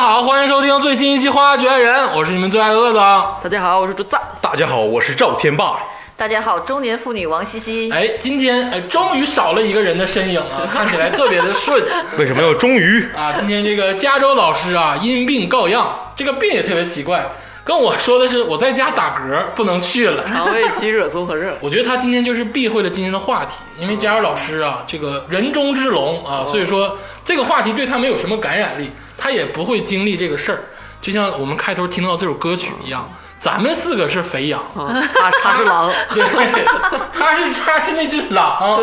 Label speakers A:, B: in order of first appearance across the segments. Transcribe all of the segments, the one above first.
A: 好，欢迎收听最新一期《花绝人》，我是你们最爱的鄂总。
B: 大家好，我是竹子。
C: 大家好，我是赵天霸。
D: 大家好，中年妇女王西西，
A: 哎，今天哎，终于少了一个人的身影啊，看起来特别的顺
C: 为什么要终于？
A: 啊。今天这个加州老师啊，因病告恙，这个病也特别奇怪，跟我说的是我在家打嗝，不能去了。。
B: 肠胃积哎热综合症
A: 我觉得他今天就是避讳了今天的话题，因为加尔老师啊，这个人中之龙啊，所以说这个话题对他没有什么感染力，他也不会经历这个事儿。就像我们开头听到这首歌曲一样，咱们四个是肥羊，
B: 啊，他他是狼，
A: 对，他是他是那只狼。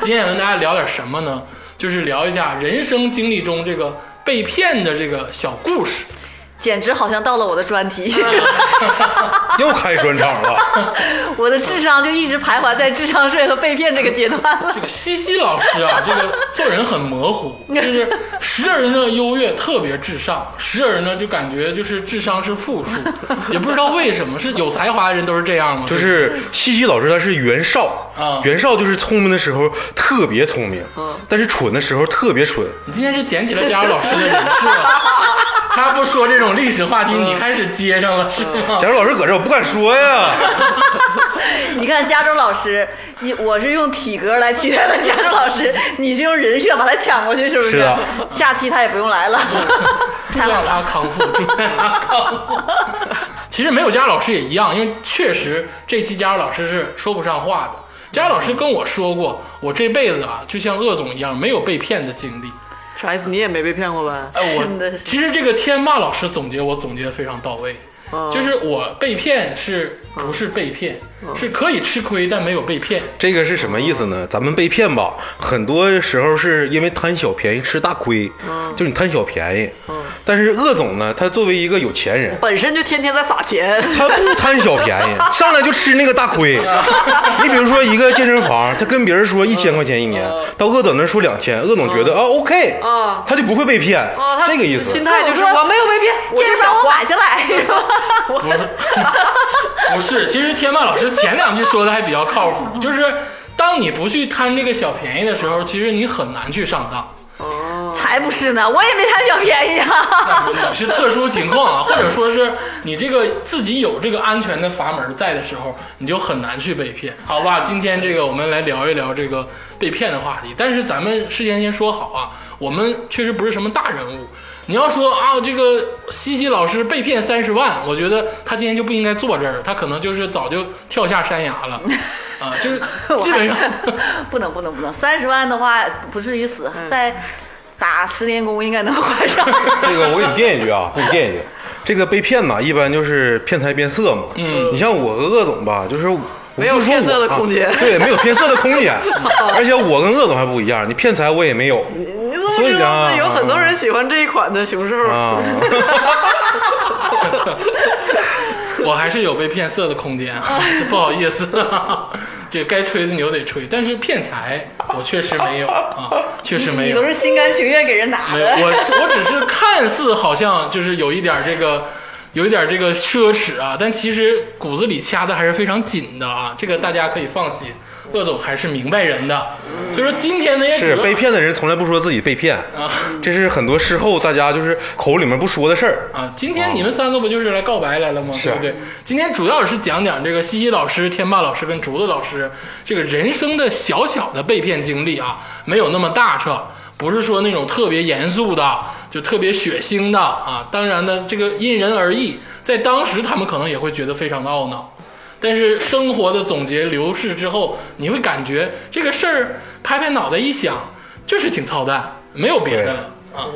A: 今天想跟大家聊点什么呢？就是聊一下人生经历中这个被骗的这个小故事。
D: 简直好像到了我的专 题，
C: 又开专场了，
D: 我的智商就一直徘徊在智商税和被骗这个阶段了。
A: 这个西西老师啊，这个做人很模糊，就是时而呢优越特别至上，时而呢就感觉就是智商是负数，也不知道为什么是有才华的人都是这样吗？
C: 就是西西老师，他是袁绍
A: 啊
C: 袁绍就是聪明的时候特别聪明，但是蠢的时候特别蠢。
A: 你今天是捡起了佳茹老师的人设啊，他不说这种历史话题，你开始接上了是吗？
C: 假如老师搁这，我不敢说呀。
D: 你看加州老师，你我是用体格来取代了加州老师，你是用人设把他抢过去，是不
C: 是啊
D: 下期他也不用 来了，
A: 祝
D: 太好
A: 愿
D: 了。
A: 他康复，祝愿他康复。其实没有佳老师也一样，因为确实这期佳老师是说不上话的。佳老师跟我说过，我这辈子啊，就像鄂总一样，没有被骗的经历。
B: 啥意思？你也没被骗过呗？
A: 哎，
D: 真的
A: 我
D: 是
A: 其实这个天霸老师总结我总结的非常到位，
B: 啊
A: 就是我被骗是不是被骗，是可以吃亏但没有被骗。
C: 这个是什么意思呢？咱们被骗吧，很多时候是因为贪小便宜吃大亏，就是你贪小便宜。但是鄂总呢，他作为一个有钱人，
B: 本身就天天在撒钱，
C: 他不贪小便 宜，上来就吃那个大亏。你比如说一个健身房，他跟别人说一千块钱一年，
B: 嗯
C: 到鄂总那儿说两千，鄂总觉得啊 OK，
B: 啊
C: 他就不会被骗
B: 啊，嗯 他，
C: 这个意思
B: 心。态就是我没有被骗，
D: 健身房
B: 我
D: 我
B: 就想
D: 买下来，是吧
A: 不是，不是，其实天霸老师前两句说的还比较靠谱，就是当你不去贪这个小便宜的时候，其实你很难去上当。
D: 才不是呢，我也没贪小便宜啊。
A: 那你 是特殊情况啊，或者说是你这个自己有这个安全的阀门在的时候，你就很难去被骗，好吧？今天这个我们来聊一聊这个被骗的话题，但是咱们事先先说好啊，我们确实不是什么大人物。你要说啊，这个西西老师被骗三十万，我觉得他今天就不应该坐这儿，他可能就是早就跳下山崖了，啊，就是 基本上
D: 不能不能不能，三十万的话不至于死，
A: 嗯
D: 再打十年工应该能 还上。
C: 这个我给你垫一句 啊，给你垫一句，这个被骗嘛，一般就是骗财变色嘛。嗯，你像我和鄂总吧，就是。
B: 没有
C: 我就说
B: 骗色的
C: 我啊
B: 空间嗯
C: 对，没有骗色的空 间，而且我跟鄂总还不一样，你骗财我也没有，
B: 你怎么
C: 所以
B: 知道
C: 啊
B: 呢？有很多人喜欢这一款的熊兽。
C: 啊，
A: 我还是有被骗色的空间 啊，这不好意思、啊 这该吹的牛得吹，但是骗财我确实没有啊，确实没
D: 你
A: 有
D: 都，是心甘情愿给人拿
A: 没有，
D: 的。
A: 我是我只是看似好像就是有一点这个，有一点这个奢侈啊，但其实骨子里掐的还是非常紧的啊，这个大家可以放心，鄂总还是明白人的，所以说今天呢也只
C: 嗯是
A: 能
C: 被骗的人从来不说自己被骗，
B: 嗯
A: 啊
C: 这是很多事后大家就是口里面不说的事儿。
A: 啊，今天你们三个不就是来告白来了吗？对不对？今天主要是讲讲这个西西老师、天霸老师跟竹子老师这个人生的小小的被骗经历啊，没有那么大彻，不是说那种特别严肃的，就特别血腥的啊。当然呢，这个因人而异，在当时他们可能也会觉得非常的懊恼。但是生活的总结流逝之后，你会感觉这个事儿拍拍脑袋一想，就是挺操蛋，没有别的了啊。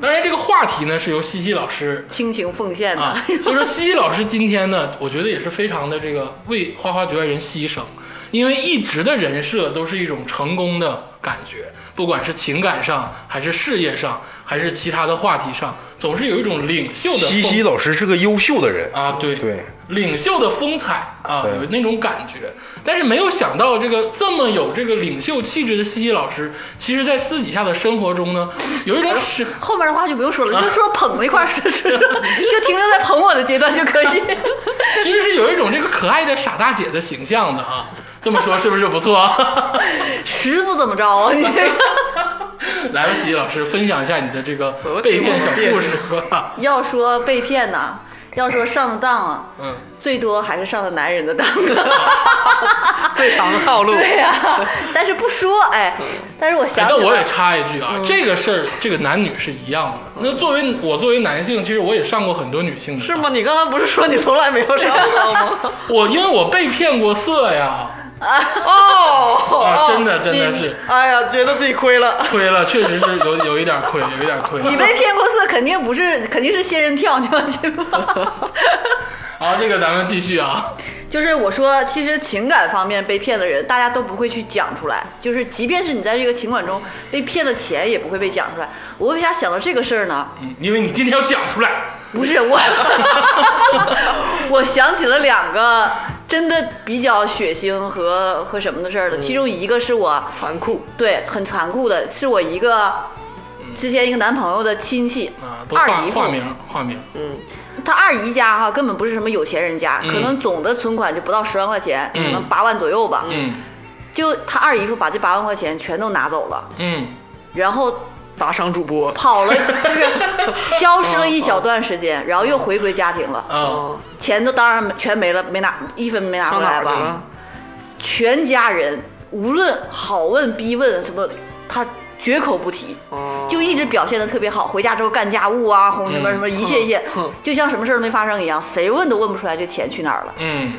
A: 当然，这个话题呢是由西西老师
D: 倾情奉献的。
A: 啊， 所以说西西老师今天呢，我觉得也是非常的这个为花花局外人牺牲，因为一直的人设都是一种成功的感觉，不管是情感上，还是事业上，还是其他的话题上，总是有一种领袖的
C: 西
A: 风
C: 西老师是个优秀的人，
A: 啊，对
C: 对，
A: 领袖的风采啊，
C: 对
A: 有那种感觉。但是没有想到，这个这么有这个领袖气质的西西老师，其实在私底下的生活中呢，有一
C: 哎
A: 种是。
D: 后面的话就不用说了，
A: 啊
D: 就说捧那块儿，是是，就停留在捧我的阶段就可以。
A: 其实是有一种这个可爱的傻大姐的形象的 啊。这么说是不是不错？
D: 实不怎么着啊，你这个
A: 来吧，西西老师，分享一下你的这个被骗小故事吧。
D: 要说被骗呐、要说上当啊，
A: 嗯，
D: 最多还是上了男人的当。
B: 最长的套路。嗯
D: 对呀、 但是不说哎，但是我
A: 哎
D: 想起
A: 但
D: 来，嗯
A: 我也插一句啊，这个事儿，这个男女是一样的。那作为我作为男性，其实我也上过很多女性的，
B: 是吗？？你刚才不是说你从来没有上当吗？
A: 我因为我被骗过色呀，
B: 哦，
A: 啊，真的真的
B: 你
A: 是
B: 哎呀，觉得自己亏了。
A: 亏了，确实是有有一点亏，有一点亏。
D: 你被骗过色，肯定不是，肯定是仙人跳，你放心吧。
A: 好，这个咱们继续啊。
D: 就是我说，其实情感方面被骗的人，大家都不会去讲出来。就是即便是你在这个情感中被骗了钱，也不会被讲出来。我为啥想到这个事儿呢？
A: 嗯因为你今天要讲出来，
D: 不是我， 我想起了两个真的比较血腥和和什么的事儿
B: 嗯
D: 了。其中一个是我
B: 残酷，
D: 对很残酷的，是我一个
A: 嗯
D: 之前一个男朋友的亲戚
A: 啊，都
D: 二
A: 化
D: 姨夫
A: 化名化名，
D: 他二姨家哈、根本不是什么有钱人家，
A: 嗯
D: 可能总的存款就不到十万块钱，
A: 嗯
D: 可能八万左右吧。
A: 嗯
D: 就他二姨夫把这八万块钱全都拿走了，
A: 嗯
D: 然后
B: 砸伤主播。
D: 跑了，就是消失了一小段时
A: 嗯
D: 间，然后又回归家庭了，
A: 啊，
D: 钱都当然全没了，没拿一分没拿
B: 上
D: 回
B: 哪
D: 来
B: 儿去
D: 吧
B: 了？。
D: 全家人无论好问逼问什么，他绝口不提。
B: 哦，
D: 就一直表现的特别好，回家之后干家务啊，哄什么什么，一切一切
B: 哼，
D: 就像什么事儿都没发生一样，谁问都问不出来这钱去哪儿了。
A: 嗯，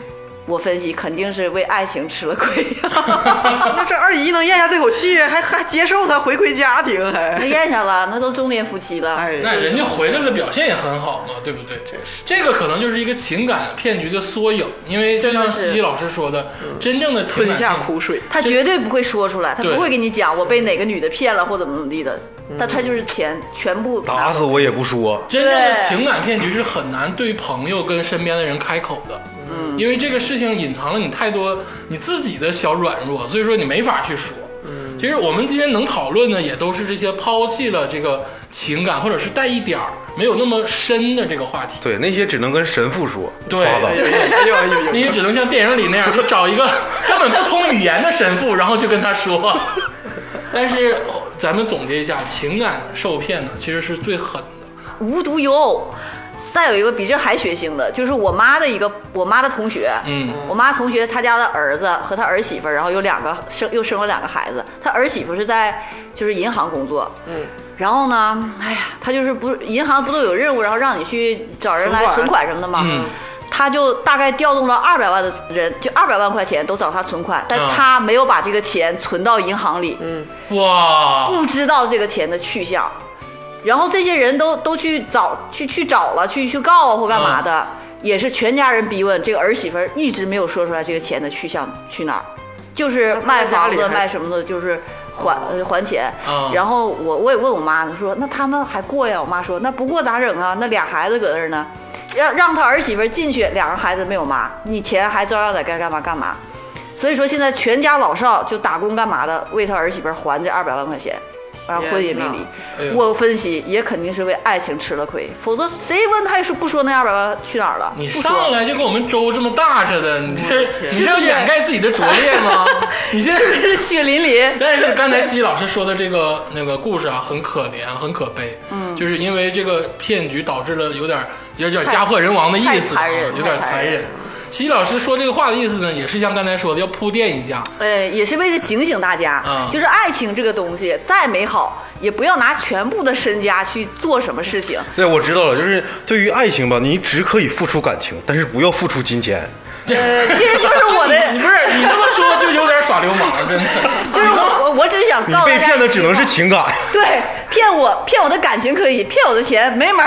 D: 我分析肯定是为爱情吃了亏，
B: 那这二姨能咽下这口气， 还还接受他回归家庭，
D: 那
B: 还
D: 咽下了，那都中年夫妻了。
B: 哎呀，
A: 那人家回来了，表现也很好嘛，对不对？这个可能就是一个情感骗局的缩影，因为就像
D: 真的是
A: 西西老师说的，真正的情
B: 吞
A: 感
B: 下
A: 骗
B: 苦水。
D: 他绝对不会说出来，他
A: 对
D: 不会跟你讲我被哪个女的骗了或怎么怎么地的，但他就是钱全部拿
C: 打死
D: 走。
C: 我也不说。
A: 真正的
D: 对
A: 情感骗局是很难对朋友跟身边的人开口的，嗯，因为这个事情隐藏了你太多你自己的小软弱，所以说你没法去说。嗯，其实我们今天能讨论的也都是这些抛弃了这个情感，或者是带一点儿没有那么深的这个话题。
C: 对，那些只能跟神父说，
A: 对
C: 发的。
B: 哎呦哎呦哎呦哎
A: 你
B: 呦！
A: 也只能像电影里那样，就找一个根本不通语言的神父，然后就跟他说。但是哦咱们总结一下，情感受骗呢，其实是最狠的。
D: 无独有偶，再有一个比这还血腥的，就是我妈的一个我妈的同学，
A: 嗯
D: 我妈同学她家的儿子和她儿媳妇儿，然后有两个生又生了两个孩子，她儿媳妇是在就是银行工作，
B: 嗯，
D: 然后呢，哎呀，她就是不银行不都有任务，然后让你去找人来
B: 存
D: 存
B: 款
D: 款什么的吗？
A: 嗯
D: 她就大概调动了二百万的人，就二百万块钱都找她存款，但
A: 嗯
D: 她没有把这个钱存到银行里，
A: 哇，
B: 啊
D: 不知道这个钱的去向，然后这些人都都去找去去找了，去去告啊或干
B: 嗯
D: 嘛的，也是全家人逼问，这个儿媳妇儿一直没有说出来这个钱的去向去哪儿，就是
B: 那她
D: 卖
B: 在家
D: 房
B: 里
D: 子
B: 还
D: 卖什么的，就是还呃还钱。
A: 嗯
D: 然后我我也问我妈，说那他们还过呀？我妈说那不过咋整啊？那俩孩子搁那儿呢，让让他儿媳妇儿进去，两个孩子没有妈，你钱还照样在该干嘛干嘛。所以说现在全家老少就打工干嘛的，为他儿媳妇儿还这二百万块钱，然后婚也没
B: 天哪
A: 哎
D: 离。
A: 呦
D: 我分析也肯定是为爱情吃了亏，否则谁问他也说不说那二百万去哪儿了？
A: 你
D: 不
A: 上
D: 说。
A: 来就跟我们周这么大似的，你这
B: 天
A: 你是要掩盖自己的拙劣 吗？你现在。
D: 是血淋淋，
A: 但是刚才西西老师说的这个那个故事啊，很可怜，很可悲。嗯，就是因为这个骗局导致了有点有点家破人亡的意思啊
D: 太残忍，
A: 有点
D: 太残
A: 残
D: 忍
A: 忍。西西老师说这个话的意思呢，也是像刚才说的，要铺垫一下。
D: 呃，也是为了警醒大家，
C: 啊
A: 嗯
D: 就是爱情这个东西再美好，也不要拿全部的身家去做什么事情。
C: 对，我知道了，就是对于爱情吧，你只可以付出感情，但是不要付出金钱。
D: 呃，其实就是我的，
A: 你不是你这么说就有点耍流氓， 真的。
D: 就是我我哦我只想
C: 你
D: 告诉大
C: 被
D: 家，
C: 骗的只能是 情感。
D: 对骗我骗我的感情可以，骗我的钱没门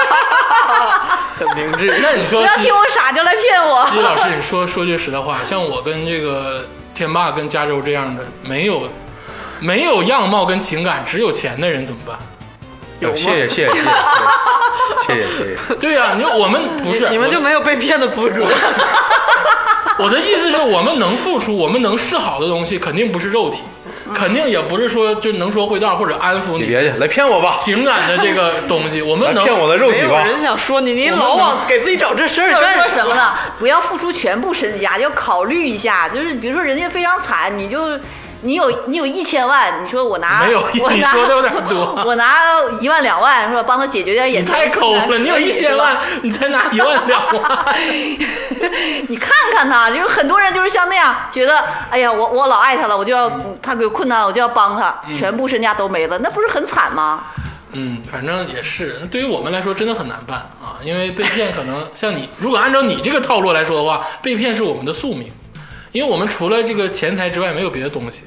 D: 儿。
B: 很明智。
A: 那你
D: 不
A: 说
D: 要
A: 西
D: 听我傻就来骗
A: 西西
D: 我。
A: 老师，你说说句实在话，像我跟这个天霸跟加州这样的没有没有样貌跟情感，只有钱的人怎么办？
B: 有吗
C: 谢谢谢谢谢谢谢谢 谢谢。
A: 对呀、你说我们不是啊
B: 你们就没有被骗的资格。
A: 我的意思是我们能付出，我们能示好的东西，肯定不是肉体，
D: 嗯
A: 肯定也不是说就能说会道或者安抚
C: 你
A: 你
C: 别去，来骗我吧，
A: 情感的这个东西。我们
C: 来
A: 能
C: 骗我的肉
B: 没
C: 体
B: 有
C: 吧。
B: 人想说你，你
A: 我们
B: 老
A: 能
B: 往给自己找这事 儿
D: 就是
B: 干
D: 说什么呢？不要付出全部身家，要考虑一下。就是比如说人家非常惨，你就你有你有一千万，你说我拿
A: 没有
D: 啊 我
A: 你
D: 拿
A: 说的有点多
D: 我拿一万两万说帮他解决点
A: 你
D: 眼前
A: 太抠
D: 困难
A: 了，你有一千，万，你才拿一万两万，
D: 你看看他，就是很多人就是像那样觉得，哎呀，我我老爱他了，我就要他有困难我就要帮他，全部身家都没了，那不是很惨吗？
A: 嗯，反正也是，对于我们来说真的很难办啊，因为被骗可能像你，如果按照你这个套路来说的话，被骗是我们的宿命，因为我们除了这个钱财之外没有别的东西。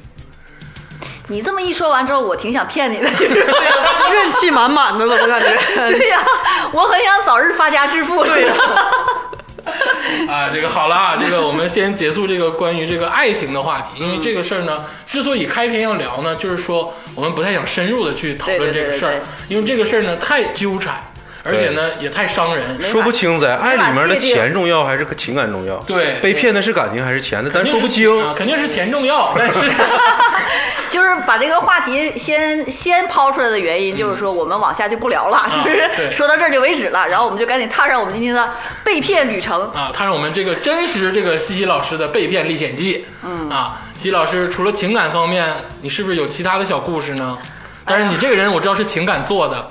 D: 你这么一说完之后，我挺想骗你的。
B: 怨气满满的，怎么感觉？
D: 对呀、我很想早日发家致富。 对呀、
A: 啊，这个好了啊，这个我们先结束这个关于这个爱情的话题，因为这个事儿
D: 嗯
A: 呢，之所以开篇要聊呢，就是说我们不太想深入的去讨论这个事
D: 对对
A: 儿
D: 对对，
A: 因为这个事儿呢太纠缠，而且呢也太伤人。
C: 说不清在爱里面的
D: 没法界定
C: 钱重要还是个情感重要？
A: 对
C: 被骗的是感情还是钱的？咱说不清。
A: 啊，肯定是钱重要，但 是
D: 就是把这个话题先先抛出来的原因，就是说我们往下就不聊了， 就是
A: 嗯啊对
D: 说到这儿就为止了。然后我们就赶紧踏上我们今天的被骗旅程。
A: 啊，他是我们这个真实这个西西老师的被骗历险记。嗯啊，西西老师除了情感方面，你是不是有其他的小故事呢？但是你这个人我知道是情感做的，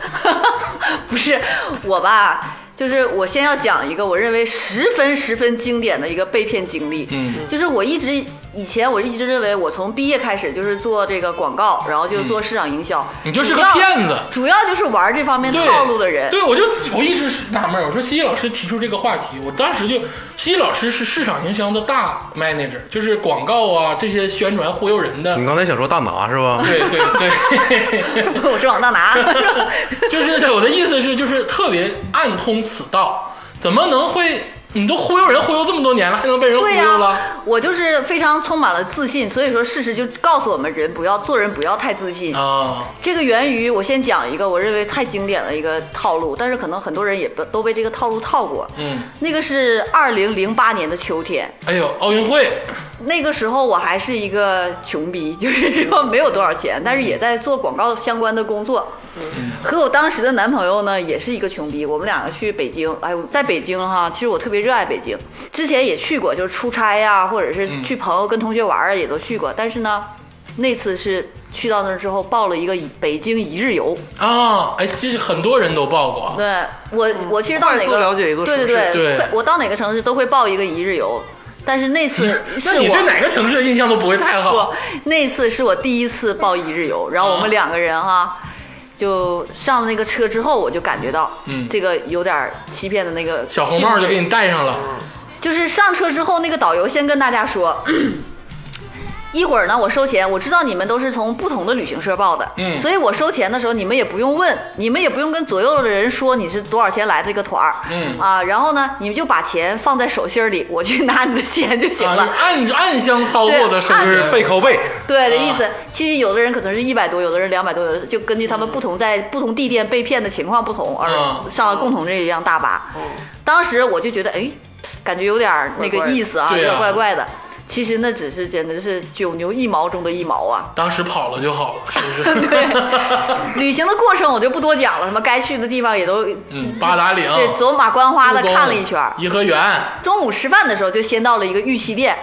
D: 不是我吧，就是我先要讲一个我认为十分十分经典的一个被骗经历。
A: 嗯，
D: 就是我一直以前我一直认为我从毕业开始就是做这个广告，然后就做市场营销，
A: 嗯你就是个
D: 主要
A: 骗子。
D: 主要就是玩这方面
A: 对
D: 套路的人。
A: 对，我就我一直是纳闷儿，我说西西老师提出这个话题，我当时就西西老师是市场营销的大 manager，就是广告啊这些宣传忽悠人的
D: 嗯
C: 你。刚才想说大拿是吧？
A: 对对对，
D: 我是往 大拿，
A: 就是我的意思是，就是特别暗通此道，怎么能会？你都忽悠人忽悠这么多年了，还能被人忽
D: 对呀、啊
A: 悠了？
D: 我就是非常充满了自信，所以说事实就告诉我们人不要做人不要太自信。
A: 啊，
D: 这个源于我先讲一个我认为太经典的一个套路，但是可能很多人也不都被这个套路套过。
A: 嗯，
D: 那个是二零零八年的秋天，
A: 哎呦，奥运会，
D: 那个时候我还是一个穷逼，就是说没有多少钱，但是也在做广告相关的工作。和我当时的男朋友呢，也是一个穷逼，我们两个去北京，哎，我在北京哈，其实我特别热爱北京，之前也去过，就是出差呀、或者
B: 嗯
D: 是去朋友跟同学玩啊，也都去过。但是呢，那次是去到那儿之后报了一个北京一日游。
A: 啊，哎，其实很多人都报过，啊
D: 对我，我其实到哪
B: 哦嗯快速
D: 个
B: 了解一座城
D: 对
B: 市
D: 对
A: 对
D: 会我到哪个城市都会报一个一日游。但是那次 是
A: 那
D: 我。
A: 你对哪个城市的印象都不会太好
D: 不，那次是我第一次报一日游，然后我们两个人哈、
A: 哦
D: 就上了那个车之后，我就感觉到，
A: 嗯
D: 这个有点儿欺骗的那个
A: 小红帽就给
D: 你，
A: 你戴上了，
D: 就是上车之后，那个导游先跟大家说。 一会儿呢，我收钱。我知道你们都是从不同的旅行社报的，
A: 嗯
D: 所以我收钱的时候，你们也不用问，你们也不用跟左右的人说你是多少钱来的这个团儿，
A: 嗯
D: 啊，然后呢，你们就把钱放在手心儿里，我去拿你的钱就行
A: 啊，
D: 了。
A: 就暗暗箱操作的手
D: 对
C: 就是
A: 势
C: 背靠背，
D: 对的
A: 啊
D: 意思，其实有的人可能是一百多，有的人两百多，有的就根据他们不同在不同地点被骗的情况不同而
A: 嗯
D: 上了共同这一辆大巴。当时我就觉得，哎，感觉有点儿那
B: 怪
D: 个
B: 怪的
D: 意思啊，有
A: 对啊
D: 点怪怪的。其实那只是简直是九牛一毛中的一毛啊！
A: 当时跑了就好了，是不 是？
D: 旅行的过程我就不多讲了，什么该去的地方也都
A: 嗯，八达岭，
D: 对走马观花的
A: 故宫
D: 看了一圈儿。
A: 颐和园、
D: 中午吃饭的时候就先到了一个玉器店，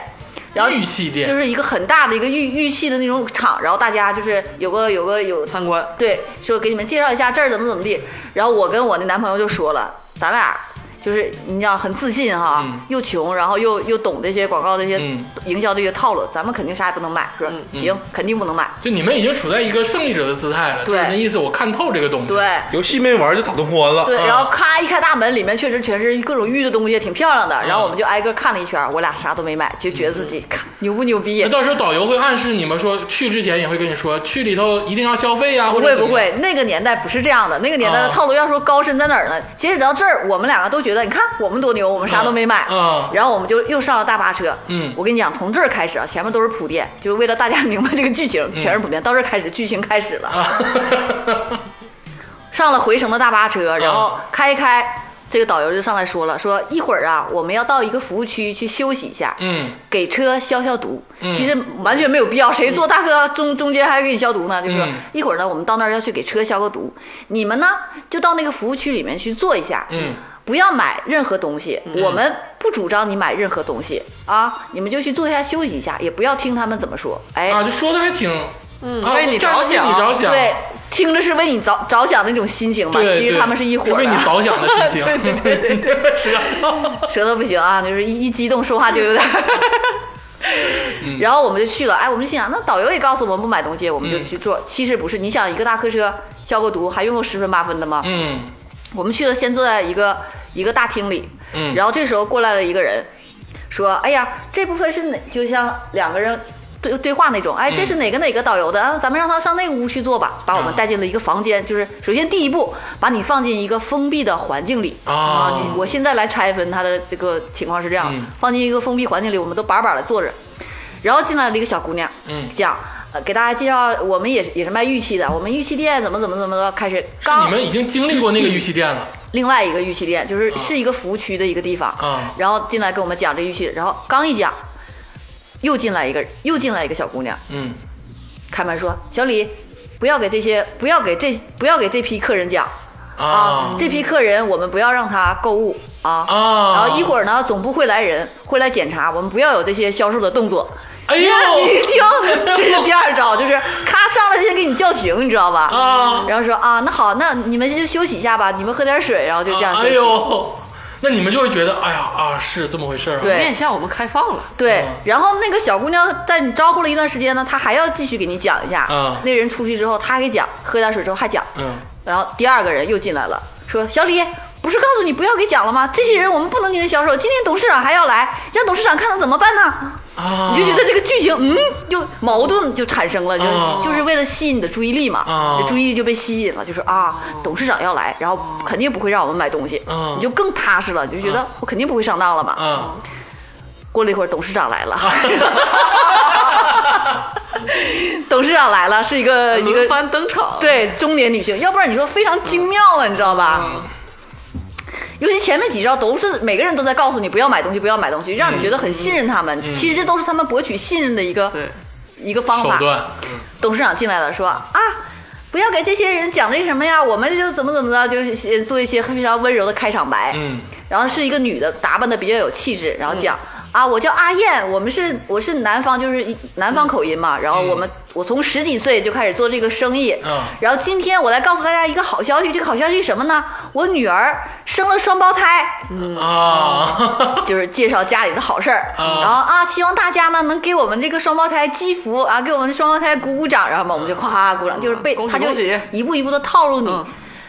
D: 然后
A: 玉器
D: 就
A: 店，
D: 是一个很大的一个玉玉器的那种厂，然后大家就是有个有个有
B: 参观，
D: 对，说给你们介绍一下这儿怎么怎么地。然后我跟我那男朋友就说了，咱俩就是你讲很自信哈，
A: 嗯
D: 又穷，然后又又懂这些广告这些、
A: 嗯
D: 营销这些套路，咱们肯定啥也不能买。说、行，肯定不能买。
A: 就你们已经处在一个胜利者的姿态了，就是
D: 对
A: 那意思，我看透这个东西。
D: 对。
C: 游戏没玩就打通关了。
D: 对，
A: 嗯啊
D: 然后咔一开大门，里面确实全是各种玉的东西，挺漂亮的。
A: 嗯
D: 然后我们就挨个看了一圈，我俩啥都没买，就觉得自己看 牛不牛逼
A: 那。到时候导游会暗示你们说，去之前也会跟你说，去里头一定要消费呀、
D: 不
A: 或
D: 会
A: 者
D: 不
A: 怎么样
D: 会，那个年代不是这样的，那个年代的
A: 啊
D: 套路要说高深在哪儿呢？截止到这儿，我们两个都觉得，你看我们多牛，我们啥都没买，
A: 啊啊
D: 然后我们就又上了大巴车，
A: 嗯
D: 我跟你讲，从这儿开始啊，前面都是铺垫，就是为了大家明白这个剧情，全是铺垫，到这儿开始剧情开始了，
A: 嗯啊， 哦
D: 上了回程的大巴车，然后开一开，这个导游就上来说了，说一会儿啊，我们要到一个服务区去休息一下，
A: 嗯，
D: 给车消消毒，其实完全没有必要。谁坐大客中中间还给你消毒呢？就是说
A: 嗯
D: 一会儿呢，我们到那儿要去给车消个毒，你们呢就到那个服务区里面去坐一下。
A: 嗯，
D: 不要买任何东西，我们不主张你买任何东西啊，你们就去坐下休息一下，也不要听他们怎么说。哎，
A: 啊，就说的还挺，
B: 嗯
A: 啊，
B: 为你
A: 站着
B: 着想
A: 为你着想，
D: 对，听着是为你着着想的那种心情吧，
A: 对，
D: 其实
A: 对
D: 他们是一伙
A: 为
D: 儿
A: 你
D: 的。
A: 着想的 心情，对对对对， 是啊，
D: 舌头不行啊，就是一一激动说话就有点儿。然后我们就去了，哎，我们就心想，那导游也告诉我们不买东西，我们就
A: 嗯
D: 去做。其实不是，你想一个大客车消个毒还用过十分八分的吗？
A: 嗯
D: 我们去了，先坐在一个一个大厅里，
A: 嗯，
D: 然后这时候过来了一个人，说：“哎呀，这部分是哪？就像两个人对对话那种。
A: 嗯
D: 哎，这是哪个哪个导游的？啊，咱们让他上那个屋去坐吧。”把我们
A: 啊
D: 带进了一个房间，就是首先第一步，把你放进一个封闭的环境里
A: 啊
D: 你我现在来拆分他的这个情况是这样，
A: 嗯
D: 放进一个封闭环境里，我们都板板的坐着，然后进来了一个小姑娘，
A: 嗯
D: 讲。呃给大家介绍，我们也是也是卖玉器的，我们玉器店怎么怎么怎么的开始。
A: 是
D: 刚
A: 你们已经经历过那个玉器店了，
D: 另外一个玉器店，就是是一个服务区的一个地方。
A: 啊
D: 然后进来跟我们讲这玉器，然后刚一讲，又进来一个，又进来一个小姑娘，
A: 嗯
D: 开门说：“小李，不要给这些，不要给这，不要给这批客人讲啊
A: 啊，
D: 这批客人我们不要让他购物啊。
A: 啊
D: 然后一会儿呢，总部会来人，会来检查，我们不要有这些销售的动作。”
A: 哎呦
D: 你听，这是第二招，就是咔上来先给你叫停，你知道吧？
A: 啊
D: 然后说啊，那好，那你们就休息一下吧，你们喝点水，然后就这样
A: 啊
D: 休
A: 哎
D: 息。
A: 呦，那你们就会觉得，哎呀啊，是这么回事儿啊，
D: 对
B: 面向我们开放了，
D: 对
A: 嗯，
D: 然后那个小姑娘在你招呼了一段时间呢，她还要继续给你讲一下。
A: 嗯
D: 那人出去之后，她还给讲，喝点水之后还讲，
A: 嗯，
D: 然后第二个人又进来了，说小李。不是告诉你不要给讲了吗？这些人我们不能进行销哦售，今天董事长还要来，让董事长看到怎么办呢？
A: 啊，
D: 你就觉得这个剧情，嗯，就矛盾就产生了，就
A: 啊
D: 是就是为了吸引你的注意力嘛
A: 啊，
D: 你注意力就被吸引了，就是啊，董事长要来，然后肯定不会让我们买东西
A: 啊，
D: 你就更踏实了，你就觉得我肯定不会上当了嘛。
A: 啊，
D: 过了一会儿，董事长 来了。董事长来了，是一个一个
B: 轮番登场。，
D: 对中年女性，要不然你说非常精妙啊
A: 嗯
D: 了，你知道吧？尤其前面几招都是每个人都在告诉你不要买东西，不要买东西，让你觉得很信任他们。
A: 嗯
D: 其实这都是他们博取信任的一个
B: 对
D: 一个方
A: 手
D: 法。
A: 段，
D: 董事长进来了，说啊，不要给这些人讲那什么呀，我们就怎么怎么着，就是做一些非常温柔的开场白。
A: 嗯
D: 然后是一个女的，打扮的比较有气质，然后讲、啊，我叫阿燕，我们是我是南方，就是一南方口音嘛。然后我们、我从十几岁就开始做这个生意，
A: 嗯
D: 然后今天我来告诉大家一个好消息，这个好消息是什么呢？我女儿生了双胞胎，
A: 嗯 啊，
D: 就是介绍家里的好事儿，
A: 啊
D: 然后啊，希望大家呢能给我们这个双胞胎积福啊，给我们双胞胎鼓鼓掌，然后嘛我们就夸夸鼓掌，就是被
B: 嗯恭喜
D: 他就
B: 恭喜
D: 一步一步的套路你。
B: 嗯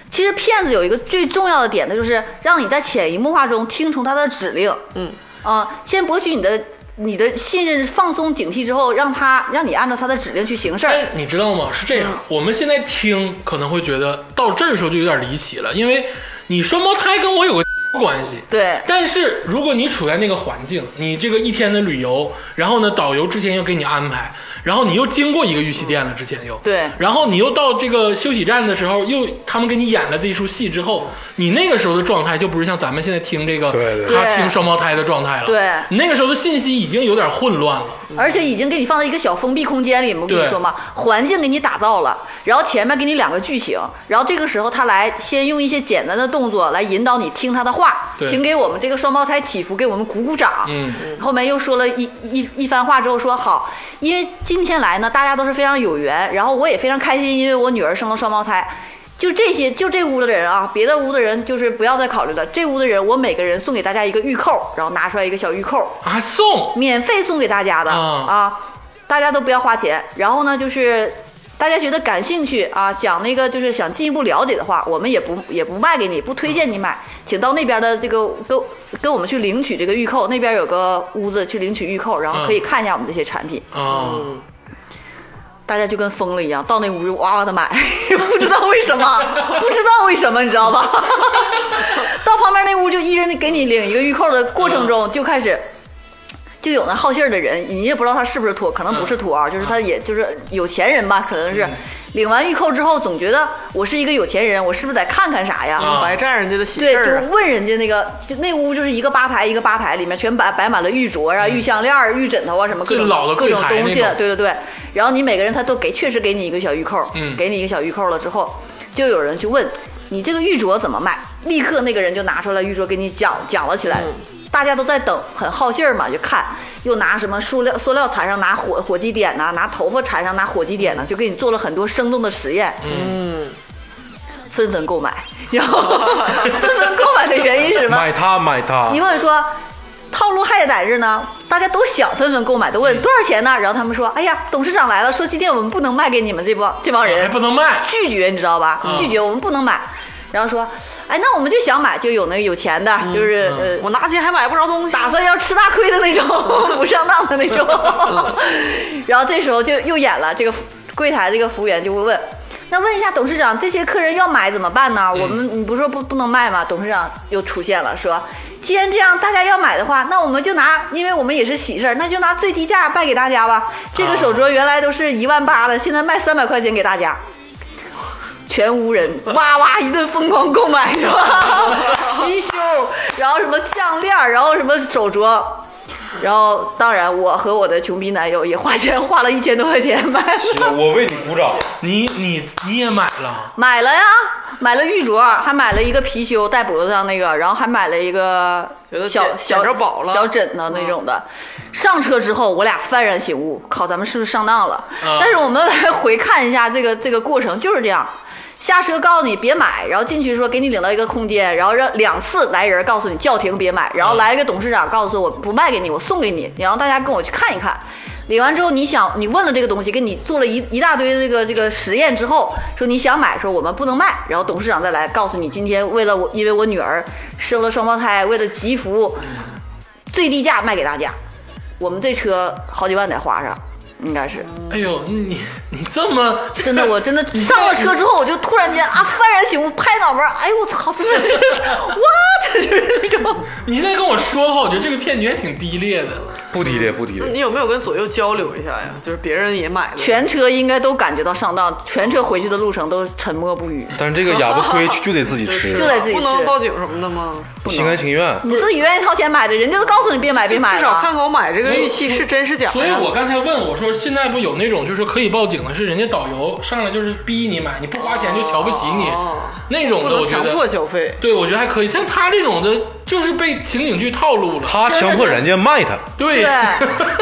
D: 其实骗子有一个最重要的点，他就是让你在潜移默化中听从他的指令，
B: 嗯
D: 啊，先博取你的你的信任，放松警惕之后，让他让你按照他的指令去行事
B: 哎
D: 儿。
A: 但哎你知道吗？是这
D: 嗯
A: 样，我们现在听可能会觉得到这儿的时候就有点离奇了，因为你双胞胎跟我有个 关系。
D: 对
A: 但是如果你处在那个环境，你这个一天的旅游，然后呢，导游之前又给你安排，然后你又经过一个玉器店了，之前又
D: 对
A: 然后你又到这个休息站的时候，又他们给你演了这一出戏之后，你那个时候的状态就不是像咱们现在听这个
C: 对对
A: 他
D: 对
A: 听双胞胎的状态了，
D: 对
A: 你那个时候的信息已经有点混乱了，
D: 而且已经给你放在一个小封闭空间里，我跟
A: 对
D: 你说嘛，环境给你打造了，然后前面给你两个句型，然后这个时候他来先用一些简单的动作来引导你听他的话，
A: 对
D: 请给我们这个双胞胎祈福，给我们鼓鼓掌。
A: 嗯，
D: 后面又说了一一一番话之后说好，因为今天来呢，大家都是非常有缘，然后我也非常开心，因为我女儿生了双胞胎。就这些，就这屋的人啊，别的屋的人就是不要再考虑了。这屋的人，我每个人送给大家一个玉扣，然后拿出来一个小玉扣，
A: 还啊送
D: 免费送给大家的、
A: 啊
D: 啊，大家都不要花钱。然后呢，就是大家觉得感兴趣啊，想那个就是想进一步了解的话，我们也不也不卖给你，不推荐你买，请到那边的这个跟跟我们去领取这个预扣，那边有个屋子去领取预扣，然后可以看一下我们这些产品。
A: 啊，
D: 嗯大家就跟疯了一样，到那屋就哇哇的买， 不知道为什么，不知道为什么，你知道吧？ 到旁边那屋就一人给你领一个玉扣的过程中，就开始。就有那好信儿的人，你也不知道他是不是托，可能不是托啊，就是他也就是有钱人吧，可能是领完预扣之后，总觉得我是一个有钱人，我是不是得看看啥呀？
A: 啊
B: 白占人家的喜
D: 对，
B: 事
D: 就
B: 儿
D: 是
B: 啊，
D: 问人家那个，就那屋就是一个吧台，一个吧台里面全摆摆满了玉镯啊、玉项链儿、玉枕头啊，什么各
A: 最
D: 种
A: 嗯老的
D: 各种
A: 柜台
D: 东西
A: 那
D: 啊
A: 种。
D: 对对对，然后你每个人他都给，确实给你一个小玉扣，
A: 嗯
D: 给你一个小玉扣了之后，就有人去问你这个玉镯怎么卖？立刻那个人就拿出来玉镯给你讲讲了起
A: 嗯
D: 来。大家都在等，很好信儿嘛，就看，又拿什么塑料塑料缠上，拿火火鸡点呐、拿头发缠上，拿火鸡点呐、就给你做了很多生动的实验。
B: 嗯，
D: 纷纷购买， 然后 纷纷购买的原因是什么？
C: 买啊它买它
D: 你，问说，套路还得在这呢，大家都想纷纷购买，都问多少钱呢？然后他们说，哎呀，董事长来了，说今天我们不能卖给你们这帮这帮
A: 哎还
D: 人，
A: 不能卖，
D: 拒绝，你知道吧？拒绝，我们不能买。然后说，哎，那我们就想买，就有那个有钱的，就是呃，
B: 我拿钱还买不着东西，
D: 打算要吃大亏的那种，不 上当的那种。然后这时候就又演了，这个服柜台这个服务员就会问。那问一下董事长，这些客人要买怎么办呢？我们你不是说不不能卖吗？董事长又出现了，说，既然这样，大家要买的话，那我们就拿，因为我们也是喜事儿，那就拿最低价卖给大家吧。这个手镯原来都是一万八的，现在卖三百块钱给大家。全屋人哇哇一顿疯狂购买，是吧？ 貔貅，然后什么项链儿，然后什么手镯，然后当然我和我的穷逼男友也花钱 花了一千多块钱买了，
C: 行我为你鼓掌。
A: 你你你也买了，
D: 买了呀，买了玉镯，还买了一个貔貅戴脖子上那个，然后还买了一个
B: 觉得
D: 小
B: 捡
D: 小
B: 捡着宝了嗯
D: 小枕头那种的。上车之后，我俩幡然醒悟，靠，咱们是不是上当了？
A: 嗯
D: 但是我们来回看一下这个这个过程，就是这样。下车告诉你别买，然后进去说给你领到一个空间，然后让两次来人告诉你叫停别买，然后来一个董事长告诉我不卖给你，我送给你，然后大家跟我去看一看。领完之后，你想你问了这个东西，跟你做了一一大堆这个这个实验之后，说你想买，说我们不能卖，然后董事长再来告诉你，今天为了我，因为我女儿生了双胞胎，为了集福，最低价卖给大家，我们这车好几万得花上，应该是。
A: 哎呦，你你这么
D: 真的，我真的上了车之后，我就突然间啊幡然醒悟，拍脑门儿，哎呦我操，真的是 what 就是那种，
A: 你现在跟我说的话，我觉得这个骗局还挺低劣的。
C: 不低劣，不低
B: 那
C: 劣。
B: 你有没有跟左右交流一下呀？就是别人也买了，
D: 全车应该都感觉到上当，全车回去的路程都沉默不语，
C: 但是这个哑巴亏就得自己吃，
D: 就得自己
B: 不能
D: 吃
B: 报警什么的吗？
C: 心甘情愿。
D: 你自己愿意掏钱买的，人家都告诉你别买别买
B: 至少看
D: 了，啊
B: 看我买这个玉器是真是假呀。
A: 所以我刚才问我说，现在不有那种就是可以报警的，是人家导游上来就是逼你买，你不花钱就瞧不起你
B: 哦，
A: 那种
B: 不
A: 的，
B: 能
A: 我觉
B: 强迫
A: 得，
B: 消费。
A: 对我觉得还可以。像他这种的，就是被情景剧套路
B: 哦
A: 了。
C: 他强迫人家卖他，
A: 对
D: 对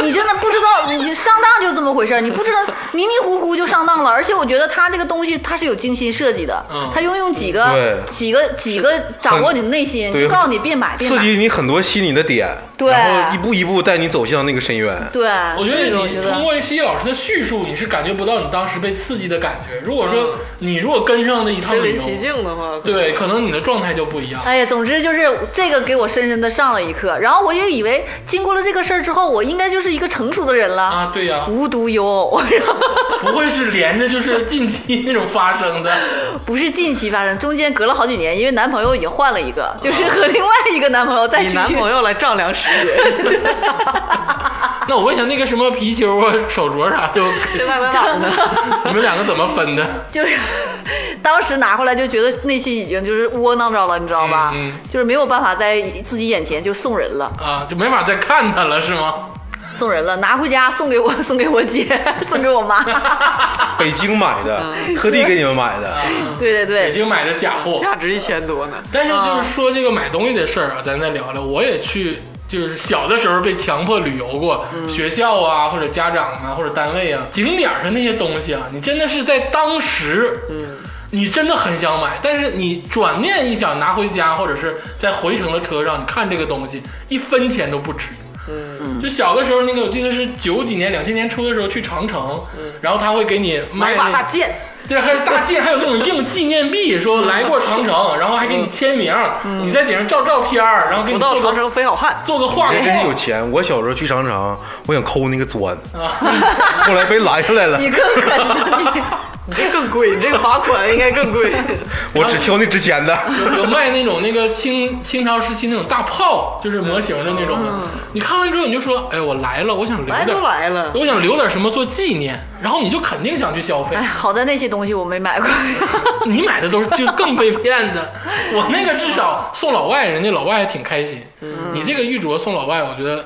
D: 你真的不知道，你上当就这么回事儿，你不知道迷迷糊糊就上当了，而且我觉得他这个东西他是有精心设计的
A: 嗯，
D: 他拥有几个
C: 对
D: 几个几个掌握你的内心，
C: 对
D: 就告诉你别买别
C: 刺
D: 买，
C: 激你很多心理的点，
D: 对
C: 然后一步一步带你走向那个 深渊。
D: 对，
A: 我觉得
D: 这个我
A: 你
D: 觉
A: 通过西西老师的叙述，你是感觉不到你当时被刺激的感觉。如果说你如果跟上那一趟
B: 嗯身
A: 旅
B: 临
A: 游，
B: 其境的话，
A: 对，可能你的状态就不一 样。
D: 哎呀，总之就是这个给我深深的上了一课。然后我又以为经过了这个事儿之后，我应该就是一个成熟的人了，
A: 啊，对呀、
D: 无独有偶，
A: 不会是连着就是近期那种发生 的，
D: 不是近期发生，中间隔了好几年，因为男朋友已经换了一个，就是和另外一个男朋友再出
B: 以
D: 去。
B: 男朋友来丈量时 间，
A: 那我问一下，那个什么貔貅啊、手镯啥都，
B: 这外国咋的？
A: 你们两个怎么分的？
D: 就是 当时拿回来就觉得内心已经就是窝囊着了，你知道吧？
A: 嗯嗯
D: 就是没有办法在自己眼前就送人了，
A: 啊，就没法再看他了，是吗？
D: 送人了，拿回家送给我，送给我姐， 送给我妈。
C: 北京买的，
D: 嗯
C: 特地给你们买的，
D: 对对
A: 北
D: 对，
A: 京买的假 货，
B: 价值一千多呢。
A: 但是就是说这个买东西的事儿啊，咱再聊聊。我也去，就是小的时候被强迫旅游过，学校啊，或者家长啊，或者单位啊，景点儿上那些东西啊，你真的是在当时，嗯，你真的很想买，但是你转念一想，拿回家或者是在回程的车上，你看这个东西，一分钱都不值。嗯，就小的时候那个，我记得是九几年、两千年初的时候去长城，然后他会给你卖
B: 嗯买
A: 那
B: 把
A: 个
B: 大剑，
A: 对，还有大件，还有那种硬纪念币，说来过长
B: 嗯
A: 城，然后还给你签名，你在顶上照照片儿，然后给
B: 不
A: 你
B: 到
A: 做
B: 长
A: 个
B: 城非好汉。
A: 做个画
C: 这真有
A: 框
C: 钱。我小时候去商场，我想抠那个砖，
A: 啊。
C: 后来被拦下来了。
D: 你更狠，
B: 你这更贵，你这个罚款应该更贵。
C: 我只挑那值钱的。
A: 有有卖那种那个清清朝时期那种大炮，就是模型的那种的。你看完之后你就说， 哎，我来了，我想留
B: 嗯来
A: 点
B: 都，来了，
A: 我想留点什么做纪念，然后你就肯定想去消费
D: 哎，。好在那些东西我没买过。
A: 你买的都是就更被骗的，我那个至少送老外，人家老外还挺开心。
B: 嗯
A: 你这个玉镯送老外，我觉得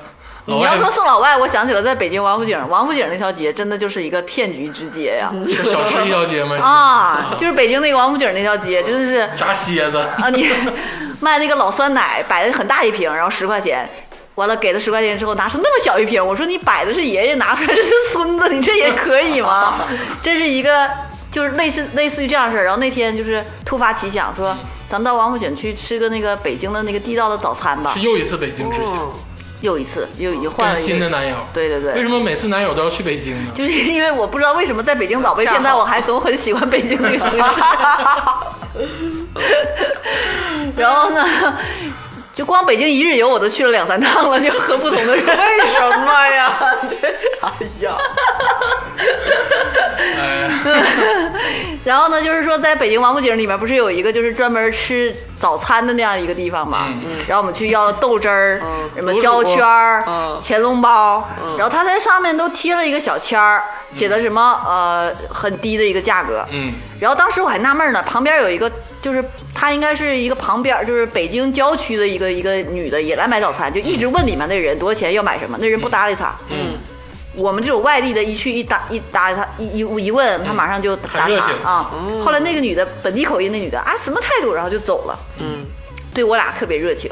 A: 老
D: 你
A: 外
D: 要说送老外，我想起了在北京王府井，王府井那条街真的就是一个骗局之街呀！啊
A: 是小 吃一条街吗？
D: 啊，就是北京那个王府井那条街，真的是
A: 炸蝎子，
D: 啊，你 卖那个老酸奶，摆的很大一瓶，然后十块钱。完了，给了十块钱之后，拿出那么小一瓶，我说你摆的是爷爷，拿出来这是孙子，你这也可以吗？ 这是一个就是类似类似于这样的事儿。然后那天就是突发奇想，说咱们到王府井去吃个那个北京的那个地道的早餐吧
A: 是。又一次北京之行，
B: 哦
D: 又一次又又
A: 跟
D: 换了一
A: 新的
D: 个，
A: 男友。
D: 对对
A: 为
D: 对
A: 什，么每次男友都要去北京呢？
D: 就是 因为我不知道为什么在北京老被骗，
B: 吓
D: 但
B: 跑
D: 我还总很喜欢北京这个城市。 然后呢，就光北京一日游我都去了两三趟了，就和不同的人。
B: 为什么 呀？
D: 哎呀！
A: 嗯
D: 然后呢，就是说在北京王府井里面不是有一个就是专门吃早餐的那样一个地方嘛？
A: 嗯
D: 然后我们去要了豆汁儿、
B: 嗯
D: 什么焦圈儿、
B: 嗯
D: 乾隆包，然后他在上面都贴了一个小签儿，写的什么呃很低的一个价格。
A: 嗯，
D: 然后当时我还纳闷呢，旁边有一个，就是她应该是一个旁边，就是北京郊区的一个一个女的，也来买早餐，就一直问里面那人多少钱，要买什么，那人不搭理她。
A: 嗯，
D: 我们这种外地的，一去一搭一搭理她，一一一问，她马上就打
A: 很热
D: 岔
A: 情哦
D: 啊。后来那个女的本地口音，那女的啊什么态度，然后就走了。
B: 嗯，
D: 对我俩特别热情。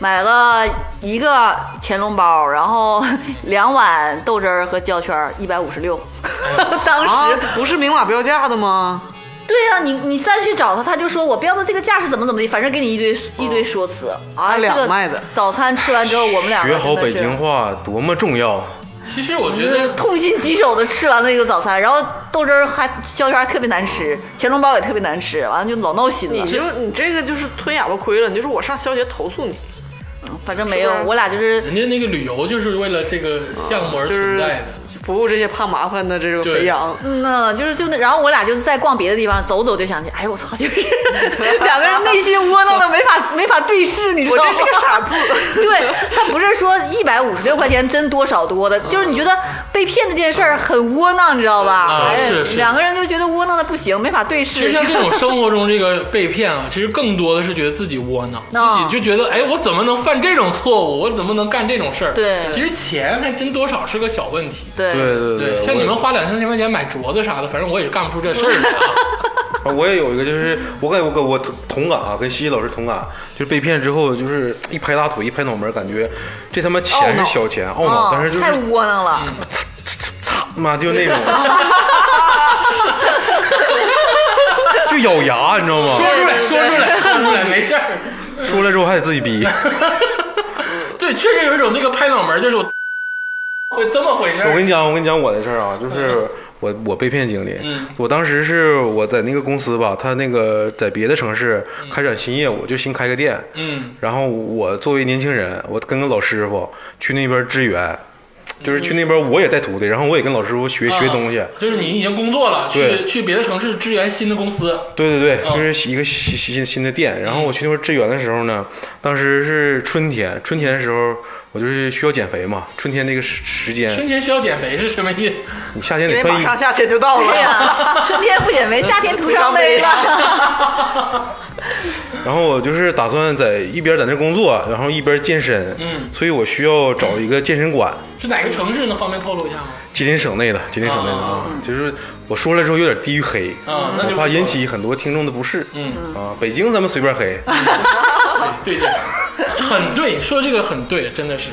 D: 买了一个乾隆包，然后 两碗豆汁儿和焦圈，一百五十六。
A: 哎
D: 当时、
B: 啊，不是明码标价的吗？
D: 对呀、你你再去找他，他就说我标的这个价是怎么怎么的，反正给你一堆一堆说辞啊。
B: 哦按两
D: 这个
B: 卖的
D: 早餐吃完之 后，我们俩
C: 学好北京话多么重要！
A: 其实我觉
D: 真的是
A: 得
D: 痛心疾首的吃完了一个早餐，然后豆汁儿还焦圈儿还特别难吃，乾隆包也特别难吃，完了就老闹心
B: 你
D: 了。
B: 就你这个就是吞哑巴亏了，你就说我上消协投诉你，
D: 反正没有
B: 是不，是
D: 我俩就是
A: 人家那个旅游就是为了这个项目而
B: 就是
A: 存在的。
B: 服务这些怕麻烦的这种
A: 对
B: 肥羊。
D: 嗯呐，就是就那，然后我俩就是在逛别的地方走走就想起，哎呦我操， 就是两个人内心窝囊的没法没法对视，你知
B: 我
D: 道吗？
B: 真是个傻子。
D: 对他不是说一百五十六块钱真多少多的，就是你觉得被骗这件事儿很窝囊，你知道吧？
A: 啊
D: 哎
A: 是是
D: 两个人就觉得窝囊的不行，没法对
A: 其实
D: 视。
A: 像这种生活中这个被骗啊，其实更多的是觉得自己窝囊，
D: 啊
A: 自己就觉得哎，我怎么能犯这种错误？我怎么能干这种事儿？
D: 对
A: 其实钱还真多少是个小问题。
D: 对
C: 对对对，
A: 像
C: 我
A: 你们花两三千块钱买镯子啥的，反正我也是干不出这事儿来啊。
C: 啊，我也有一个，就是我感觉我跟我同感啊，跟西西老师同感，就是被骗之后，就是一拍大腿，一拍脑门，感觉这他妈钱是小钱，懊
D: 啊
C: 恼，但是就是
D: 太窝囊了。
C: 操妈就那种，就咬牙，你知道吗？
A: 说出来，
D: 对对
A: 说出来，看出来，没事儿。
C: 说了之后还得自己逼，
A: 对，确实有一种这个拍脑门儿，就是我会这么回事
C: 我
A: 儿。
C: 跟你讲，我跟你讲我的事儿啊，就是我我被骗经历。
A: 嗯
C: 我当时是我在那个公司吧，他那个在别的城市开展新业务，就新开个店。
A: 嗯，
C: 然后我作为年轻人，我跟个老师傅去那边支援，就是去那边我也带徒弟，然后我也跟老师傅
B: 嗯
C: 学、学东西
A: 啊。就是你已经工作了，去
C: 对
A: 去别的城市支援新的公司。
C: 对对
A: 嗯
C: 对，就是一个新新新的店。然后我去那边支援的时候呢，当时是春天，春天的时候我就是需要减肥嘛，春天这个时时间，
A: 春天需要减肥是什么意思？
C: 你夏天
B: 因
C: 得
B: 为
C: 穿
B: 马
C: 衣服
B: 上。夏天就到
D: 对哎呀、
B: 了，
D: 春天不减肥，夏天徒伤悲了。
C: 然后我就是打算在一边在那工作，然后一边健身，
A: 嗯
C: 所以我需要找一个健身馆，
A: 是哪个城市呢？方便透露一下吗？
C: 吉林省内的，吉林省内的
A: 哦
C: 啊，就是我说了之后有点地域黑，
A: 啊那就
C: 我怕引起很多听众的不适，
A: 嗯，
C: 啊，北京咱们随便黑，
A: 对对，很对，说这个很对，真的是。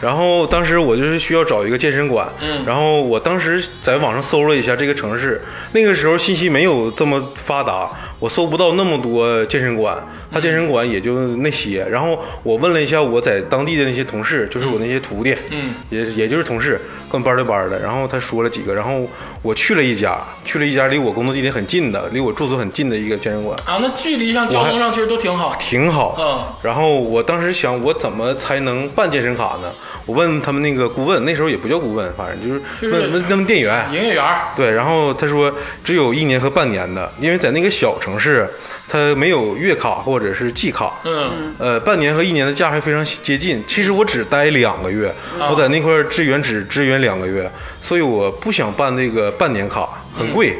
C: 然后当时我就是需要找一个健身馆，
A: 嗯
C: 然后我当时在网上搜了一下这个城市，那个时候信息没有这么发达，我搜不到那么多健身馆，
A: 嗯
C: 他健身馆也就那些。然后我问了一下我在当地的那些同事，就是我那些徒弟，
A: 嗯
C: 也也就是同事，跟我班对班的。然后他说了几个，然后我去了一家，去了一家离我工作地点很近的，离我住所很近的一个健身馆，
A: 啊，那距离上、交通上其实都挺好。
C: 挺好。
A: 嗯
C: 然后我当时想，我怎么才能办健身卡呢？我问他们那个顾问，那时候也不叫顾问，反正就是
A: 就是
C: 问问他们店员。
A: 营业员儿，
C: 对，然后他说只有一年和半年的，因为在那个小城市，它没有月卡或者是季卡。
A: 嗯，
C: 呃，半年和一年的价还非常接近。其实我只待两个月，我在那块儿支援只支援两个月，所以我不想办那个半年卡，很贵。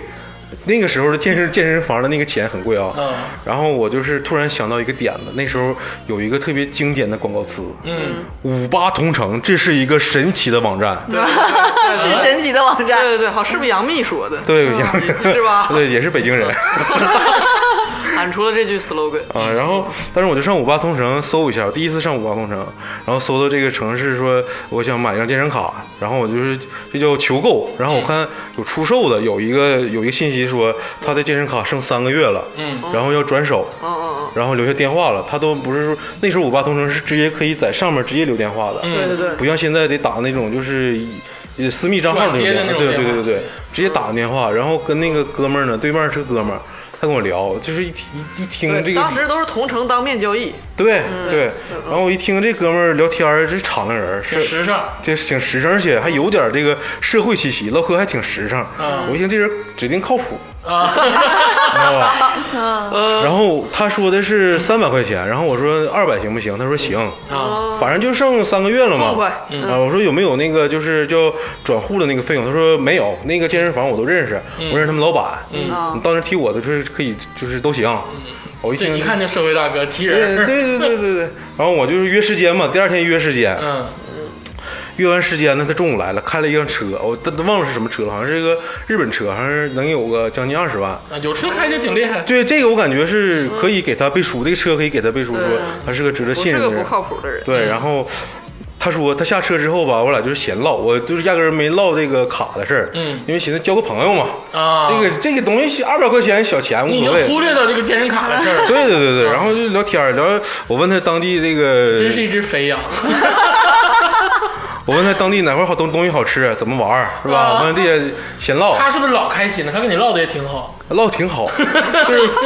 C: 那个时候的健身健身房的那个钱很贵啊。
A: 嗯
C: 然后我就是突然想到一个点子，那时候有一个特别经典的广告词，
A: 嗯，
C: 五八同城”，这是一个神奇的网站。
B: 对对
D: 是神奇的网
B: 对
D: 站，
B: 对对，好，是不是杨幂说的？
C: 对，
B: 是吧
C: 对，也是北京人。
B: 喊出了这句 slogan。
C: 啊，然后但是我就上五八同城搜一下，我第一次上五八同城，然后搜到这个城市说我想买一张健身卡，然后我就是这叫求购，然后我看有出售的，有一个有一个信息说他的健身卡剩三个月了，
A: 嗯，
C: 然后要转手，
B: 嗯嗯
C: 然后留下电话了，他都不是说那时候五八同城是直接可以在上面直接留电话的，
A: 嗯
B: 嗯，对对对，
C: 不像现在得打那种就是呃私密账号
A: 转接的那种
C: 那种电
A: 电
C: 话，对
A: 话
C: 对对对对，直接打个电话，然后跟那个哥们儿呢，对面是哥们儿，他跟我聊，就是一一一听这
B: 对，
C: 个
B: 当，时都是同城当面交易，
C: 对
A: 嗯
C: 对，然后我一听这哥们儿聊天儿，这敞亮人儿，
A: 挺
C: 是
A: 时尚，
C: 这挺实诚，而且还有点这个社会气息，唠嗑还挺实诚
A: 嗯，
C: 我一听这人指定靠谱，
A: 啊，
C: 你知道吧？
A: 嗯
C: 然后他说的是三百块钱，然后我说二百行不行？他说行。
A: 啊，
C: 反正就剩三个月了嘛
B: 痛快。
C: 嗯啊，我说有没有那个就是叫转户的那个费用？他说没有，那个健身房我都认识，我认识他们老板。嗯
D: 啊
C: 你到那提我的就是可以，就是都行。我一
A: 这
C: 听，
A: 一看就社会大哥提
C: 对对
A: 人，
C: 对对对对。然后我就是约时间嘛，第二天约时间，
A: 嗯，
C: 约完时间呢，他中午来了，开了一辆车，我都都忘了是什么车了，好像是一个日本车，好像是能有个将近二十万。
A: 啊有车开就挺厉害，
C: 对，这个我感觉是可以给他背书，这个车可以给他背书，说
B: 对
C: 他是个值得
B: 我
C: 信
B: 是
C: 任
B: 个
C: 的人。
B: 不靠谱的人。
C: 对，然后他说他下车之后吧，我俩就是闲唠，我就是压根儿没唠这个卡的事儿，
A: 嗯
C: 因为寻思交个朋友嘛，
A: 啊
C: 这个这个东西二百块钱小钱
A: 你已
C: 无所谓
A: 经，忽略到这个健身卡的事儿了，
C: 对对对对，然后就聊天儿聊，我问他当地这个，
A: 真是一只肥羊，
C: 我问他当地哪块好东东西好吃，怎么玩儿是吧？
A: 啊
C: 问这些闲 唠，
A: 他是不是老开心了？他跟你唠的也挺好，
C: 唠 挺好，就是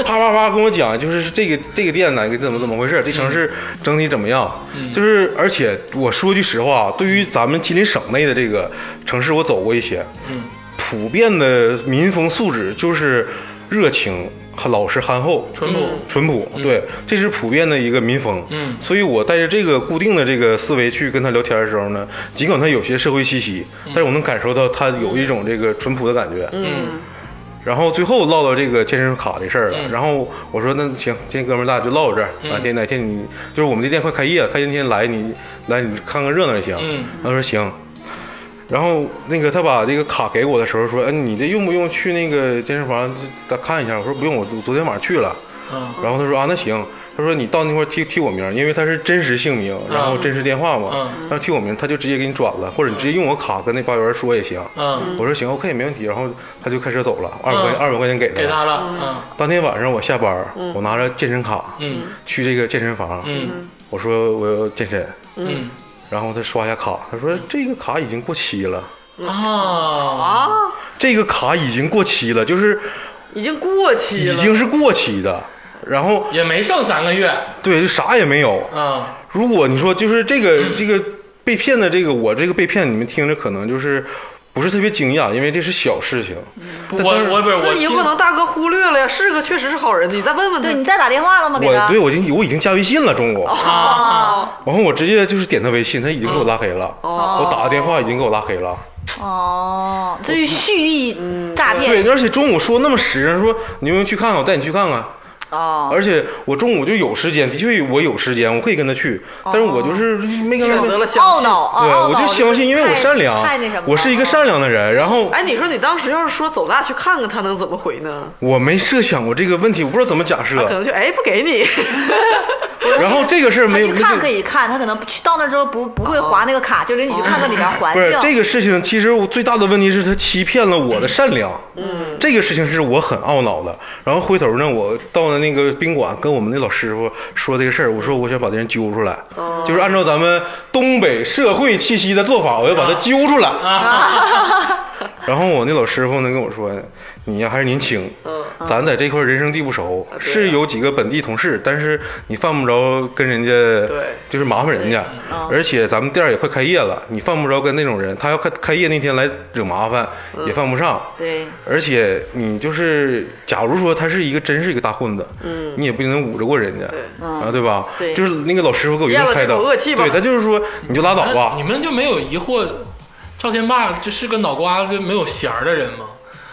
C: 啪啪啪跟我讲，就是这个这个店哪个怎么怎么回事，这城市
A: 嗯
C: 整体怎么样？就是而且我说句实话，对于咱们吉林省内的这个城市，我走过一些，
A: 嗯
C: 普遍的民风素质就是热情、老实、憨厚、嗯
A: 淳朴，
C: 淳朴，对，这是普遍的一个民风。
A: 嗯
C: 所以我带着这个固定的这个思维去跟他聊天的时候呢，尽管他有些社会气息，但是我能感受到他有一种这个淳朴的感觉。
A: 嗯
C: 然后最后唠到这个健身卡的事儿了，
A: 嗯
C: 然后我说那行，今天哥们儿咱俩就唠到这儿，哪天哪天你就是我们这店快开业了，开业那天来你来你看看热闹就行。
A: 嗯
C: 他说行。然后那个他把这个卡给我的时候说，哎，你这用不用去那个健身房再看一下？我说不用，我昨天晚上去了。
A: 啊
C: 然后他说啊，那行。他说你到那块儿提提我名儿，因为他是真实姓名，然后真实电话嘛。
A: 嗯
C: 然后提我名儿，他就直接给你转了，或者你直接用我卡跟那发员说也行。
A: 嗯，
C: 我说行，OK，没问题。然后他就开车走了，二百块钱，二百块钱给他。
A: 给他了，
C: 当天晚上我下班儿，我拿着健身卡，
A: 嗯
C: 去这个健身房，
A: 嗯
C: 我说我要健身，
A: 嗯
C: 然后他刷一下卡，他说这个卡已经过期了，
A: 嗯啊，
B: 啊，
C: 这个卡已经过期了，就是
B: 已经过期
C: 已
B: 了，
C: 经是过期的。然后
A: 也没剩三个月，
C: 对，就啥也没有。
A: 啊
C: 如果你说就是这个
A: 嗯
C: 这个被骗的这个我这个被骗，你们听着可能就是不是特别惊讶，因为这是小事情。
A: 不我我不是
B: 那
A: 我
B: 有
A: 听
B: 可能大哥忽略了呀，是个确实是好人，你再问问他。
D: 对你再打电话了吗？给
C: 我
D: 他
C: 对我已经我已经加微信了，中午，
A: 啊，
B: 哦
C: 然后我直接就是点他微信，他已经给我拉黑了。
B: 哦，
C: 我打个电话已经给我拉黑了。
D: 哦，这是蓄意诈骗
C: 对，而且中午说那么实诚，说你有没有去看啊看，我带你去看看。
D: 哦，
C: 而且我中午就有时间，的确我有时间，我可以跟他去，但是我就是没跟他。
B: 选择
C: 对，
B: 了相
D: 懊
B: 信。
D: 恼啊！懊
C: 我
D: 恼
C: 就相信，因为我
D: 太
C: 善良
D: 太那什么，了，
C: 我是一个善良的人。然后
B: 哎，你说你当时要是说走，咱俩去看看，他能怎么回呢？
C: 我没设想过这个问题，我不知道怎么假
B: 他可
C: 设。
B: 能就哎不给 你，
C: 然后这个事儿
D: 他
C: 没有
D: 去看
C: 那
D: 可
C: 个
D: 以看，他可能去到那之后不不会划那个卡，就领你去看看里边环
C: 哦不是
D: 境。
C: 这个事情，其实我最大的问题是他欺骗了我的善良，嗯，这个事情是我很懊恼的。然后回头呢，我到了那个宾馆，跟我们那老师傅说这个事儿，我说我想把这人揪出来，
D: 哦
C: 就是按照咱们东北社会气息的做法，我要
D: 啊
C: 把他揪出来。然后我那老师傅呢跟我说，你呀还是年轻，
B: 嗯
C: 咱在这块儿人生地不熟，
B: 啊对啊
C: 是有几个本地同事，但是你犯不着跟人家，
B: 对嗯
C: 就是麻烦人家，而且咱们店儿也快开业了，你犯不着跟那种人，他要开开业那天来惹麻烦
B: 嗯
C: 也犯不上，
D: 对，
C: 而且你就是，假如说他是一个真是一个大混子，
B: 嗯
C: 你也不能捂着过人家，
B: 对
C: 啊，对吧？
D: 对
C: 就是那个老师傅给我一顿开
B: 咽了这
C: 导，
B: 口恶气吧
C: 对他就是说你就拉倒吧，
A: 你们就没有疑惑赵天霸就是个脑瓜子没有弦儿的人吗？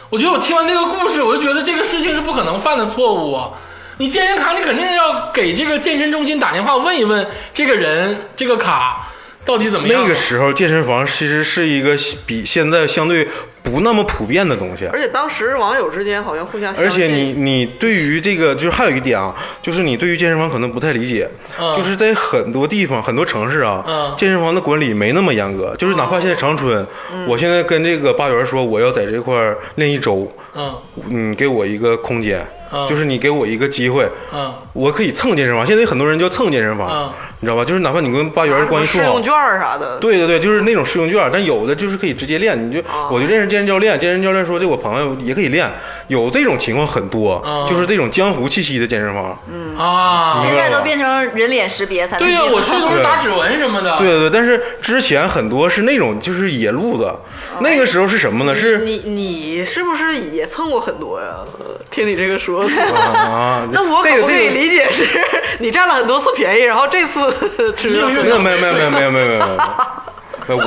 A: 我觉得我听完这个故事，我就觉得这个事情是不可能犯的错误啊！你健身卡，你肯定要给这个健身中心打电话问一问这个人这个卡到底怎么样。啊
C: 那个时候健身房其实是一个比现在相对不那么普遍的东西。
B: 而且当时网友之间好像互相相
C: 而
B: 信，
C: 且你你对于这个就是还有一点啊，就是你对于健身房可能不太理解，
A: 嗯
C: 就是在很多地方很多城市啊，
A: 嗯
C: 健身房的管理没那么严格，就是哪怕现在长春，
A: 嗯
C: 我现在跟这个八元说我要在这块儿练一周，
A: 嗯
C: 你给我一个空间，
A: 嗯
C: 就是你给我一个机会，
A: 嗯
C: 我可以蹭健身房。现在有很多人叫蹭健身房，
A: 嗯啊
C: 你知道吧？就是哪怕你跟八元
B: 什
C: 关
B: 么
C: 系处
B: 试
C: 好
B: 用，券儿啥的，
C: 对对对，就是那种试用券，但有的就是可以直接练。你就、
B: 啊
C: 我就认识健身教练，健身教练说这我朋友也可以练，有这种情况很多，
A: 啊
C: 就是这种江湖气息的健身房。
A: 啊
C: 嗯，
D: 现在都变成人脸识别才能
A: 对呀、
D: 进
A: 我去都是打指纹什么的。
C: 对对对，但是之前很多是那种就是野路子，那个时候是什么呢？是
B: 你你是不是也蹭过很多呀？呃听你这个说，
C: 啊，
B: 那我
C: 这
B: 可
C: 个
B: 不可以
C: 这个
B: 理解是 你占了很多次便宜，然后这次 吃
A: 没有用
C: 那没有没有没有没有没有没有没有没有，没有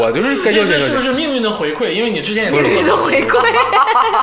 C: 我就是该
A: 这
C: 交
A: 是
C: 钱
A: 是
C: 交
A: 不
C: 钱。
A: 是命运的回馈？因为你之前也
C: 不
A: 做
C: 是
A: 过
D: 的回馈，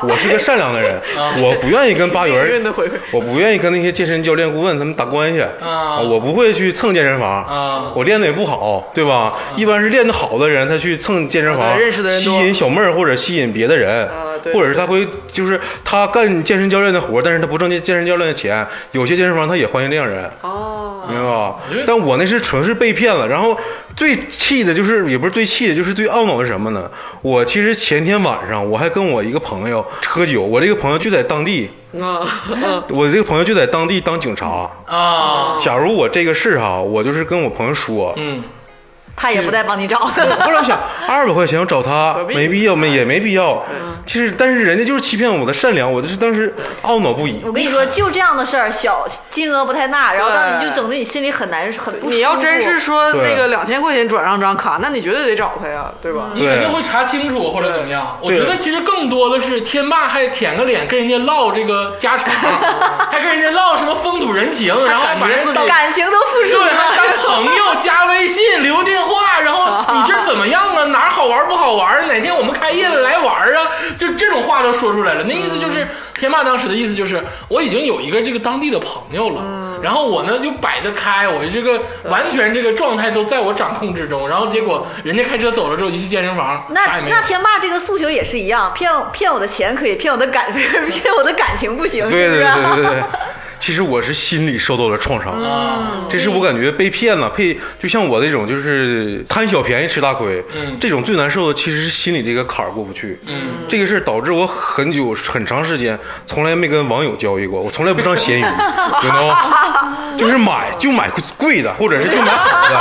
C: 我是个善良的人
A: 啊，
C: 我不愿意跟八元
B: 命
C: 儿
B: 运的回馈。
C: 我不愿意跟那些健身教练顾问他们打关系
A: 啊
C: 我不会去蹭健身房
A: 啊
C: 我练的也不好，对吧？一般是练的好的人，他去蹭健身
B: 啊
C: 房，
B: 对认识的人
C: 吸
B: 多
C: 引小妹儿或者吸引别的人
B: 啊，对
C: 或者是他会就是他干健身教练的活儿，但是他不挣健健身教练的钱。有些健身房他也欢迎这样人，
B: 哦，
C: 明白吧
A: 我觉得？
C: 但我那是纯是被骗了，然后最气的就是也不是最气的，就是最懊恼的是什么呢？我其实前天晚上我还跟我一个朋友喝酒，我这个朋友就在当地，
B: 啊，
C: 我这个朋友就在当地当警察。
A: 啊，
C: 假如我这个事哈、我就是跟我朋友说，
A: 嗯，
D: 他也不带帮你找的。
C: 后来我想二百块钱我找他
B: 何必哎
C: 没必要，没也没必要。其实，但是人家就是欺骗我的善良，我就是当时懊恼不 已。
B: 嗯
D: 我跟你说，就这样的事儿，小金额不太大，然后但你
B: 对
D: 就整的你心里很难很不舒服。
B: 你要真是说
C: 对嗯
B: 那个两千块钱转让张卡，那你绝对得找他呀，对吧？
A: 你肯定会查清楚或者怎么样。我觉得其实更多的是天霸还舔个脸跟人家唠这个家常，啊还跟人家唠什么风土人情，然后还把人当
D: 感情都付出
A: 对，还
D: 了，
A: 当朋友加微信留电话，然 后你这儿怎么样啊？哪儿好玩不好玩啊？哪天我们开业了来玩儿啊？就这种话都说出来了。那意思
D: 嗯
A: 就是，天霸当时的意思就是，我已经有一个这个当地的朋友
D: 嗯
A: 了，然后我呢就摆得开，我这个完全这个状态都在我掌控之中。然后结果人家开车走了之后，一去健身房，啥
D: 那
A: 也没有
D: 那。天霸这个诉求也是一样，骗骗我的钱可以，骗我的感 骗我的感情不行，
C: 对
D: 是不啊
C: 对
D: 是？
C: 对对对， 其实我是心里受到了创伤。
A: 啊，
C: 这是我感觉被骗了，被就像我这种就是贪小便宜吃大亏，
A: 嗯
C: 这种最难受的其实是心里这个坎儿过不去，
A: 嗯，
C: 这个事儿导致我很久很长时间从来没跟网友交易过，我从来不上 闲鱼，知道吗？就是买就买贵的，或者是就买好的。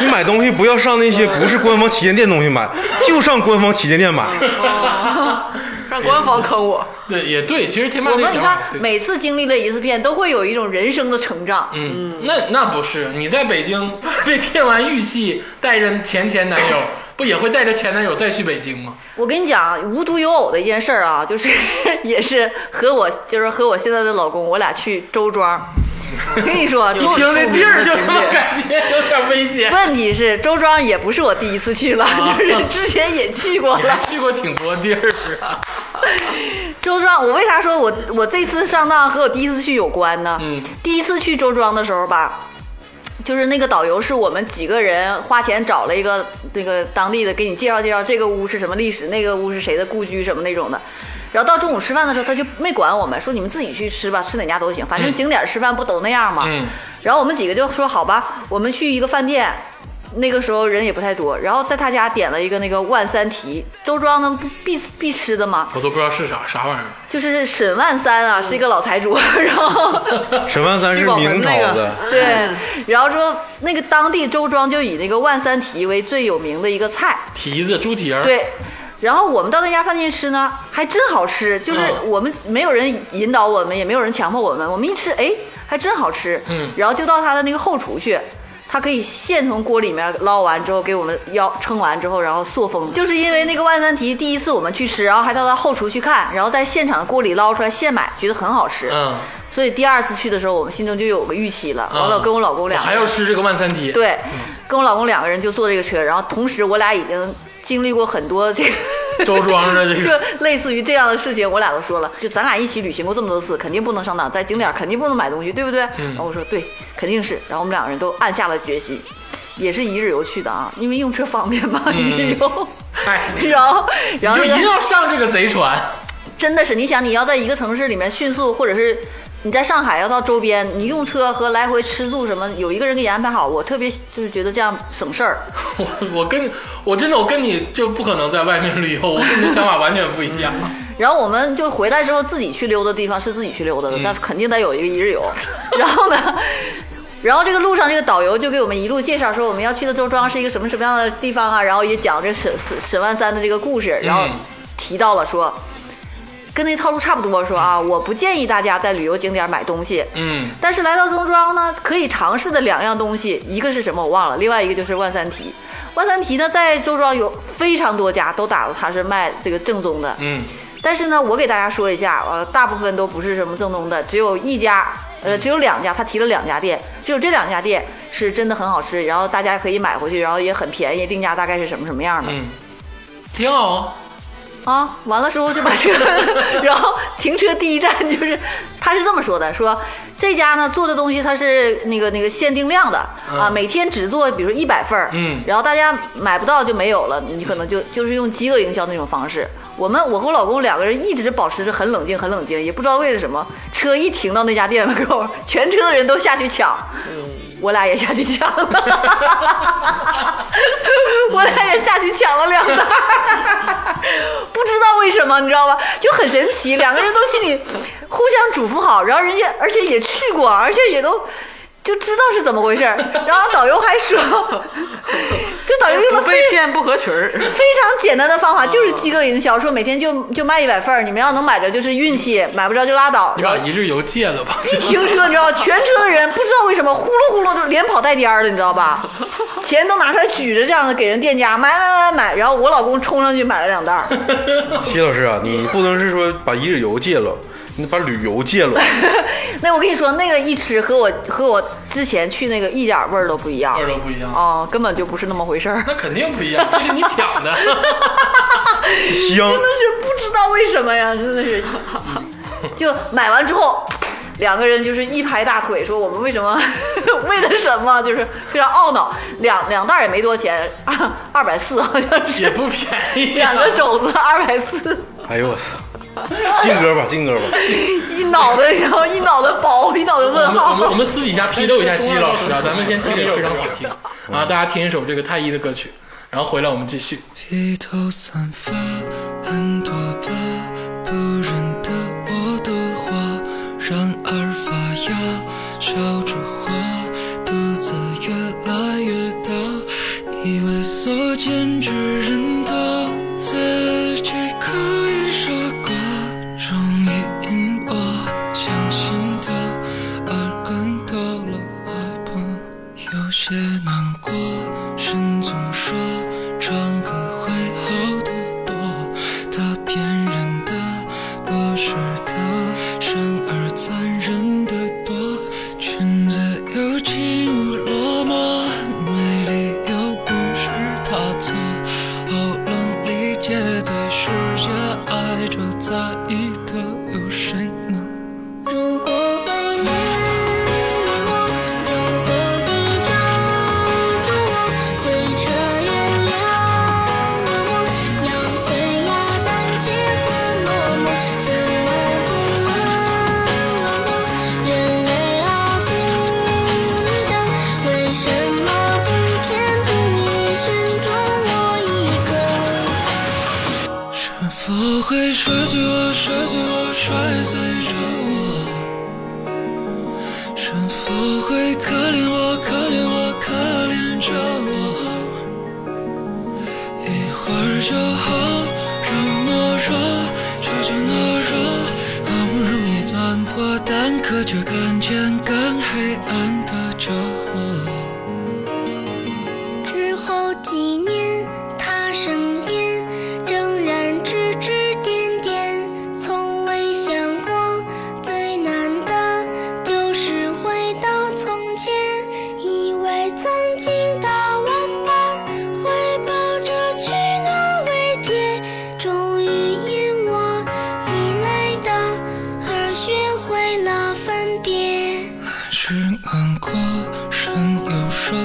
C: 你买东西不要上那些不是官方旗舰店东西买，就上官方旗舰 店买。
B: 让官方坑我，
A: 对，也对。其实天霸
D: 我
A: 这个
D: 们你
A: 想法
D: 看，，
A: 对
D: 每次经历了一次骗，都会有一种人生的成长。
A: 嗯，那那不是你在北京被骗完玉器，带着前前男友，不也会带着前男友再去北京吗？
D: 我跟你讲，无独有偶的一件事儿啊， 就是也是和我就是和我现在的老公，我俩去周庄。跟 你说，一
A: 一听这地儿就他妈感觉有点危险。
D: 问题是周庄也不是我第一次去 了，就是之前也去过
A: 我
D: 了
A: 还。去过挺多地儿啊，
D: 周庄，我为啥说我我这次上当和我第一次去有关呢？
A: 嗯，
D: 第一次去周庄的时候吧，就是那个导游是我们几个人花钱找了一个那个当地的，给你介绍介绍这个屋是什么历史，那个屋是谁的故居什么那种的。然后到中午吃饭的时候，他就没管我们，说你们自己去吃吧，吃哪家都行，反正
A: 嗯
D: 景点儿吃饭不都那样吗？
A: 嗯
D: 然后我们几个就说好吧，我们去一个饭店，那个时候人也不太多，然后在他家点了一个那个万三蹄，周庄呢不必必吃的吗？
A: 我都不知道是啥啥玩意儿。
D: 就是沈万三啊，是一个老财主， 然后
C: 沈万三是明朝
B: 那
C: 的
B: 个，
D: 对，然后说那个当地周庄就以那个万三蹄为最有名的一个菜，
A: 蹄子、猪蹄儿，
D: 对。然后我们到那家饭店吃呢，还真好吃，就是
A: 嗯
D: 我们没有人引导我们，也没有人强迫我们，我们一吃，哎，还真好吃。
A: 嗯
D: 然后就到他的那个后厨去，他可以现从锅里面捞完之后给我们舀称完之后，然后塑封。就是因为那个万三蹄第一次我们去吃，然后还到他后厨去看，然后在现场锅里捞出来现买，觉得很好吃。
A: 嗯，
D: 所以第二次去的时候，我们心中就有个预期了。完了，
A: 嗯
D: 跟我老公
A: 我
D: 两个
A: 还
D: 人
A: 要吃这个万三蹄。，
D: 对，跟我老公两个人就坐这个车，然后同时我俩已经经历过很多这个。
A: 周庄的这
D: 就
A: 个，
D: 类似于这样的事情，我俩都说了，就咱俩一起旅行过这么多次，肯定不能上当，在景点儿肯定不能买东西，对不对？
A: 嗯
D: 然后我说对，肯定是。然后我们两个人都暗下了决心，也是一日游去的啊，因为用车方便嘛，一日游。
A: 哎，
D: 然后然
A: 嗯你就
D: 后那
A: 一
D: 个
A: 定要上这个贼船。
D: 真的是，你想你要在一个城市里面迅速，或者是你在上海要到周边，你用车和来回吃住什么，有一个人给你安排好，我特别就是觉得这样省事儿。
A: 我我跟我真的我跟你就不可能在外面旅游，我跟你的想法完全不一样。
D: 然后我们就回来之后自己去溜达的地方是自己去溜达的，但肯定得有一个一日游。然后呢，然后这个路上这个导游就给我们一路介绍说我们要去的周庄是一个什么什么样的地方啊，然后也讲这沈沈沈万三的这个故事，然后
A: 嗯
D: 提到了说。跟那套路差不多，说啊，我不建议大家在旅游景点买东西，
A: 嗯，
D: 但是来到中庄呢，可以尝试的两样东西，一个是什么我忘了，另外一个就是万三蹄。万三蹄呢，在周庄有非常多家都打着它是卖这个正宗的，
A: 嗯，
D: 但是呢，我给大家说一下，呃，大部分都不是什么正宗的，只有一家，呃，只有两家，他提了两家店，只有这两家店是真的很好吃，然后大家可以买回去，然后也很便宜，定价大概是什么什么样的。
A: 嗯，挺好啊。
D: 啊，完了之后就把车， 然后停车第一站就是，他是这么说的，说这家呢做的东西它是那个那个限定量的啊，
A: 嗯
D: 每天只做比如一百份儿，
A: 嗯
D: 然后大家买不到就没有了，你可能就就是用饥饿营销那种方式。我们我和我老公两个人一直保持着很冷静，很冷静，也不知道为了什么，车一停到那家店门口，全车的人都下去抢，我俩也下去抢了， 我俩也下去抢了两袋儿， 不知道为什么，你知道吧？就很神奇，两个人都心里互相嘱咐好，然后人家而且也去过，而且也都。就知道是怎么回事儿然后导游还 说，这
A: 哎
D: 导游用了
B: 哎不
D: 非
B: 被骗不嗯合群儿。
D: 非常简单的方法，就是饥饿营销，说每天就就卖一百份儿，你们要能买着就是运气，买不着就拉倒
A: 你。把一日游戒了 吧。
D: 一停车，你知道，全车的人不知道为什么呼噜呼噜就连跑带颠儿的，你知道 吧？钱都拿出来举着，这样的给人店家买买买买，然后我老公冲上去买了两袋儿，
C: 齐老师啊，你不能是说把一日游戒了，你把旅游戒了。
D: 那我跟你说，那个一吃和我和我之前去那个一点儿味儿都不一样
A: 味，儿都不一样，
D: 哦，根本就不是那么回事儿。
A: 那肯定不一样，这是你抢的。
C: 香
D: 真，的是不知道为什么呀，真的是， 就买完之后。两个人就是一拍大腿，说我们为什么， 为了什么，就是非常懊恼。两两袋儿也没多钱，二二百四好像
A: 也
D: 是，
A: 不便宜、啊，
D: 两个肘子二百四，
C: 哎呦我操！劲歌吧，劲歌吧，
D: 一脑袋，然后一脑袋包，一脑袋
A: 我
D: 问
A: 们我们
D: 号
A: 我。们私底下批斗一下西西老 师啊，咱们先听一个非常好听啊，大家听一首这个太一的歌曲，然后回来我们继续。
E: 披头散发，很多疤，不忍的我多话，然而发芽，烧着花，肚子越来越大，以为所见之人都自己可以傻瓜，终于因我相信他，而感到了害怕。有些难过，神总说唱歌会好得多。他骗人的，不是的，生而残忍的多。裙子又起舞落寞，没理由不是他错。喉咙里结对世界爱着在意的有谁呢？
F: 如果为难你我，又何必抓住我？鬼扯原谅我，咬碎牙胆怯和落寞，怎么不问问我？人类啊不理的，为什么不偏不倚选中我一个？
E: 是否会摔碎我，摔碎我，摔碎着我？是否会可怜我，可怜我，可怜着我？一会儿就好，让我懦弱，拒绝懦弱。好不容易钻破蛋壳，却看见更黑暗的着火。
F: 之后几年，他身边仍然指指点点，从未想过最难的就是回到从前，以为曾经的玩伴会抱着取暖慰藉，终于因我依赖的而学会了分别。
E: 是难过，神又说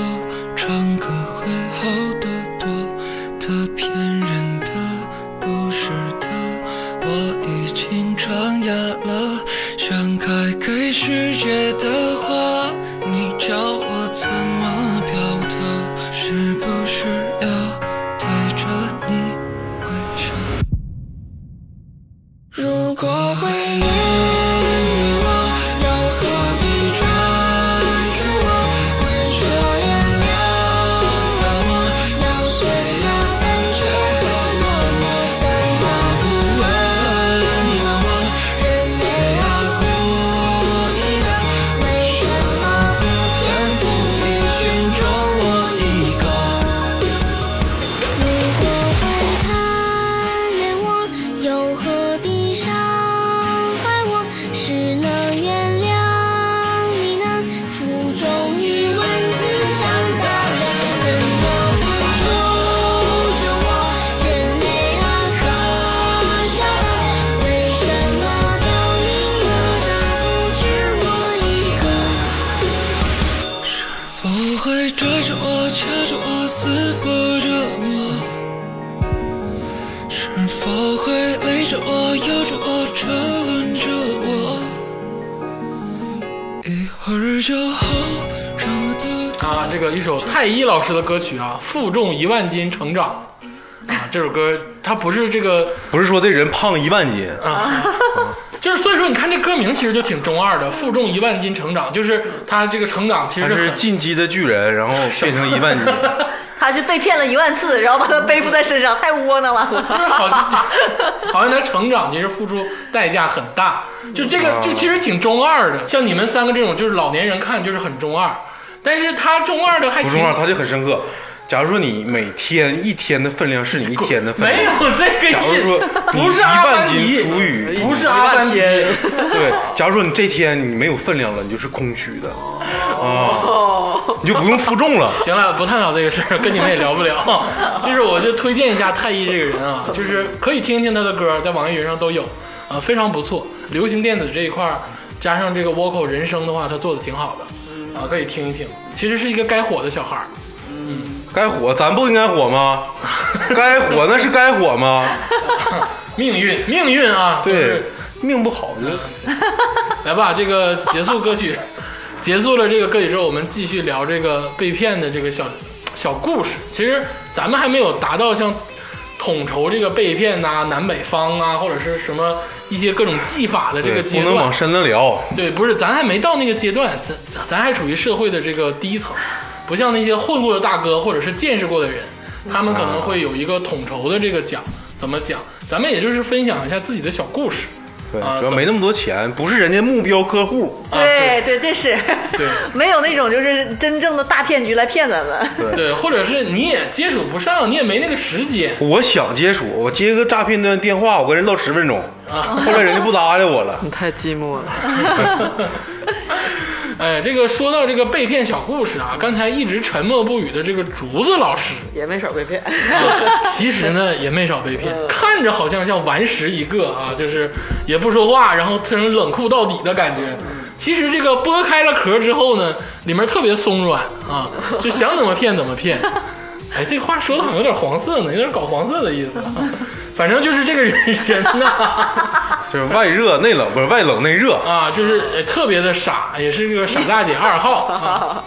E: 唱歌会好得多。对着你跪下。
F: 如果会念你我，又何必专注我？为这原谅了我，要学要坚决和落寞，但他不温柔我，人类啊孤立的，为什么不偏不倚寻找我一个？如果会贪恋我，又何必伤害我？是能原谅你呢？腹中一万斤长大的，怎么不护着我？人类啊，可笑的，为什么都你惹的不止我一个？
E: 是否会追着我，牵着我，撕破着我？是否会累着我，由着我，车轮着我？一会儿就好，让我独自
A: 啊，这个一首太一老师的歌曲啊，《负重一万斤成长》啊，这首歌它不是这个
C: 不是说这人胖一万斤，
A: 啊，就是所以说你看这歌名其实就挺中二的，负重一万斤成长，就是他这个成长其实
C: 他
A: 是
C: 是
A: 很
C: 进击的巨人，然后变成一万斤。
D: 他是被骗了一万次，然后把它背负在身上，太窝 囊
A: 就
B: 啊
D: 了。
A: 是好像好像他成长其实付出代价很大，就这
C: 嗯
A: 个就其实挺中二的。像你们三个这种，就是老年人看就是很中二，但是他中二的还
C: 不
A: 挺
C: 重要，他就很深刻。假如说你每天一天的分量是你一天的分量，
A: 没有这个意思。
C: 假如说你
A: 不是阿
C: 一
A: 凡
C: 万斤
A: 提，
C: 除以
A: 不是阿凡提，
C: 对，假如说你这天你没有分量了，你就是空虚的啊，
A: 哦
C: 你就不用负重了。
A: 行了，不探讨这个事儿，跟你们也聊不了。就是我就推荐一下太一这个人啊，就是可以听听他的歌，在网易云上都有，啊，非常不错。流行电子这一块儿，加上这个 vocal 人声的话，他做的挺好的，啊，可以听一听。其实是一个该火的小孩儿，
C: 该火，咱不应该火吗？该火那是该火吗？
A: 命运，命运啊，就是
C: 对，命不好就
A: 来吧，这个结束歌曲， 结束了这个歌曲之后，我们继续聊这个被骗的这个小小故事。其实咱们还没有达到像统筹这个被骗呐、南北方啊，或者是什么一些各种技法的这个
C: 对，
A: 阶
C: 不能往
A: 段。
C: 深了聊。
A: 对，不是，咱还没到那个阶段，咱咱咱还处于社会的这个低层，不像那些混过的大哥或者是见识过的人，他们可能会有一个统筹的这个讲怎么讲，咱们也就是分享一下自己的小故事。
C: 对，
A: 啊
C: 主要没那么多钱，不是人家目标客户。
A: 啊对
D: 对对，这是
A: 对
D: 没有那种就是真正的大骗局来骗咱们。
A: 对，或者是你也接触不上，你也没那个时间
C: 我想接触，我接个诈骗的电话，我跟人唠十分钟，
A: 啊。
C: 后来人家不搭理我了。
B: 你太寂寞了。
A: 哎，这个说到这个被骗小故事啊，刚才一直沉默不语的这个竹子老师，
B: 也没少被骗。
A: 啊，其实呢也没少被骗，看着好像像顽石一个啊，就是也不说话，然后特别冷酷到底的感觉。其实这个剥开了壳之后呢，里面特别松软啊，就想怎么骗怎么骗。哎，这话说的好像有点黄色呢，有点搞黄色的意思。啊。反正就是这个人人呐、
C: 就是外热内冷，不是外冷内热。
A: 啊，就是呃特别的傻，也是这个傻大姐二 号啊。啊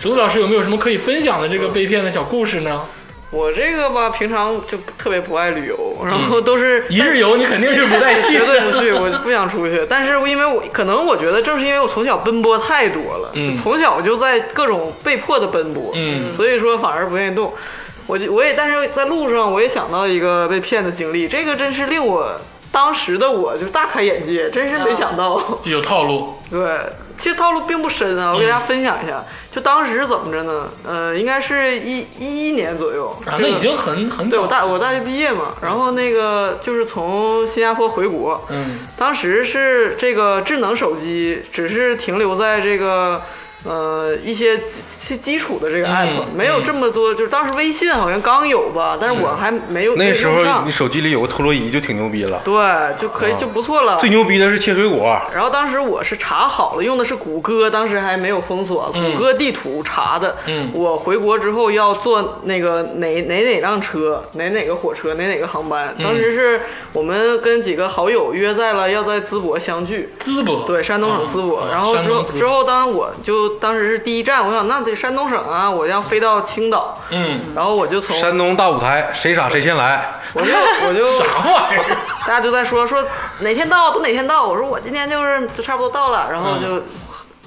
A: 竹子老师有没有什么可以分享的这个被骗的小故事呢？
B: 我这个吧，平常就特别不爱旅游，然
A: 嗯
B: 后都是
A: 一日游你肯定是不带去
B: 绝对不
A: 的，
B: 去，我不想出去。但是我因为我可能我觉得正是因为我从小奔波太多了，
A: 嗯
B: 就从小就在各种被迫的奔波，
A: 嗯
B: 所以说反而不愿意动。我就我也，但是在路上我也想到一个被骗的经历，这个真是令我当时的我就大开眼界，真
A: 啊
B: 是没想到。
A: 有套路。
B: 对，其实套路并不深
A: 嗯
B: 啊，我给大家分享一下，就当时是怎么着呢？呃，应该是一一一年左右，
A: 啊，
B: 这
A: 那
B: 个
A: 已经嗯很很
B: 对
A: 早
B: 我大我大学毕业嘛，然后那个就是从新加坡回国，
A: 嗯
B: 当时是这个智能手机只是停留在这个呃一些基基础的这个 app，、
A: 嗯
B: 没有这么多，就是当时微信好像刚有吧，但是
A: 嗯
B: 我还没有、没
C: 那
B: 有
C: 时
B: 用
C: 候
B: 上
C: 你手机里有个陀螺仪就挺牛逼了，
B: 对就可以、
C: 啊
B: 就不错了，
C: 最牛逼的是切水果。
B: 然后当时我是查好了，用的是谷歌，当时还没有封锁，
A: 嗯
B: 谷歌地图查的。
A: 嗯
B: 我回国之后要坐那个哪哪哪辆车，哪哪个火车，哪哪个航班。
A: 嗯
B: 当时是我们跟几个好友约在了要在淄博相聚。
A: 淞博，
B: 对，山东省淄博。
A: 啊
B: 然后
A: 山
B: 之后
A: 东淄博
B: 之后，当然我就当时是第一站，我想那得山东省啊，我要飞到青岛，
A: 嗯，
B: 然后我就从
C: 山东大舞台，谁傻谁先来。
B: 我就我就
A: 啥玩意儿？
B: 大家就在说说哪天到都哪天到，我说我今天就是就差不多到了，然
A: 嗯
B: 后就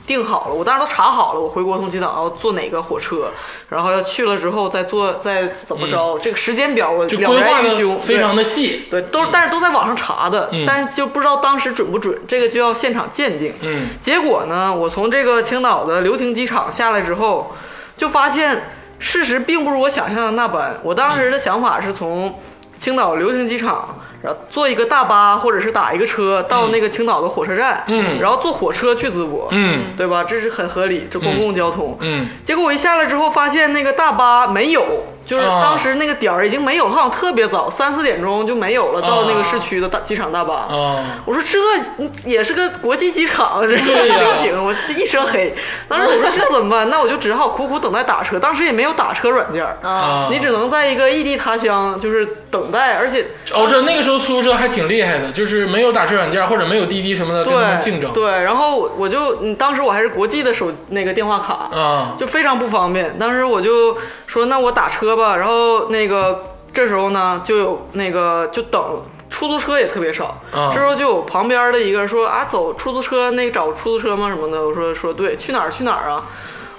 B: 定好了，我当时都查好了，我回国从青岛要坐哪个火车，然后要去了之后再坐再怎么着，这个时间表我
A: 嗯就
B: 了
A: 规划
B: 然于胸，
A: 的非常的细，
B: 对，都但是都在网上查的，
A: 嗯
B: 但是就不知道当时准不准，这个就要现场鉴定。
A: 嗯，
B: 结果呢，我从这个青岛的流亭机场下来之后，就发现事实并不是我想象的那般。我当时的想法是从青岛流亭机场。然后坐一个大巴，或者是打一个车到那个青岛的火车站，
A: 嗯
B: 然后坐火车去淄博，
A: 嗯
B: 对吧？这是很合理，这公共交通，
A: 嗯
B: 结果我一下来之后，发现那个大巴没有，就是
A: 啊
B: 当时那个点儿已经没有了，它好像特别早，三四点钟就没有了，到那
A: 哦
B: 个市区的大机场大巴。
A: 啊，
B: 我说这也是个国际机场，这个
A: 对呀
B: 流亭，我一身黑。当时我说这怎么办？那我就只好苦苦等待打车，当时也没有打车软件儿，
A: 啊
B: 你只能在一个异地他乡就是等待，而且
A: 哦，这那个时候出租车还挺厉害的，就是没有打车软件或者没有滴滴什么的跟他们
B: 对
A: 竞争，
B: 对，然后我我就嗯当时我还是国际的手那个电话卡，
A: 啊，
B: 就非常不方便。当时我就说，那我打车吧。然后那个这时候呢，就有那个就等出租车也特别少。
A: 啊
B: 这时候就有旁边的一个人说啊，走出租车，那找出租车吗？什么的。我说说对，去哪儿去哪儿啊？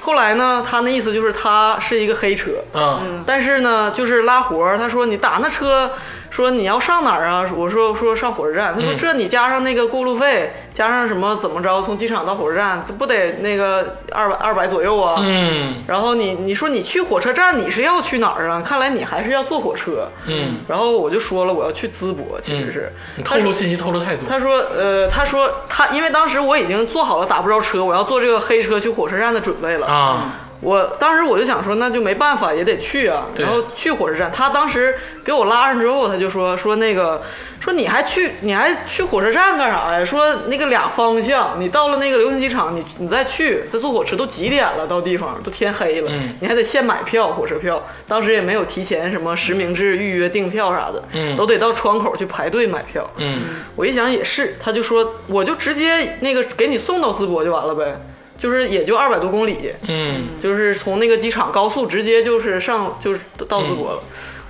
B: 后来呢，他那意思就是他是一个黑车，
A: 啊，
B: 但是呢，就是拉活儿。他说你打那车，说你要上哪儿啊？我说说上火车站。他说
A: 嗯
B: 这你加上那个过路费，加上什么怎么着，从机场到火车站，这不得那个二百二百左右啊？
A: 嗯
B: 然后你你说你去火车站你是要去哪儿啊？看来你还是要坐火车。
A: 嗯，
B: 然后我就说了我要去淄博，其实是。
A: 你透露信息透露太多，
B: 他说，呃，他说他因为当时我已经做好了打不着车，我要坐这个黑车去火车站的准备了。
A: 啊，
B: 我当时我就想说，那就没办法，也得去啊。
A: 对
B: 然后去火车站，他当时给我拉上之后，他就说说那个，说你还去你还去火车站干啥呀？说那个俩方向，你到了那个流行机场，你你再去，再坐火车都几点了？到地方都天黑了，
A: 嗯
B: 你还得现买票，火车票。当时也没有提前什么实名制预约订票啥的，
A: 嗯
B: 都得到窗口去排队买票。
A: 嗯
B: 我一想也是，他就说我就直接那个给你送到淄博就完了呗，就是也就二百多公里。
A: 嗯
B: 就是从那个机场高速直接就是上就是到淄博了。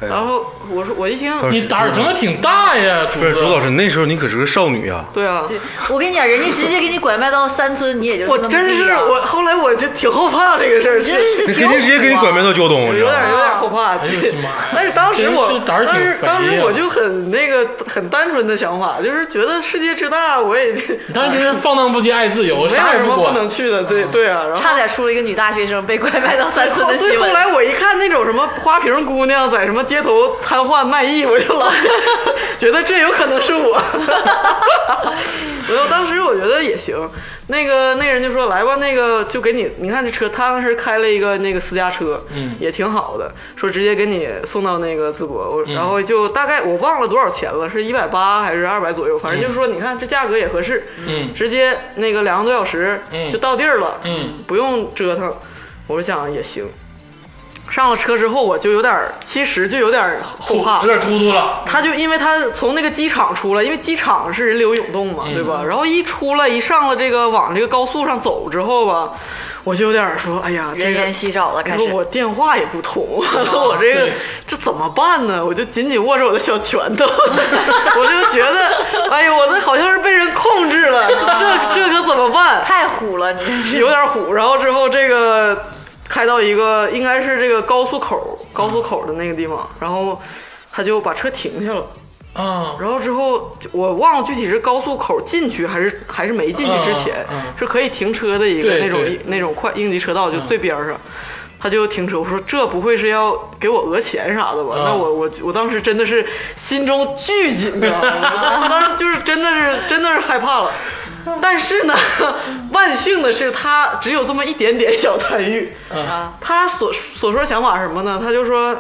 C: 哎呀
B: 然后我说我一听，
C: 当时
A: 你胆儿他妈挺大呀，主
C: 不是
A: 子
C: 朱老师，那时候你可是个少女啊。
B: 对啊，
D: 我跟你讲，人家直接给你拐卖到山村，你也就
B: 我
D: 那么
B: 真
D: 地
B: 是
D: 了
B: 我后来我就挺后怕这个事儿，
D: 真是
C: 那
D: 挺
C: 肯
D: 苦
C: 定直接给你拐卖
D: 啊
C: 到胶东，你知
B: 有
C: 道
B: 点有
C: 吗？
B: 点后怕。
A: 哎呦
B: 其实
A: 我的妈呀
B: 但是当时
A: 真
B: 我
A: 是胆儿
B: 当
A: 挺
B: 时
A: 肥呀啊
B: 当时我就很那个很单纯的想法，就是觉得世界之大，我也就
A: 你当时真是放荡不羁、爱自由，
B: 没
A: 啥
B: 有
A: 也
B: 什么不
A: 管。嗯
B: 能去的，对对啊，然后
D: 差。点出了一个女大学生被拐卖到山村
B: 后
D: 的
B: 对，
D: 新
B: 后
D: 闻。
B: 来 我一看那种什么花瓶姑娘在什么街头瘫痪卖艺，我就老 想觉得这有可能是我。然后当时我觉得也行，那个那个人就说来吧，那个就给你，你看这车，他当时开了一个那个私家车，
A: 嗯
B: 也挺好的，说直接给你送到那个淄博，我
A: 嗯
B: 然后就大概我忘了多少钱了，是一百八还是二百左右，反正就是说你看这价格也合适，
A: 嗯
B: 直接那个两个多小时
A: 嗯
B: 就到地儿了，
A: 嗯
B: 不用折腾。我就想也行。上了车之后，我就有点儿，其实就有点儿后怕
A: 有。点突突了，
B: 他就因为他从那个机场出来，因为机场是人流涌动
A: 嗯
B: 嘛，对吧？然后一出来，一上了这个往这个高速上走之后吧，我就有点儿说，哎呀，这
D: 人
B: 个
D: 烟稀少了，
B: 你
D: 开
B: 说
D: 始。
B: 我电话也不 通，我这个
A: 哦对
B: 这怎么办呢？我就紧紧握着我的小拳 头，我就觉得，哎呀，我这好像是被人控制了，这这可怎么办？
D: 太虎了，你
B: 有点虎。然后之后这个开到一个应该是这个高速口，高速口的那个地方，然后他就把车停下了。
A: 啊，
B: 然后之后就我忘了具体是高速口进去还是还是没进去之前，
A: 嗯嗯
B: 是可以停车的一个
A: 对
B: 那种
A: 对嗯
B: 那种快应急车道，就最边儿上。他就停车，我说这不会是要给我讹钱啥的吧？
A: 嗯
B: 那我我我当时真的是心中巨 紧张，我当时就是真的是真的是害怕了。但是呢，万幸的是他只有这么一点点小贪欲，
A: 啊
B: 他所所说想法是什么呢？他就说，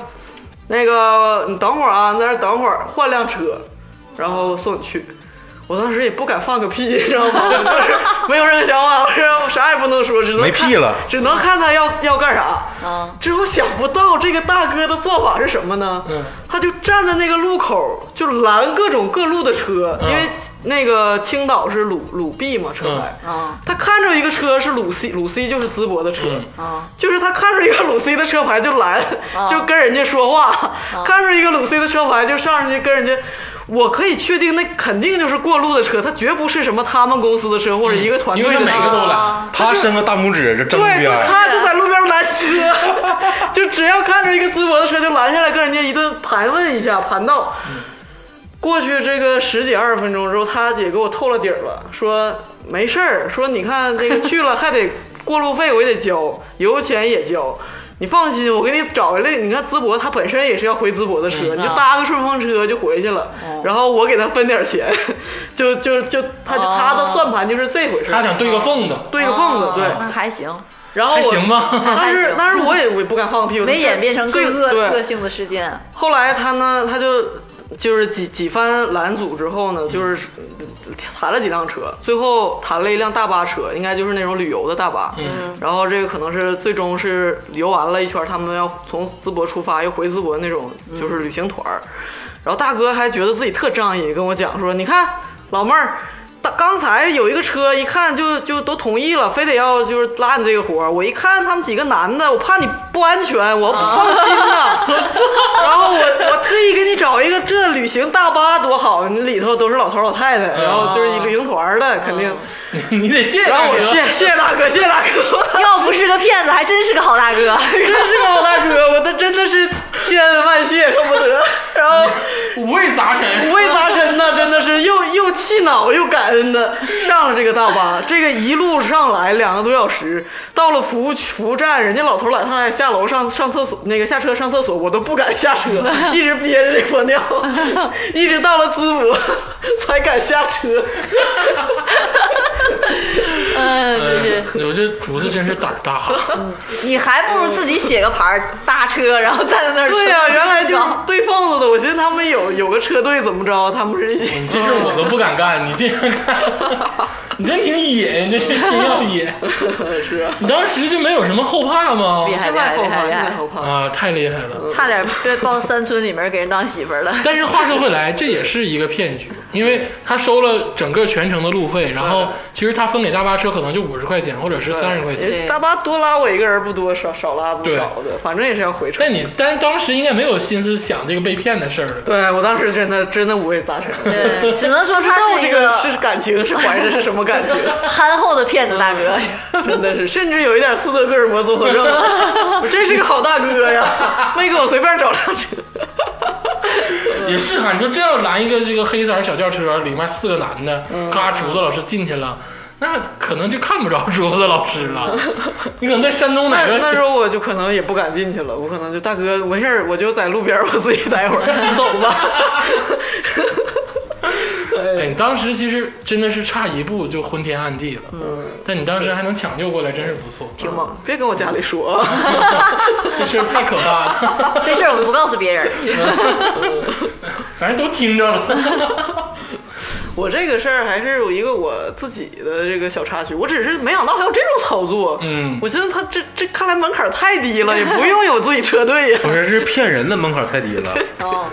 B: 那个你等会儿啊，你在这儿等会儿，换辆车，然后送你去。我当时也不敢放个屁， 你知道吗？我当时没有任何想法，我说我啥也不能说，只能
C: 没
B: 看
C: 屁了
B: 只能看他要要干啥。
D: 啊，
B: 之后想不到这个大哥的做法是什么呢？
A: 嗯
B: 他就站在那个路口，就拦各种各路的车，
A: 嗯
B: 因为那个青岛是鲁鲁 B 嘛，车牌。
D: 嗯啊
B: 他看着一个车是鲁 C，鲁 C 就是淄博的车。
A: 嗯
D: 啊
B: 就是他看着一个鲁 C 的车牌就拦，就跟人家说话；看着一个鲁 C 的车牌就上去跟人家。我可以确定，那肯定就是过路的车，他绝不是什么他们公司的车或者一个
A: 嗯
B: 团
A: 因
B: 队
A: 为
B: 的车。
A: 每个都来
D: 啊，
C: 他伸个大拇指这正
B: 对，
C: 边
B: 就
C: 儿，
B: 他就在路边拦车，就只要看着一个淄博的车就拦下来，跟人家一顿盘问一下，盘道。过去这个十几二十分钟之后，他也给我透了底儿了，说没事儿，说你看这个去了还得过路费，我也得交，油钱也交。你放心，我给你找回来。你看淄博，他本身也是要回淄博的车，你就搭个顺风车就回去了。然后我给他分点钱， 就就就他、他的算盘就是这回事儿，
A: 他想对个缝子，
B: 对个缝子，对。
D: 那还行，
B: 然后
A: 还
B: 我
A: 行 吗？
B: 当
D: 还
B: 时
D: 行
B: 当时我也我也不敢放屁，我就
D: 没演变成更
B: 对
D: 恶恶
B: 对。
D: 性的事件。哦
B: 后来他呢，他就就是几几番拦阻之后呢，就是嗯谈了几辆车，最后谈了一辆大巴车，应该就是那种旅游的大巴。
A: 嗯，
B: 然后这个可能是最终是游完了一圈，他们要从淄博出发，又回淄博那种就是旅行团儿。然后大哥还觉得自己特仗义，跟我讲说：“你看老妹儿。”大刚才有一个车，一看就就都同意了，非得要就是拉你这个活儿。我一看他们几个男的，我怕你不安全，我不放心呐、
D: 啊
B: 然后我我特意给你找一个这旅行大巴多好，你里头都是老头老太太，然后就是一
D: 啊
B: 旅行团儿的肯
D: 嗯
B: 定。
A: 你啊得谢谢
B: 然
A: 大
B: 后我
A: 哥。
B: 谢谢谢大哥，谢谢大 哥，
D: 要不是个骗子，还真是个好大哥。
B: 真是个好大哥，我都真的是千恩万谢，恨不得。然后。
A: 五味杂陈
B: 五。味杂陈呢，真的是又又气恼又感恩的上了这个大巴，这个一路上来两个多小时，到了服务区服务站，人家老头老太太下楼上上厕所，那个下车上厕所，我都不敢 下车，一直憋着这泼尿，一直到了淄博才敢 下车。
D: 嗯，就是
A: 嗯，我这竹子真是胆儿大，
D: 你还不如自己写个牌儿搭车，然后站在那儿。
B: 对呀、原 来就是对缝子的，我寻思他们有有个车队怎么着，他们是一起
A: 你这事儿我都不敢干，你这事儿干， 你真挺野，你这是心要野。
B: 是啊，
A: 你当时就没有什么后怕吗？
D: 厉害
B: 现在后怕，
D: 厉
B: 现
D: 害
B: 在后怕。
A: 啊，太厉害
B: 嗯
A: 了。
D: 差点被抱山村里面给人当媳妇儿了。
A: 但是话说回来，这也是一个骗局，因为他收了整个全程的路费，然后其实他分给大巴车可能就五十块钱或者是三十块钱。
D: 对
B: 大巴多拉我一个人不多，少少拉不少的，反正也是要回程。
A: 但你但当时应该没有心思想这个被骗的事儿了。
B: 对我当时真的真的五味杂陈，
D: 对，嗯只能说
B: 不知道
D: 他
B: 这
D: 一
B: 个
D: 个
B: 是感情是怀着是什么感 情，
D: 憨厚的骗子大哥。
B: 真的是，甚至有一点斯德哥尔摩综合 症。我真是个好大哥 呀，没给我随便找辆车。
A: 也是哈，你说这要拦一个这个黑色儿小轿车，里面四个男的，
B: 嗯
A: 嘎，竹子老师进去了，那可能就看不着竹子老师 了。你可能在山东哪
B: 那
A: 个
B: 那时候我就可能也不敢进去了，我可能就大哥没事儿，我就在路边儿我自己待会儿，你走 吧。
A: 哎，你当时其实真的是差一步就昏天暗地了，嗯，但你当时还能抢救过来，真是不错，
B: 挺猛，别跟我家里说啊。
A: 这事儿太可怕了，
B: 嗯
D: 这事儿我们不告诉别人。
A: 反正都听着了。
B: 我这个事儿还是有一个我自己的这个小插曲，我只是没想到还有这种操作。
A: 嗯
B: 我寻思他这这看来门槛太低了，也不用有自己车队呀。
C: 不是是骗人的门槛太低了。
D: 哦，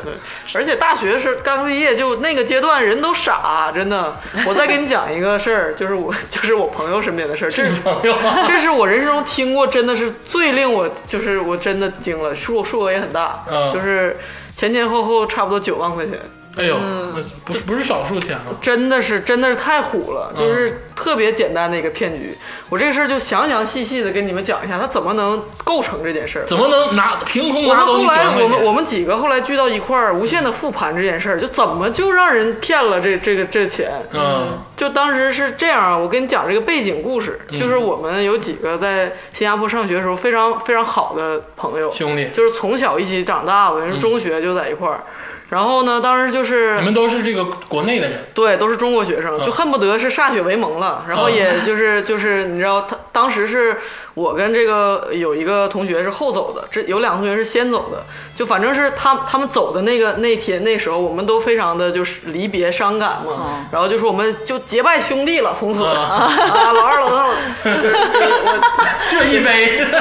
B: 而且大学是刚毕业，就那个阶段人都傻，真的。我再给你讲一个事儿，就是我就是我朋友身边的事儿，这
A: 这
B: 是
A: 朋友啊，
B: 这是我人生中听过真的是最令我就是我真的惊了，数数额也很大，
A: 嗯
B: 就是前前后后差不多九万块钱。
A: 哎呦，那不是不是少数钱啊，
B: 真的是真的是太虎了，
A: 嗯
B: 就是特别简单的一个骗局。我这个事儿就详详细细的跟你们讲一下，它怎么能构成这件事儿。
A: 怎么能拿凭空
B: 我们
A: 拿走
B: 后
A: 你九
B: 来
A: 万块
B: 我们我
A: 钱？
B: 们几个后来聚到一块儿，无限的复盘这件事儿，就怎么就让人骗了这这个这钱？
A: 嗯
B: 就当时是这样啊，我跟你讲这个背景故事，就是我们有几个在新加坡上学的时候非常非常好的朋友
A: 兄弟嗯
B: 就是从小一起长大，我们是中学就在一块儿。然后呢，当时就是
A: 你们都是这个国内的人，
B: 对，都是中国学生，就恨不得是歃血为盟了。然后也就是就是你知道，他当时是我跟这个有一个同学是后走的，这有两个同学是先走的。就反正是他他们走的那个那天那时候，我们都非常的就是离别伤感嘛。然后就说我们就结拜兄弟了，从此
A: 啊
B: 啊，老二老三，就是就是我。
A: 这一杯，
B: 对，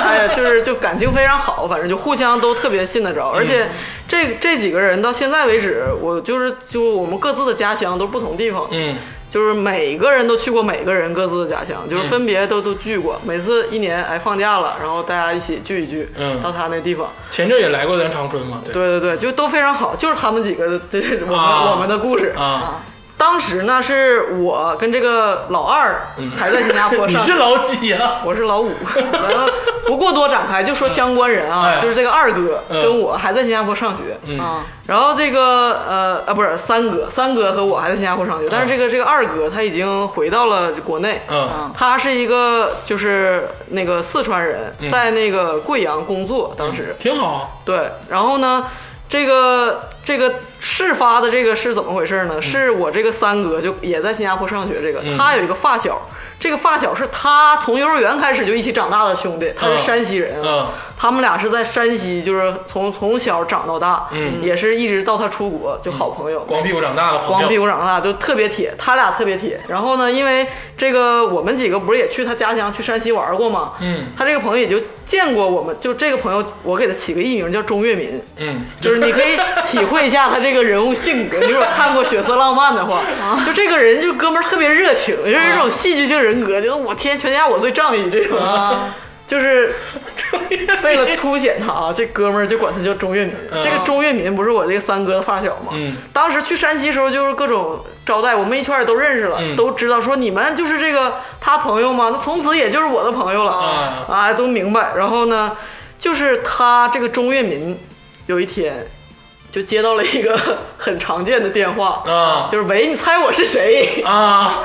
B: 哎呀，就是就感情非常好，反正就互相都特别信得着，而且这这几个人到现在为止，我就是就我们各自的家乡都是不同地方，
A: 嗯，
B: 就是每个人都去过每个人各自的家乡，就是分别都都聚过，每次一年哎放假了，然后大家一起聚一聚，
A: 嗯
B: 到他那地方，
A: 前阵也来过咱长春嘛，对，
B: 对对对，就都非常好，就是他们几个的，这是我们、
A: 啊
B: 我们的故事。
A: 啊，
B: 当时呢，是我跟这个老二还在新加
A: 嗯
B: 坡上
A: 你
B: 学，
A: 是老几啊？
B: 我是老五，然后不过多展开，就说相关人啊，
A: 哎
B: 就是这个二哥
A: 嗯
B: 跟我还在新加坡上学，
A: 嗯
D: 啊，
B: 然后这个呃啊不是三哥，三哥和我还在新加坡上学，但是这个这个二哥他已经回到了国内，
A: 哦嗯
B: 他是一个就是那个四川人，
A: 嗯
B: 在那个贵阳工作，当时
A: 挺好，
B: 对，然后呢，这个这个事发的这个是怎么回事
A: 嗯
B: 呢？是我这个三哥就也在新加坡上学，这个、他有一个发小，这个发小是他从幼儿园开始就一起长大的兄弟，他是
A: 嗯
B: 山西人啊。
A: 嗯
B: 他们俩是在山西，就是从从小长到大，
A: 嗯
B: 也是一直到他出国，就好朋友。
A: 光屁股长大的朋友，
B: 光屁股长大就特别铁，他俩特别铁。然后呢，因为这个我们几个不是也去他家乡去山西玩过吗？
A: 嗯
B: 他这个朋友也就见过我们，就这个朋友，我给他起个艺名叫钟跃民，
A: 嗯，
B: 就是你可以体会一下他这个人物性格。你如果看过《血色浪漫》的话，
A: 啊
B: 就这个人就哥们儿特别热情，就是这种戏剧性人格，就是我天，全家我最仗义这种。
A: 啊
B: 就是为了凸显他啊，这哥们儿就管他叫钟跃民。这个钟跃民不是我这个三哥的发小
A: 啊
B: 吗？
A: 嗯
B: 当时去山西时候就是各种招待，我们一圈儿也都认识了，
A: 嗯
B: 都知道说你们就是这个他朋友嘛，那从此也就是我的朋友了
A: 啊
B: 啊，都明白。然后呢，就是他这个钟跃民，有一天就接到了一个 很常见的电话
A: 啊
B: 就是喂，你猜我是谁？
A: 啊，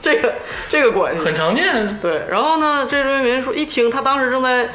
B: 这个这个关系
A: 很常见，
B: 对，然后呢，这周渝民说一听他当时正在，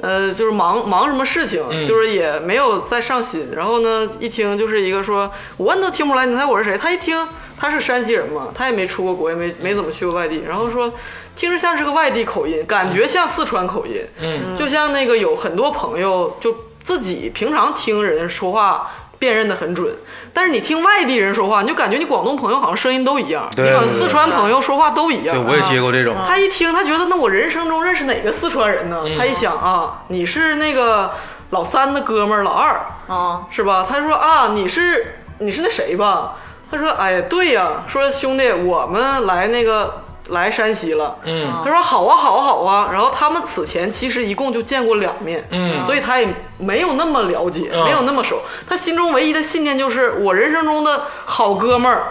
B: 呃，就是忙忙什么事情，
A: 嗯
B: 就是也没有在上心。然后呢，一听就是一个说，我你都听不出来，你猜我是谁？他一听他是山西人嘛，他也没出过国，也没没怎么去过外地。然后说，听着像是个外地口音，感觉像四川口音，
A: 嗯
B: 就像那个有很多朋友就自己平常听人说话。辨认的很准，但是你听外地人说话，你就感觉你广东朋友好像声音都一样，
C: 对
B: 你好像
C: 对对
B: 四川朋友说话都一样。
C: 对，我也接过这种，
B: 他一听，他觉得那我人生中认识哪个四川人呢？他一想啊，你是那个老三的哥们儿老二
D: 啊，
B: 是吧？他说啊，你是你是那谁吧？他说哎呀，对呀、说兄弟，我们来那个来山西了。
A: 嗯
B: 他说好啊，好啊，好啊。然后他们此前其实一共就见过两面，
A: 嗯
B: 所以他也没有那么了解，
A: 嗯
B: 没有那么熟。他心中唯一的信念就是我人生中的好哥们儿。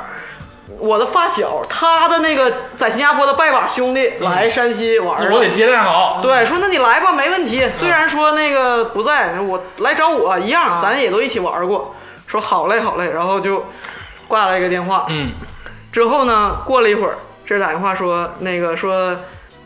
B: 我的发小，他的那个在新加坡的拜把兄弟
A: 嗯
B: 来山西玩儿了，
A: 我得接待好，
B: 对，说那你来吧，没问题。
A: 嗯
B: 虽然说那个不在，我来找我
A: 嗯
B: 一样，咱也都一起玩过。说好嘞，好嘞，然后就挂了一个电话。
A: 嗯
B: 之后呢，过了一会儿，这打电话说那个说。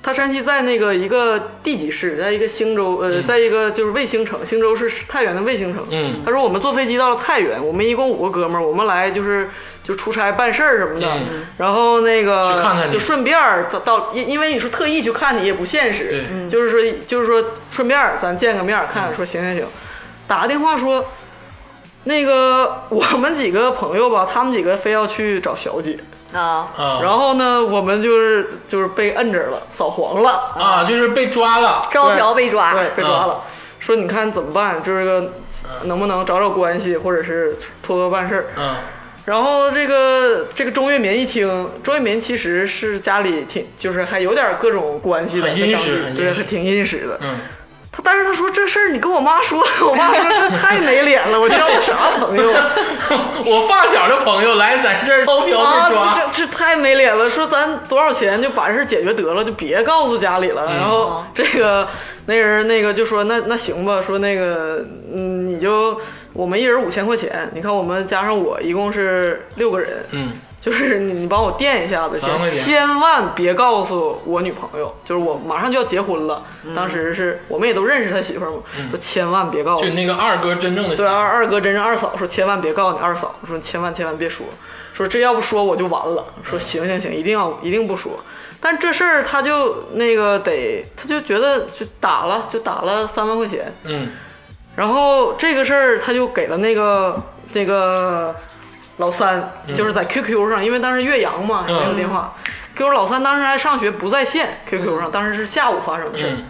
B: 他山西在那个一个地级市，在一个兴州，呃，在一个就是卫星城，兴州是太原的卫星城。
A: 嗯
B: 他说我们坐飞机到了太原，我们一共五个哥们儿，我们来就是就出差办事儿什么的，
A: 嗯
B: 然后那个
A: 去看看你
B: 就顺便儿到到，因因为你说特意去看你也不现实，
A: 对
B: 嗯就是说就是说顺便儿咱见个面儿看看，说行行行，打个电话说。那个我们几个朋友吧，他们几个非要去找小姐，
D: 啊，
A: 啊，
B: 然后呢，我们就是就是被摁着了，扫黄了，
A: 啊就是被抓了，
D: 招嫖被抓，
B: 对，被抓了。说你看怎么办？就是个能不能找找关系，或者是托托办事儿。
A: 嗯
B: 然后这个这个钟跃民一听，钟跃民其实是家里挺就是还有点各种关系的，
A: 很殷实
B: 在当
A: 很
B: 地对，
A: 殷实
B: 还挺殷实的。
A: 嗯，
B: 他但是他说这事儿你跟我妈说， 我妈说这太没脸了，我交的啥 朋友？
A: 我发小的朋友来咱这儿招嫖
B: 啊，
A: 被抓，
B: 这这太没脸了！说咱多少钱就把这事儿解决得了，就别告诉家里了。
A: 嗯
B: 然后这个那人那个就说那那行吧，说那个嗯你就我们一人五千块钱，你看我们加上我一共是六个人，
A: 嗯
B: 就是你你帮我垫一下子，
A: 三万块
B: 先
A: 钱
B: 千万别告诉我女朋友，就是我马上就要结婚了。
A: 嗯
B: 当时是我们也都认识他媳妇儿嘛，说千万别告诉
A: 就
B: 我。
A: 那个二哥真正的媳
B: 对
A: 妇
B: 二二哥真是二嫂说千万别告诉你二嫂，说千万千万别说，说这要不说我就完了。
A: 嗯
B: 说行行行，一定要一定不说。但这事儿他就那个得，他就觉得就打了，就打了三万块钱。
A: 嗯，
B: 然后这个事儿他就给了那个那个老三，就是在 QQ 上，因为当时岳阳嘛
A: 嗯
B: 没有电话、q q 老三当时还上学不在线，QQ 上当时是下午发生的事儿、
A: 嗯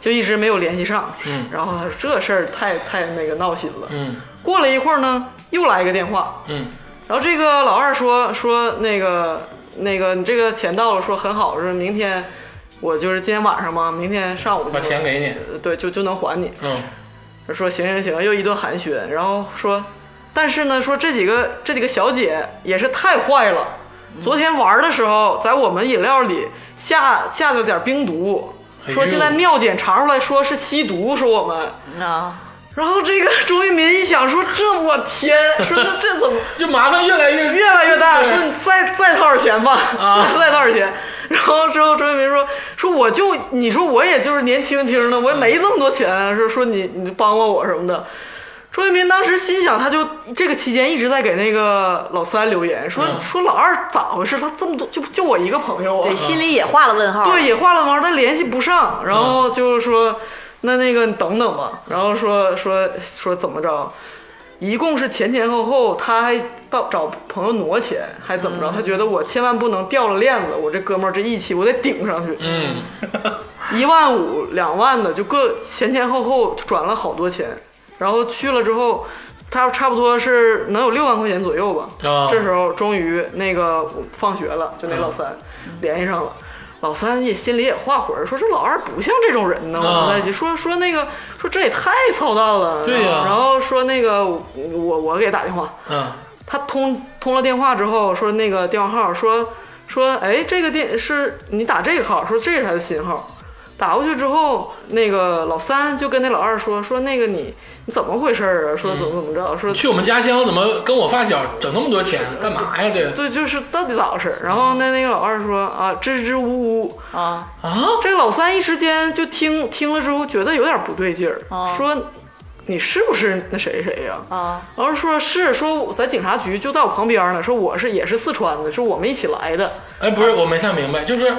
B: 就一直没有联系上。
A: 嗯
B: 然后他说这事儿太太那个闹心了。
A: 嗯
B: 过了一会儿呢，又来一个电话，
A: 嗯
B: 然后这个老二说说那个那个你这个钱到了，说很好，说明天我就是今天晚上嘛，明天上午就
A: 把钱给你，
B: 呃对就就能还你。
A: 嗯
B: 说行行行，又一顿寒暄，然后说，但是呢，说这几个这几个小姐也是太坏了，昨天玩的时候在我们饮料里下下了点冰毒，
A: 哎呦
B: 说现在尿检查出来说是吸毒，说我们。
D: 啊，
B: 然后这个周渝民一想说，这我天，说那这怎么？
A: 就麻烦越来越
B: 越来越大，
A: 对
B: 说你再再掏点钱吧，
A: 啊
B: 再掏点钱。然后之后周渝民说说我就你说我也就是年轻轻的，我也没这么多钱，说说你你就帮帮我什么的。周渝民当时心想，他就这个期间一直在给那个老三留言，说、
A: 嗯
B: 说老二咋回事？他这么多就就我一个朋友啊，
D: 对，心里也画了问号。
B: 对，，也画了毛，但联系不上，然后就是说，那那个你等等吧，然后说说说怎么着，一共是前前后后，他还到找朋友挪钱，还怎么着？他觉得我千万不能掉了链子，我这哥们儿这义气我得顶上去，
A: 嗯
B: 一万五、两万的，就各前前后后转了好多钱，然后去了之后。他差不多是能有六万块钱左右吧。
A: 啊
B: 这时候终于那个我放学了，就那老三、
A: 嗯
B: 联系上了。老三也心里也画魂儿，说这老二不像这种人呢。我
A: 啊
B: 们在一起说说那个说这也太操蛋了。
A: 对呀
B: 然后然后说那个我我我给打电话，
A: 嗯
B: 他通通了电话之后说那个电话号说说哎这个电是你打这个号，说这是他的新号。打过去之后，那个老三就跟那老二说说那个你你怎么回事儿啊？说怎么怎么着？说
A: 去我们家乡怎么跟我发小整那么多钱，干嘛呀这？
B: 对，就是到底咋回事儿？然后那那个老二说啊支支吾吾，
D: 啊，
A: 啊，
B: 这个老三一时间就听听了之后觉得有点不对劲儿，
D: 哦
B: 说你是不是那谁谁呀、
D: 啊，
B: 然后说是说我在警察局就在我旁边呢，说我是也是四川的，说我们一起来的。
A: 哎，不是，我没太明白，就是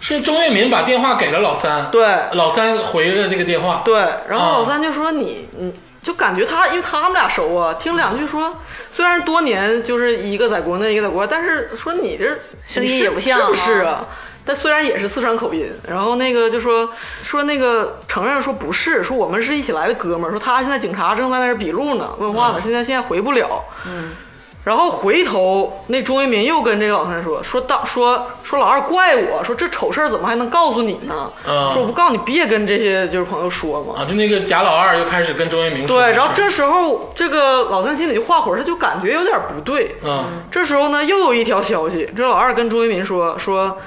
A: 是周渝民把电话给了老三，，
B: 对
A: 老三回了这个电话，
B: 对，然后
D: 嗯
A: 啊
B: 老三就说你你就感觉他，因为他们俩熟啊，听两句说，虽然多年就是一个在国内一个在国外，但是说你这
D: 声
B: 你
D: 音
B: 是
D: 也不像
B: 是不
D: 啊
B: 是啊？但虽然也是四川口音，然后那个就说说那个承认说不是，说我们是一起来的哥们儿，说他现在警察正在那儿笔录呢，问话呢，
D: 嗯
B: 现在现在回不了。然后回头，那钟一民又跟这个老三说：“说当说说老二怪我，说这丑事儿怎么还能告诉你呢？
A: 嗯
B: 说我不告诉你，别跟这些就是朋友说嘛。
A: 啊，就那个贾老二又开始跟周渝民说
B: 对，
A: 的事儿，
B: 然后这时候这个老三心里就画火，他就感觉有点不对。
A: 嗯
B: 这时候呢，又有一条消息，这老二跟钟一民说说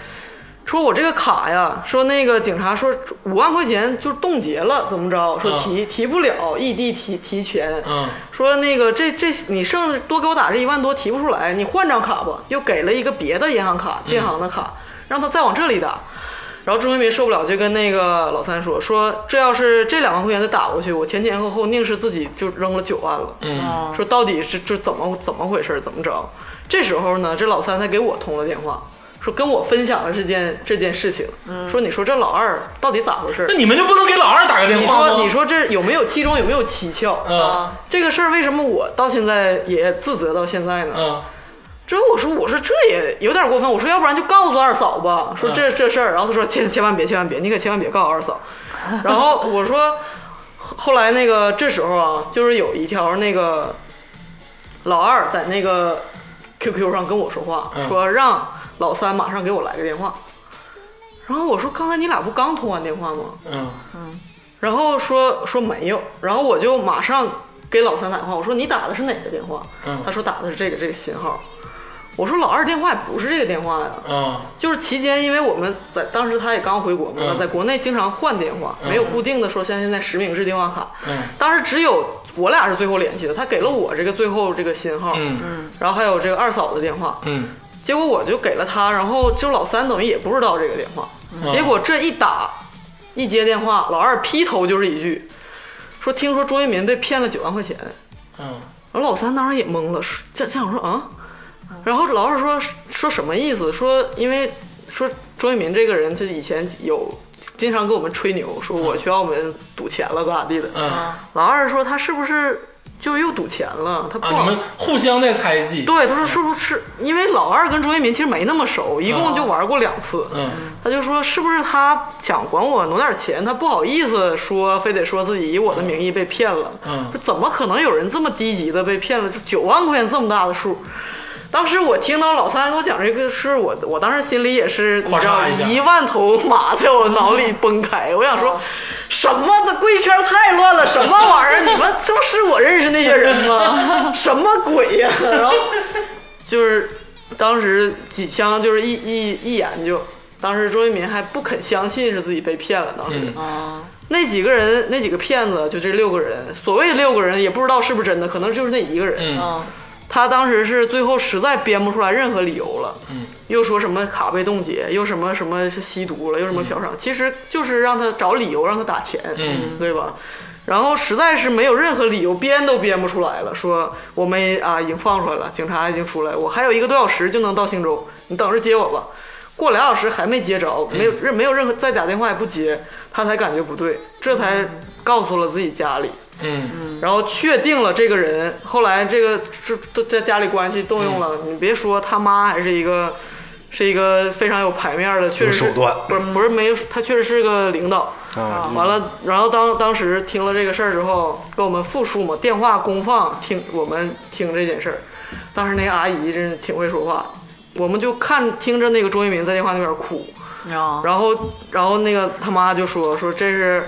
B: 说我这个卡呀，说那个警察说五万块钱就冻结了，怎么着？说提提不了，异地提提钱。
A: 嗯
B: 说那个这这你剩多给我打这一万多提不出来，你换张卡吧。又给了一个别的银行卡，建行的
A: 嗯
B: 卡，让他再往这里打。然后钟一民受不了，就跟那个老三说：“说这要是这两万块钱再打过去，我前前后后宁是自己就扔了九万了。
A: 嗯
D: 哦
B: 说到底是这怎么怎么回事，怎么着？这时候呢，这老三才给我通了电话，说跟我分享了这件这件事情，说你说这老二到底咋回事？
A: 那你们就不能给老二打个电
B: 你
A: 话吗？
B: 说，你，说这有没有其中有没有蹊跷？
A: 嗯
D: 哦
B: 这个事儿为什么我到现在也自责到现在呢？
A: 嗯
B: 之后我说我说这也有点过分，我说要不然就告诉二嫂吧，说这、这事儿，然后他说千千万别千万别，你可千万别告诉二嫂。然后我说，后来那个这时候啊，就是有一条那个老二在那个 QQ 上跟我说话，
A: 嗯
B: 说让老三马上给我来个电话。然后我说刚才你俩不刚通完电话吗？
A: 嗯
B: 然后说说没有，然后我就马上给老三打电话，我说你打的是哪个电话？
A: 嗯
B: 他说打的是这个这个信号。我说老二电话也不是这个电话呀，
A: 嗯
B: 就是期间因为我们在当时他也刚回国嘛，
A: 嗯
B: 在国内经常换电话，没有固定的说像现在实名制电话卡。
A: 嗯
B: 当时只有我俩是最后联系的，他给了我这个最后这个信号，
A: 嗯
B: 然后还有这个二嫂的电话，
A: 嗯
B: 结果我就给了他，然后就老三等于也不知道这个电话，
A: 嗯
B: 结果这一打一接电话，老二劈头就是一句，说听说钟跃民被骗了九万块钱，
A: 嗯，
B: 然后老三当时也懵了，是这这样说啊，然后老二说说什么意思？说因为说钟跃民这个人，就以前有经常跟我们吹牛，说我去澳门赌钱了咋咋地的。
A: 嗯，
B: 老二说他是不是就又赌钱了？他不
A: 啊，
B: 好、
A: 你们互相在猜忌，
B: 对，他说是不是因为老二跟钟跃民其实没那么熟，一共就玩过两次。
A: 哦嗯
B: 他就说是不是他想管我挪点钱，他不好意思说，非得说自己以我的名义被骗了。
A: 嗯
B: 说怎么可能有人这么低级的被骗了？就九万块钱这么大的数。当时我听到老三给我讲这个事儿，我我当时心里也是，你
A: 咔嚓
B: 知道
A: 一下，
B: 一万头马在我脑
A: 嗯
B: 里崩开。我想说，什么的贵圈太乱了，什么玩意儿？ 你们就是我认识那些人吗？什么鬼呀、然后就是当时几枪就是一一一研究，当时周渝民还不肯相信是自己被骗了，当时。啊
A: 嗯
B: 那几个人，那几个骗子，就这六个人，所谓六个人也不知道是不是真的，可能就是那一个人。啊
A: 嗯
B: 他当时是最后实在编不出来任何理由了，
A: 嗯，
B: 又说什么卡被冻结，又什么什么是吸毒了，又什么嫖娼，其实就是让他找理由让他打钱，
A: 嗯，
B: 对吧？然后实在是没有任何理由，编都编不出来了，说我们啊已经放出来了，警察已经出来，我还有一个多小时就能到荆州，你等着接我吧。过俩小时还没接着，
A: 嗯
B: 没有任没有任何再打电话也不接，他才感觉不对，这才告诉了自己家里。
A: 嗯
B: 然后确定了这个人，后来这个这都在家里关系动用了。你别说他妈还是一个，是一个非常有牌面的，确实是
C: 有手段
B: 不是不是没有，他确实是个领导。
C: 啊，
B: 完了，然后当当时听了这个事儿之后，跟我们复述嘛，电话公放听我们听这件事儿。当时那个阿姨真是挺会说话，我们就看听着那个钟一鸣在电话那边哭，
D: 啊，
B: 然后，然后那个他妈就说说这是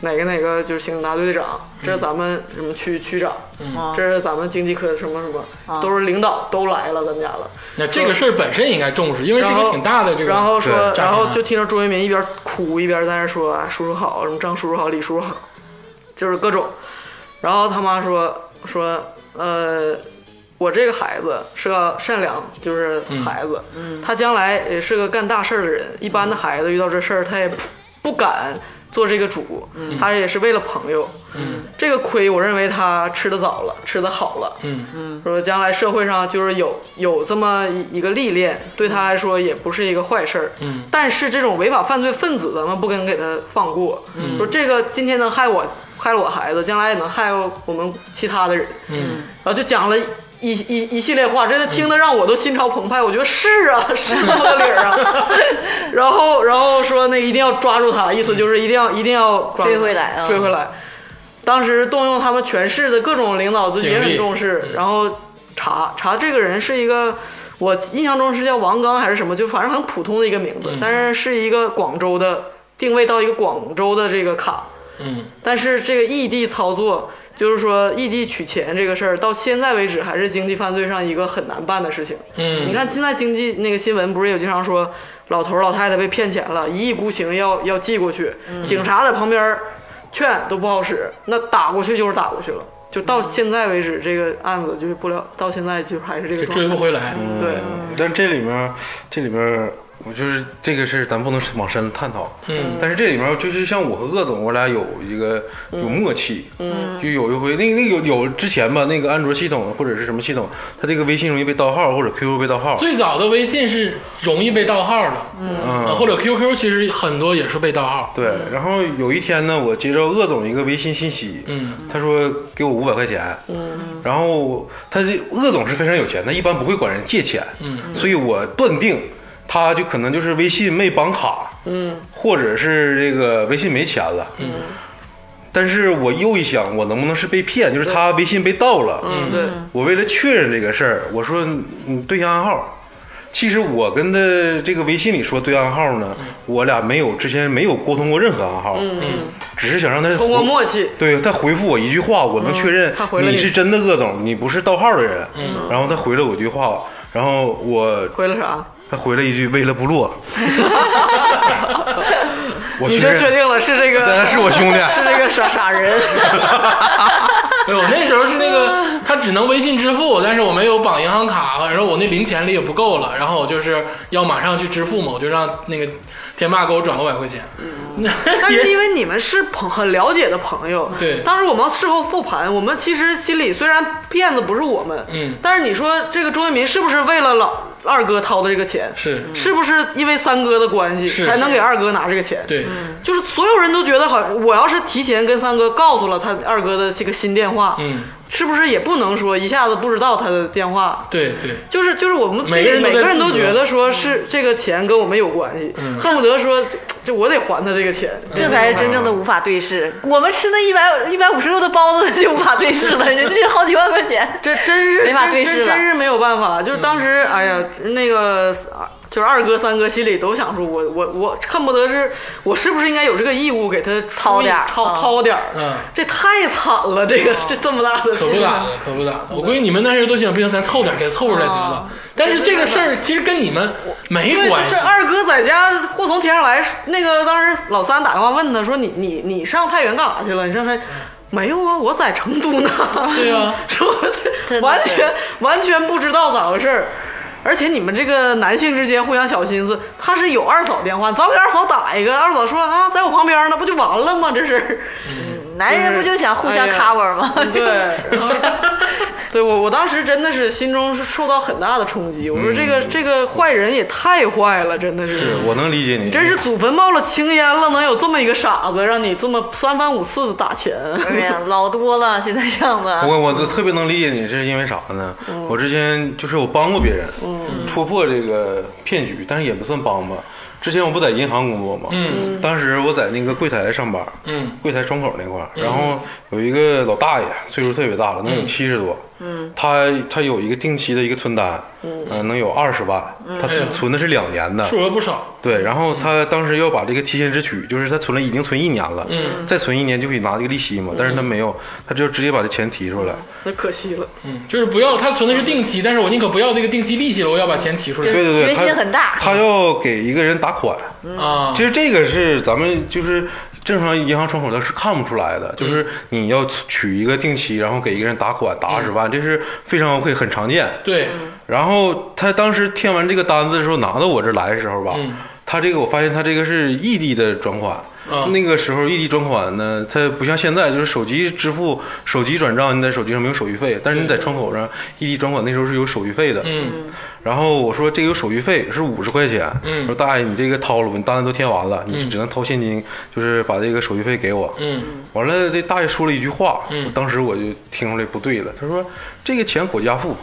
B: 哪个哪个就是刑警大队队长，这是咱们什么区区长，
D: 嗯
B: 这是咱们经济科什么什么，都是领导都来了咱家了。
A: 那这个事儿本身应该重视，因为是一
B: 然
A: 个
B: 后
A: 挺大的这个，
B: 然后说，
C: 对
A: 炸
B: 然后
A: 弹
B: 就听着周渝民一边哭一边在那说、啊叔叔好，什么张叔叔好，李叔叔好，就是各种。然后他妈说说呃，我这个孩子是个善良，就是
A: 嗯
B: 孩子，他将来也是个干大事儿的人。一般
A: 嗯
B: 的孩子遇到这事儿，他也不不敢做这个主，他也是为了朋友。
A: 嗯
B: 这个亏，我认为他吃的早了，吃的好了。
A: 嗯
B: 说将来社会上就是有有这么一一个历练，对他来说也不是一个坏事儿。
A: 嗯，
B: 但是这种违法犯罪分子，咱们不能给他放过。嗯，说这个今天能害我，害了我孩子，将来也能害我们其他的人。
A: 嗯，
B: 然后就讲了一一一系列话，真的听得让我都心潮澎湃。我觉得是啊，是这么个理儿啊。然后，然后说那一定要抓住他，意思就是一定要一定要抓住他
D: 追回来啊
B: 追回来。当时动用他们全市的各种领导资也
A: 警力
B: 很重视，然后查查这个人是一个，我印象中是叫王刚还是什么，就反正很普通的一个名字，
A: 嗯
B: 但是是一个广州的定位到一个广州的这个卡，
A: 嗯
B: 但是这个异地操作，就是说异地取钱这个事儿，到现在为止还是经济犯罪上一个很难办的事情。
A: 嗯
B: 你看现在经济那个新闻不是有经常说，老头儿老太太被骗钱了，一意孤行要要寄过去，
A: 嗯
B: 警察在旁边儿劝都不好使，那打过去就是打过去了。就到现在为止，这个案子就是不了，到现在就还是这个
A: 就
B: 状态
A: 追不回来，
B: 对，
A: 嗯
C: 但这里面，这里面，我就是这个事儿，咱不能往深探讨。
A: 嗯，
C: 但是这里面就是像我和鄂总，我俩有一个有默契。嗯，就有一回，那个那个有有之前吧，那个安卓系统或者是什么系统，它这个微信容易被盗号或者 QQ 被盗号。
A: 最早的微信是容易被盗号的，嗯，或者 QQ 其实很多也是被盗 号，
C: 对，然后有一天呢，我接到鄂总一个微信信息，
A: 嗯，
C: 他说给我五百块钱，嗯，然后他这鄂总是非常有钱，他一般不会管人借钱，嗯，所以我断定他就可能就是微信没绑卡，嗯，或者是这个微信没钱了，嗯，但是我又一想，我能不能是被骗，就是他微信被盗了，嗯，
B: 对，
C: 我为了确认这个事儿，我说你对象暗号。其实我跟他这个微信里说对暗号呢，
B: 嗯
C: 我俩没有之前没有沟通过任何暗号，嗯，只是想让他
B: 通过
C: 回
B: 默契。
C: 对他回复我一句话，我能确认
B: 他回了
C: 你
B: 你
C: 是真的鄂总，你不是盗号的人。嗯，然后他回了我一句话，然后我
B: 回了啥？
C: 他回了一句为了部 落，我
B: 你
C: 确
B: 就确
C: 认
B: 定了是这个
C: 他是我兄弟，
B: 是这个傻傻人。
A: 对，我那时候是那个，他只能微信支付，但是我没有绑银行卡，然后我那零钱里也不够了，然后我就是要马上去支付嘛，我就让那个天霸给我转个百块钱。
B: 嗯 但是因为你们是朋很了解的朋友，
A: 对
B: 当时我们事后复盘，我们其实心里虽然骗子不是我们，
A: 嗯
B: 但是你说这个周渝民是不是为了老二哥掏的这个钱？
A: 是
B: 是不是因为三哥的关系
A: 是
B: 才能给二哥拿这个钱？，
A: 对，
B: 就是所有人都觉得好，我要是提前跟三哥告诉了他二哥的这个新电话，
A: 嗯，
B: 是不是也不能说一下子不知道他的电话？
A: 对对
B: 就是就是我们
A: 每个人都
B: 每
A: 在
B: 个人都
A: 自责嗯
B: 觉得说是这个钱跟我们有关系，恨不得说这这我得还他这个钱。
D: 这才是真正的无法对视。我们吃那一百一百五十六的包子 就无法对视了，人家这好几万块钱。
B: 这真是
D: 没法
B: 真
D: 对视
B: 真
D: 了嗯
B: 真是没有办法。就是当时，哎呀，那个就是二哥、三哥心里都想说，我我我恨不得是我是不是应该有这个义务给他
D: 掏
B: 出一
D: 点儿
B: 掏
D: 嗯
B: 掏点儿？
A: 嗯
B: 这太惨了，这个这这么大的事
A: 可不咋的，可不咋的。我估计你们那时候都想，不行，咱凑点儿，给他凑出来得了
B: 啊。
A: 但是这个事儿其实跟你们没
B: 对，
A: 关
B: 这
A: 系
B: 这。二哥在家祸从天上来。那个当时老三打电话问他说：“你你你上太原干啥去了？”你上谁？没有啊，我在成都呢。
A: 对啊
B: 说
D: 真的是
B: 完全完全不知道咋回事儿。而且你们这个男性之间互相小心思，他是有二嫂电话，早给二嫂打一个。二嫂说啊，在我旁边呢，不就完了吗？这是，
D: 男人不就想互相
B: 哎呀
D: cover 吗？
B: 对，然后， 对我我当时真的是心中是受到很大的冲击。我说这个、这个坏人也太坏了，真的
C: 是我能理解你，
B: 真是祖坟冒了青烟了，能有这么一个傻子让你这么三番五次的打钱？
D: 哎 呀，老多了，现在样子。
C: 我我都特别能理解你，是因为啥呢？我之前就是我帮过别人，戳破这个骗局，但是也不算帮吧。之前我不在银行工作嘛，
A: 嗯
C: 当时我在那个柜台上班，
A: 嗯
C: 柜台窗口那块儿，然后有一个老大爷，岁数特别大了，能有七十多，嗯，他他有一个定期的一个存单，嗯、能有二十万，他
A: 哎呦
C: 存存的是两年的，
A: 数额嗯不少。
C: 对，然后他当时要把这个提现支取，就是他存了已经存一年了，
A: 嗯
C: 再存一年就可以拿这个利息
D: 嗯
C: 嘛，但是他没有，他就直接把这钱提出来，
B: 那可惜了，
A: 嗯，就是不要他存的是定期，但是我宁可不要这个定期利息了，我要把钱提出来
C: 对对
D: 决
C: 对，
D: 心
C: 他
D: 很大嗯
C: 他要给一个人打款，
A: 啊
C: 其。实这个是咱们就是正常银行窗口的是看不出来的，
D: 嗯
C: 就是你要取一个定期，然后给一个人打款打二十
D: 嗯
C: 万，这是非常 OK 很常见。
A: 对，
C: 然后他当时填完这个单子的时候，拿到我这来的时候吧，
A: 嗯
C: 他这个我发现他这个是异地的转款。
A: 啊
C: 那个时候异地转款呢，它不像现在，就是手机支付、手机转账，你在手机上没有手续费，但是你在窗口上异地转款那时候是有手续费的。
A: 嗯
C: 然后我说这个有手续费是五十块钱，
A: 嗯
C: 我说大爷你这个掏了吧，你单子都填完了，你只能掏现金，就是把这个手续费给我。
A: 嗯
C: 完了，这大爷说了一句话，
A: 嗯
C: 我当时我就听出来不对了，他说这个钱国家付。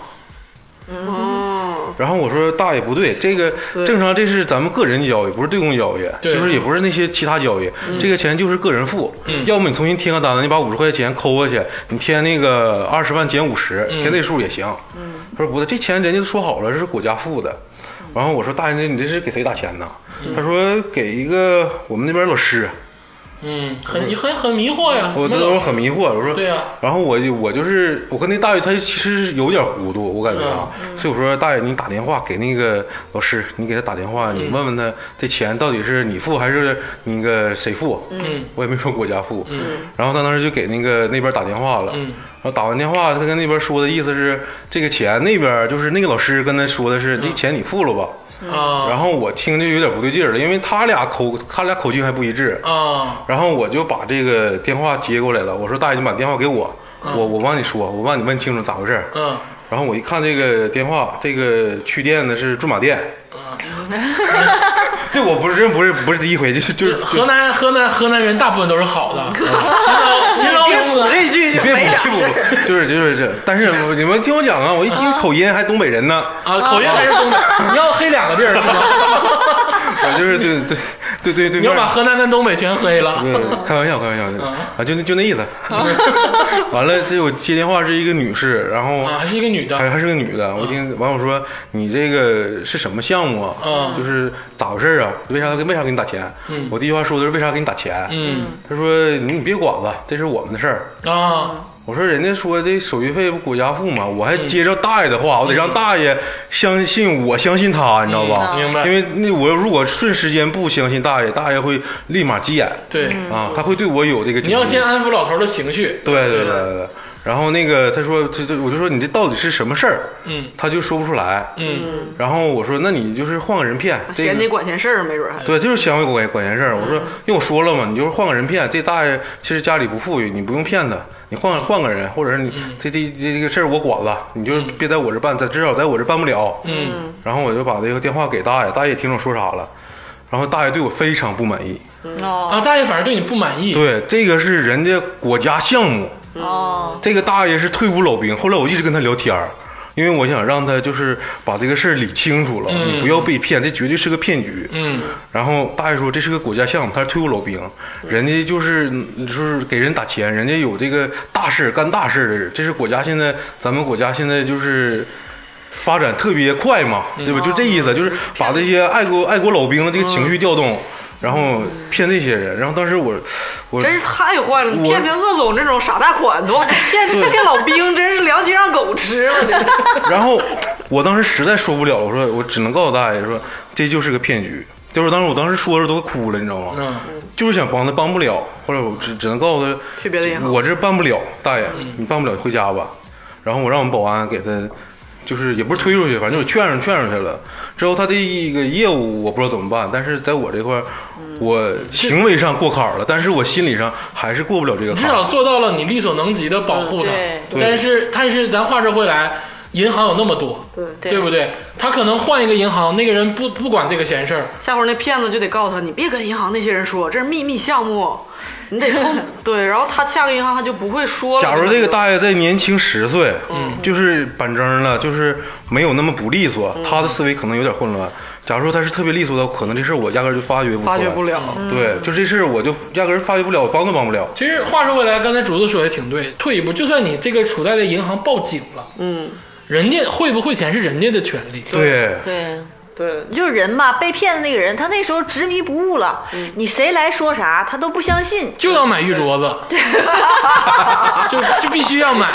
B: 嗯，
C: 然后我说大爷不对，这个
B: 对
C: 正常这是咱们个人交易，不是对公交易，
A: 对
C: 就是也不是那些其他交易，
B: 嗯
C: 这个钱就是个人付。
A: 嗯
C: 要么你重新填个单子，你把五十块钱扣过去，你填那个二十万减五十，
A: 嗯
C: 填那数也行。
B: 嗯
C: 他说不对，这钱人家说好了这是国家付的。然后我说大爷，你这是给谁打钱呢？他说给一个我们那边老师。
A: 嗯，很很很迷惑呀。
C: 我那时候很迷惑，我说
A: 对啊呀
C: 然后我就我就是我跟那大爷他其实是有点糊涂，我感觉啊，
A: 嗯
C: 所以我说大爷你打电话给那个老师，你给他打电话，
A: 嗯
C: 你问问他这钱到底是你付还是那个谁付？
A: 嗯，
C: 我也没说国家付。嗯，然后他当时就给那个那边打电话了。
A: 嗯
C: 然后打完电话，他跟那边说的意思是这个钱那边就是那个老师跟他说的
A: 嗯
C: 是这钱你付了吧。
A: 啊
C: 然后我听就有点不对劲儿了，因为他俩口他俩口径还不一致。
A: 啊
C: 然后我就把这个电话接过来了，我说大爷，你把电话给我，
B: 嗯
C: 我我帮你说，我帮你问清楚咋回事儿。
A: 嗯
C: 然后我一看这个电话，这个去电的是驻马店，
B: 嗯
C: 这我不是真不是不是第一回，就是就是
A: 河南河南河南人大部分都是好的，勤劳勤劳
B: 别
A: 工
B: 补
A: 作。
B: 哎这句
C: 你
B: 就
C: 别
B: 没啥
C: 不
B: 事
C: 别
B: 儿。嗯
C: 不，就是就是这，但是你们听我讲啊，我一听口音还东北人呢，
A: 啊，口音还是东北，你要黑两个地儿是 吗？
C: 我就是对对对对对
A: 你要把
C: 面。
A: 河南跟东北全黑了。
C: 对，
B: 嗯
C: 开玩笑，开玩笑，啊，就那就那意思。 完了，这我接电话是一个女士，然
B: 嗯
C: 后
A: 啊，还啊是一个女的
C: 还还是个女的，我听完我说你这个是什么项目啊
A: 嗯？
C: 就是咋回事儿啊？为啥为啥给你打钱？
A: 嗯
C: 我第一句话说的是为啥给你打钱？
A: 嗯
C: 他说你你别管了，这是我们的事儿。
A: 啊，
C: 我说人家说这手续费不国家付嘛，我还
A: 嗯
C: 接着大爷的话，我得让大爷相信我相信他，你知道吧？
A: 嗯明白
C: 因为那我如果瞬时间不相信大爷，大爷会立马急眼
A: 对，
C: 嗯啊，他会对我有这个警惕。
A: 你要先安抚老头的情绪。
C: 对对对对。对然后那个他说，这这，我就说你这到底是什么事儿？
A: 嗯
C: 他就说不出来。
A: 嗯
C: 然后我说，那你就是换个人骗，这个
B: 嫌你管闲事儿，没准还。
C: 对，就是相互管管闲事儿。我说，因为我说了嘛，你就是换个人骗。这大爷其实家里不富裕，你不用骗他，你换换个人，或者是你这这这这个事儿我管了，你就别在我这办，他至少在我这办不了。
A: 嗯
C: 然后我就把这个电话给大爷，大爷也听着说啥了，然后大爷对我非常不满意。
A: 啊，
D: 哦
A: 大爷反而对你不满意，
C: 对，这个是人家国家项目，
D: 哦，
C: 这个大爷是退伍老兵。后来我一直跟他聊天儿，因为我想让他就是把这个事儿理清楚了，
A: 嗯
C: 你不要被骗，这绝对是个骗局。
A: 嗯
C: 然后大爷说这是个国家项目，他是退伍老兵，
A: 嗯
C: 人家就是就是给人打钱，人家有这个大事儿干大事儿的人，这是国家现在咱们国家现在就是。发展特别快嘛，
A: 嗯
C: 对吧？就这意思，就是把这些爱国爱国老兵的这个情绪调
A: 嗯
C: 动，然后骗这些人。然后当时我，我
B: 真是太坏了！你
C: 我
B: 骗骗鄂总这种傻大款，多骗骗老兵，真是良心让狗吃了。这是
C: 然后我当时实在说不了了，我说我只能告诉大爷说这就是个骗局。就是当时我当时说着都哭了，你知道吗？
A: 嗯
C: 就是想帮他帮不了，或者我只只能告诉他
B: 去别的银行
C: 我这办不了，大爷
A: 嗯
C: 你办不了，回家吧。然后我让我们保安给他，就是也不是推出去，
A: 嗯
C: 反正我劝上劝上去了。之后他的一个业务我不知道怎么办，但是在我这块儿，
A: 嗯
C: 我行为上过坎儿了，但是我心理上还是过不了这个
A: 至
C: 坎
A: 少
C: 儿。
A: 做到了你力所能及的保护他
D: 对。
C: 对
A: 但是，但是咱话说回来，银行有那么多，
B: 对，
D: 对
A: 对不对？他可能换一个银行，那个人不不管这个闲事儿，
B: 下回那骗子就得告诉他，你别跟银行那些人说，这是秘密项目，你 得偷。对，然后他下个银行他就不会 说了。
C: 假如这个大爷再年轻十岁，
A: 嗯
C: 就是板正了，就是没有那么不利
B: 嗯
C: 索，他的思维可能有点混乱。假如说他是特别利索的，可能这事儿我压根儿就发掘不出来
B: 发掘不。了。
D: 嗯
B: 嗯
C: 对，就这事儿我就压根儿发掘不了，帮都帮不了。
A: 其实话说回来，刚才竹子说的挺对，退一步，就算你这个处在的银行报警了，
B: 嗯，
A: 人家汇不汇钱是人家的权利，
C: 对，
D: 对。
B: 对，
D: 就是人嘛，被骗的那个人，他那时候执迷不悟了，
A: 嗯
D: 你谁来说啥，他都不相信。
A: 就要买玉镯子，就就必须要买。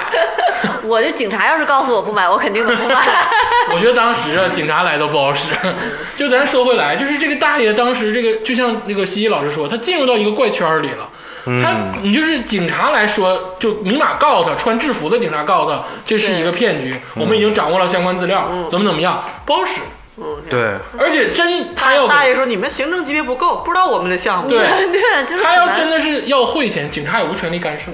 D: 我就警察要是告诉我不买，我肯定都不买。
A: 我觉得当时啊，警察来都不好使。 就咱说回来，就是这个大爷当时这个，就像那个西西老师说，他进入到一个怪圈儿里了。
D: 嗯
A: 他，你就是警察来说，就明码告诉他，穿制服的警察告诉他，这是一个骗局，我们已经掌握了相关资料，
D: 嗯
A: 怎么怎么样，不好使。
C: 对，
A: 而且真他要给
B: 大爷说你们行政级别不够，不知道我们的项目。
A: 对
D: 对，就是
A: 他
D: 很
A: 要
D: 难
A: 真的是要汇钱，警察也无权利干涉，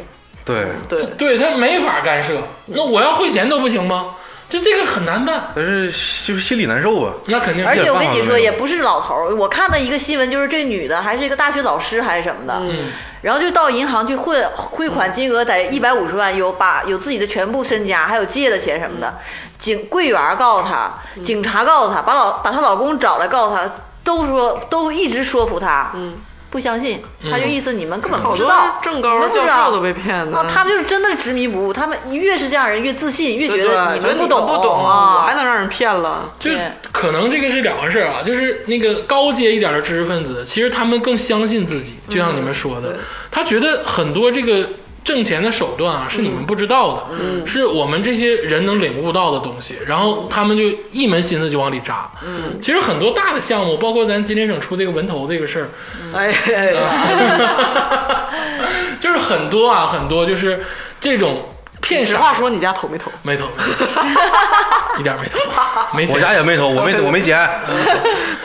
C: 对，
B: 对，
A: 对他没法干涉。那我要汇钱都不行吗？就这个很难办，
C: 但是就是心里难受吧。
A: 那肯定
D: 而
A: 是
D: 且我跟你说，
C: 一点办法都没有
D: 也不是老头儿，我看到一个新闻，就是这女的还是一个大学老师还是什么的，
A: 嗯
D: 然后就到银行去汇汇款，金额在一百五十万，有把有自己的全部身家，还有借的钱什么的。
B: 嗯
D: 警柜员告诉她，警察告诉她，把老把她老公找来告诉她，都说都一直说服她，
B: 嗯，
D: 不相信，她就意思你们根本不
B: 好
D: 知
B: 多
D: 道，
B: 正
D: 你
B: 高
D: 们不知
B: 教
D: 道
B: 授都被骗
D: 啊
B: 的。，
D: 他们就是真的是执迷不悟，他们越是这样人越自信，越
B: 对
D: 觉
B: 对
D: 得你
B: 觉得
D: 们
B: 你们
D: 懂，
B: 不懂哦我还
D: 啊，
B: 能让人骗了。
A: 就是
D: 对
A: 可能这个是两回事儿啊，就是那个高阶一点的知识分子，其实他们更相信自己，就像你们说的，他觉得很多这个挣钱的手段啊是你们不知道的，是我们这些人能领悟到的东西，然后他们就一门心思就往里扎。嗯，其实很多大的项目，包括咱吉林省出这个文投这个事儿，
B: 哎哎哎，
A: 就是很多啊，很多就是这种骗
B: 实
A: 傻
B: 话说，你家投没投？
A: 没投，一点儿没投，没钱。
C: 我家也没偷，我没我没捡。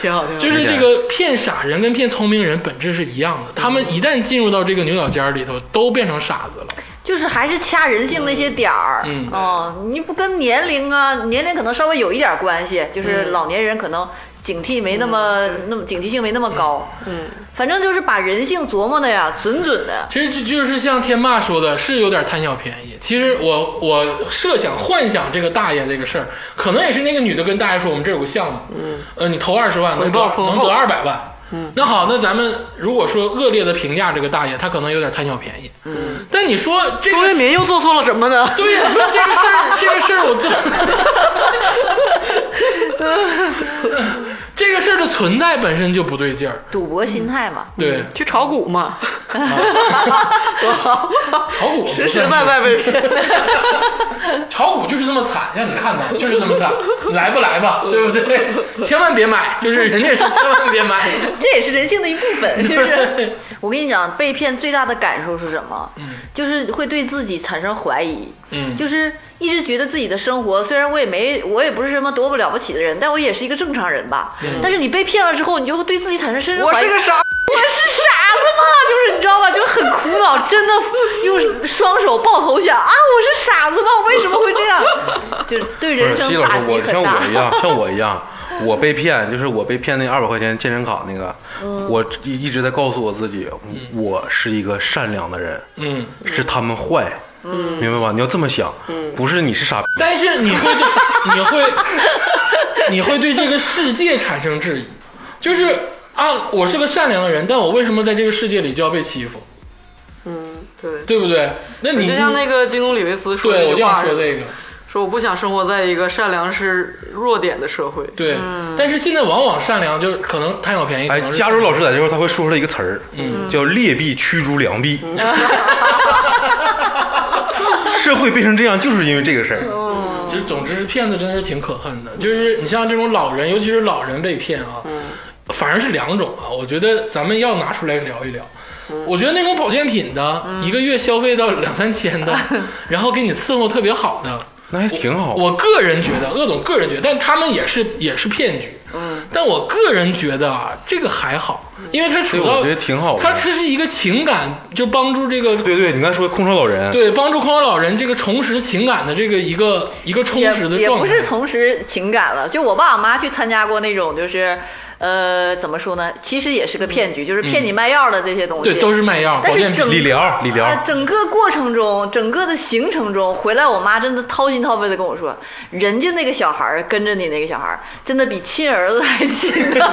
B: 挺好，挺好。
A: 就是这个骗傻人跟骗聪明人本质是一样的，他们一旦进入到这个牛角尖儿里头，都变成傻子了。
D: 就是还是掐人性那些点儿，
A: 嗯
D: 哦，你不跟年龄啊，年龄可能稍微有一点关系，就是老年人可能警惕没那么那么警惕性没那么高，
B: 嗯，
D: 反正就是把人性琢磨的呀，准准的，
A: 其实就就是像天霸说的，是有点贪小便宜。其实我我设想幻想这个大爷这个事儿，可能也是那个女的跟大爷说，我们这有个项目，嗯，呃，你投二十万能
B: 回
A: 得
B: 报丰
A: 能
B: 厚
A: 得二百万。嗯，那好，那咱们如果说恶劣的评价这个大爷，他可能有点贪小便宜。嗯，但你说这
B: 周
A: 个
B: 渝民又做错了什么呢？
A: 对呀，你说这个事儿，这个事儿我做，这这个事儿的存在本身就不对劲儿。
D: 赌博心态
B: 嗯
D: 嘛。
A: 对，
B: 去炒股嘛，多好，
A: 炒股不算
B: 实实
A: 是
B: 在在被骗。
A: 炒股就是这么惨，让你看到就是这么惨，来不来吧，对不对？千万别买，就是人家是千万别 买。
D: 这也是人性的一部分，就是我跟你讲，被骗最大的感受是什么？
B: 嗯
D: 就是会对自己产生怀疑，
A: 嗯
D: 就是一直觉得自己的生活，虽然我也没，我也不是什么多么了不起的人，但我也是一个正常人吧。但是你被骗了之后，你就会对自己产生深深怀疑。
B: 嗯我是个傻，
D: 我是傻子吗？就是你知道吧，就是很苦恼，真的用双手抱头想啊，我是傻子吗？我为什么会这样？ 就是对
C: 不是
D: 人
C: 西
D: 生
C: 老
D: 打
C: 师，
D: 击
C: 我
D: 很
C: 像
D: 大
C: 我。一 样，像我一样，我被骗，就是我被骗那二百块钱健身卡那个，
B: 嗯
C: 我一一直在告诉我自己，我是一个善良的人，
A: 嗯，
C: 是他们坏，明白吧？你要这么想，不是你是傻逼，
A: 但是你会对，你会，你会对这个世界产生质疑，就是啊，我是个善良的人，但我为什么在这个世界里就要被欺负，
B: 嗯，对。
A: 对不对？那你
B: 就像那个金庸李维斯说的
A: 对，我就
B: 那句
A: 想
B: 话
A: 说这个，
B: 说我不想生活在一个善良是弱点的社会。
A: 对。但是现在往往善良就可能贪小便宜，可
C: 哎，
A: 能是嗯
C: 加州老师在这块儿他会说出来一个词儿，叫劣币驱逐良币。 社会变成这样，就是因为这个事儿。
A: 就是总之是骗子真的是挺可恨的，就是你像这种老人，尤其是老人被骗啊，反而是两种啊，我觉得咱们要拿出来聊一聊。我觉得那种保健品的，一个月消费到两三千的，然后给你伺候特别好的，
C: 那还挺好。
A: 我个人觉得，鄂总个人觉得，但他们也是也是骗局。嗯，但我个人觉得啊，这个还好，因为他处
C: 对
A: 到
C: 我觉得挺好的
A: 他这是一个情感，就帮助这个
C: 对对，你刚才说空巢老人，
A: 对帮助空巢老人这个重拾情感的这个一个一个充
D: 也
A: 实的
D: 也
A: 状态，
D: 不是重拾情感了。就我爸我妈去参加过那种，就是呃，怎么说呢？其实也是个骗局，就是骗你卖药的这些东西。
A: 对，都是卖药保
D: 但嗯是
A: 健品
D: 整。
C: 理疗理疗
D: 啊，整个过程中，整个的行程中，回来我妈真的掏心掏肺的跟我说，人家那个小孩儿跟着你那个小孩儿，真的比亲儿子还 亲呢。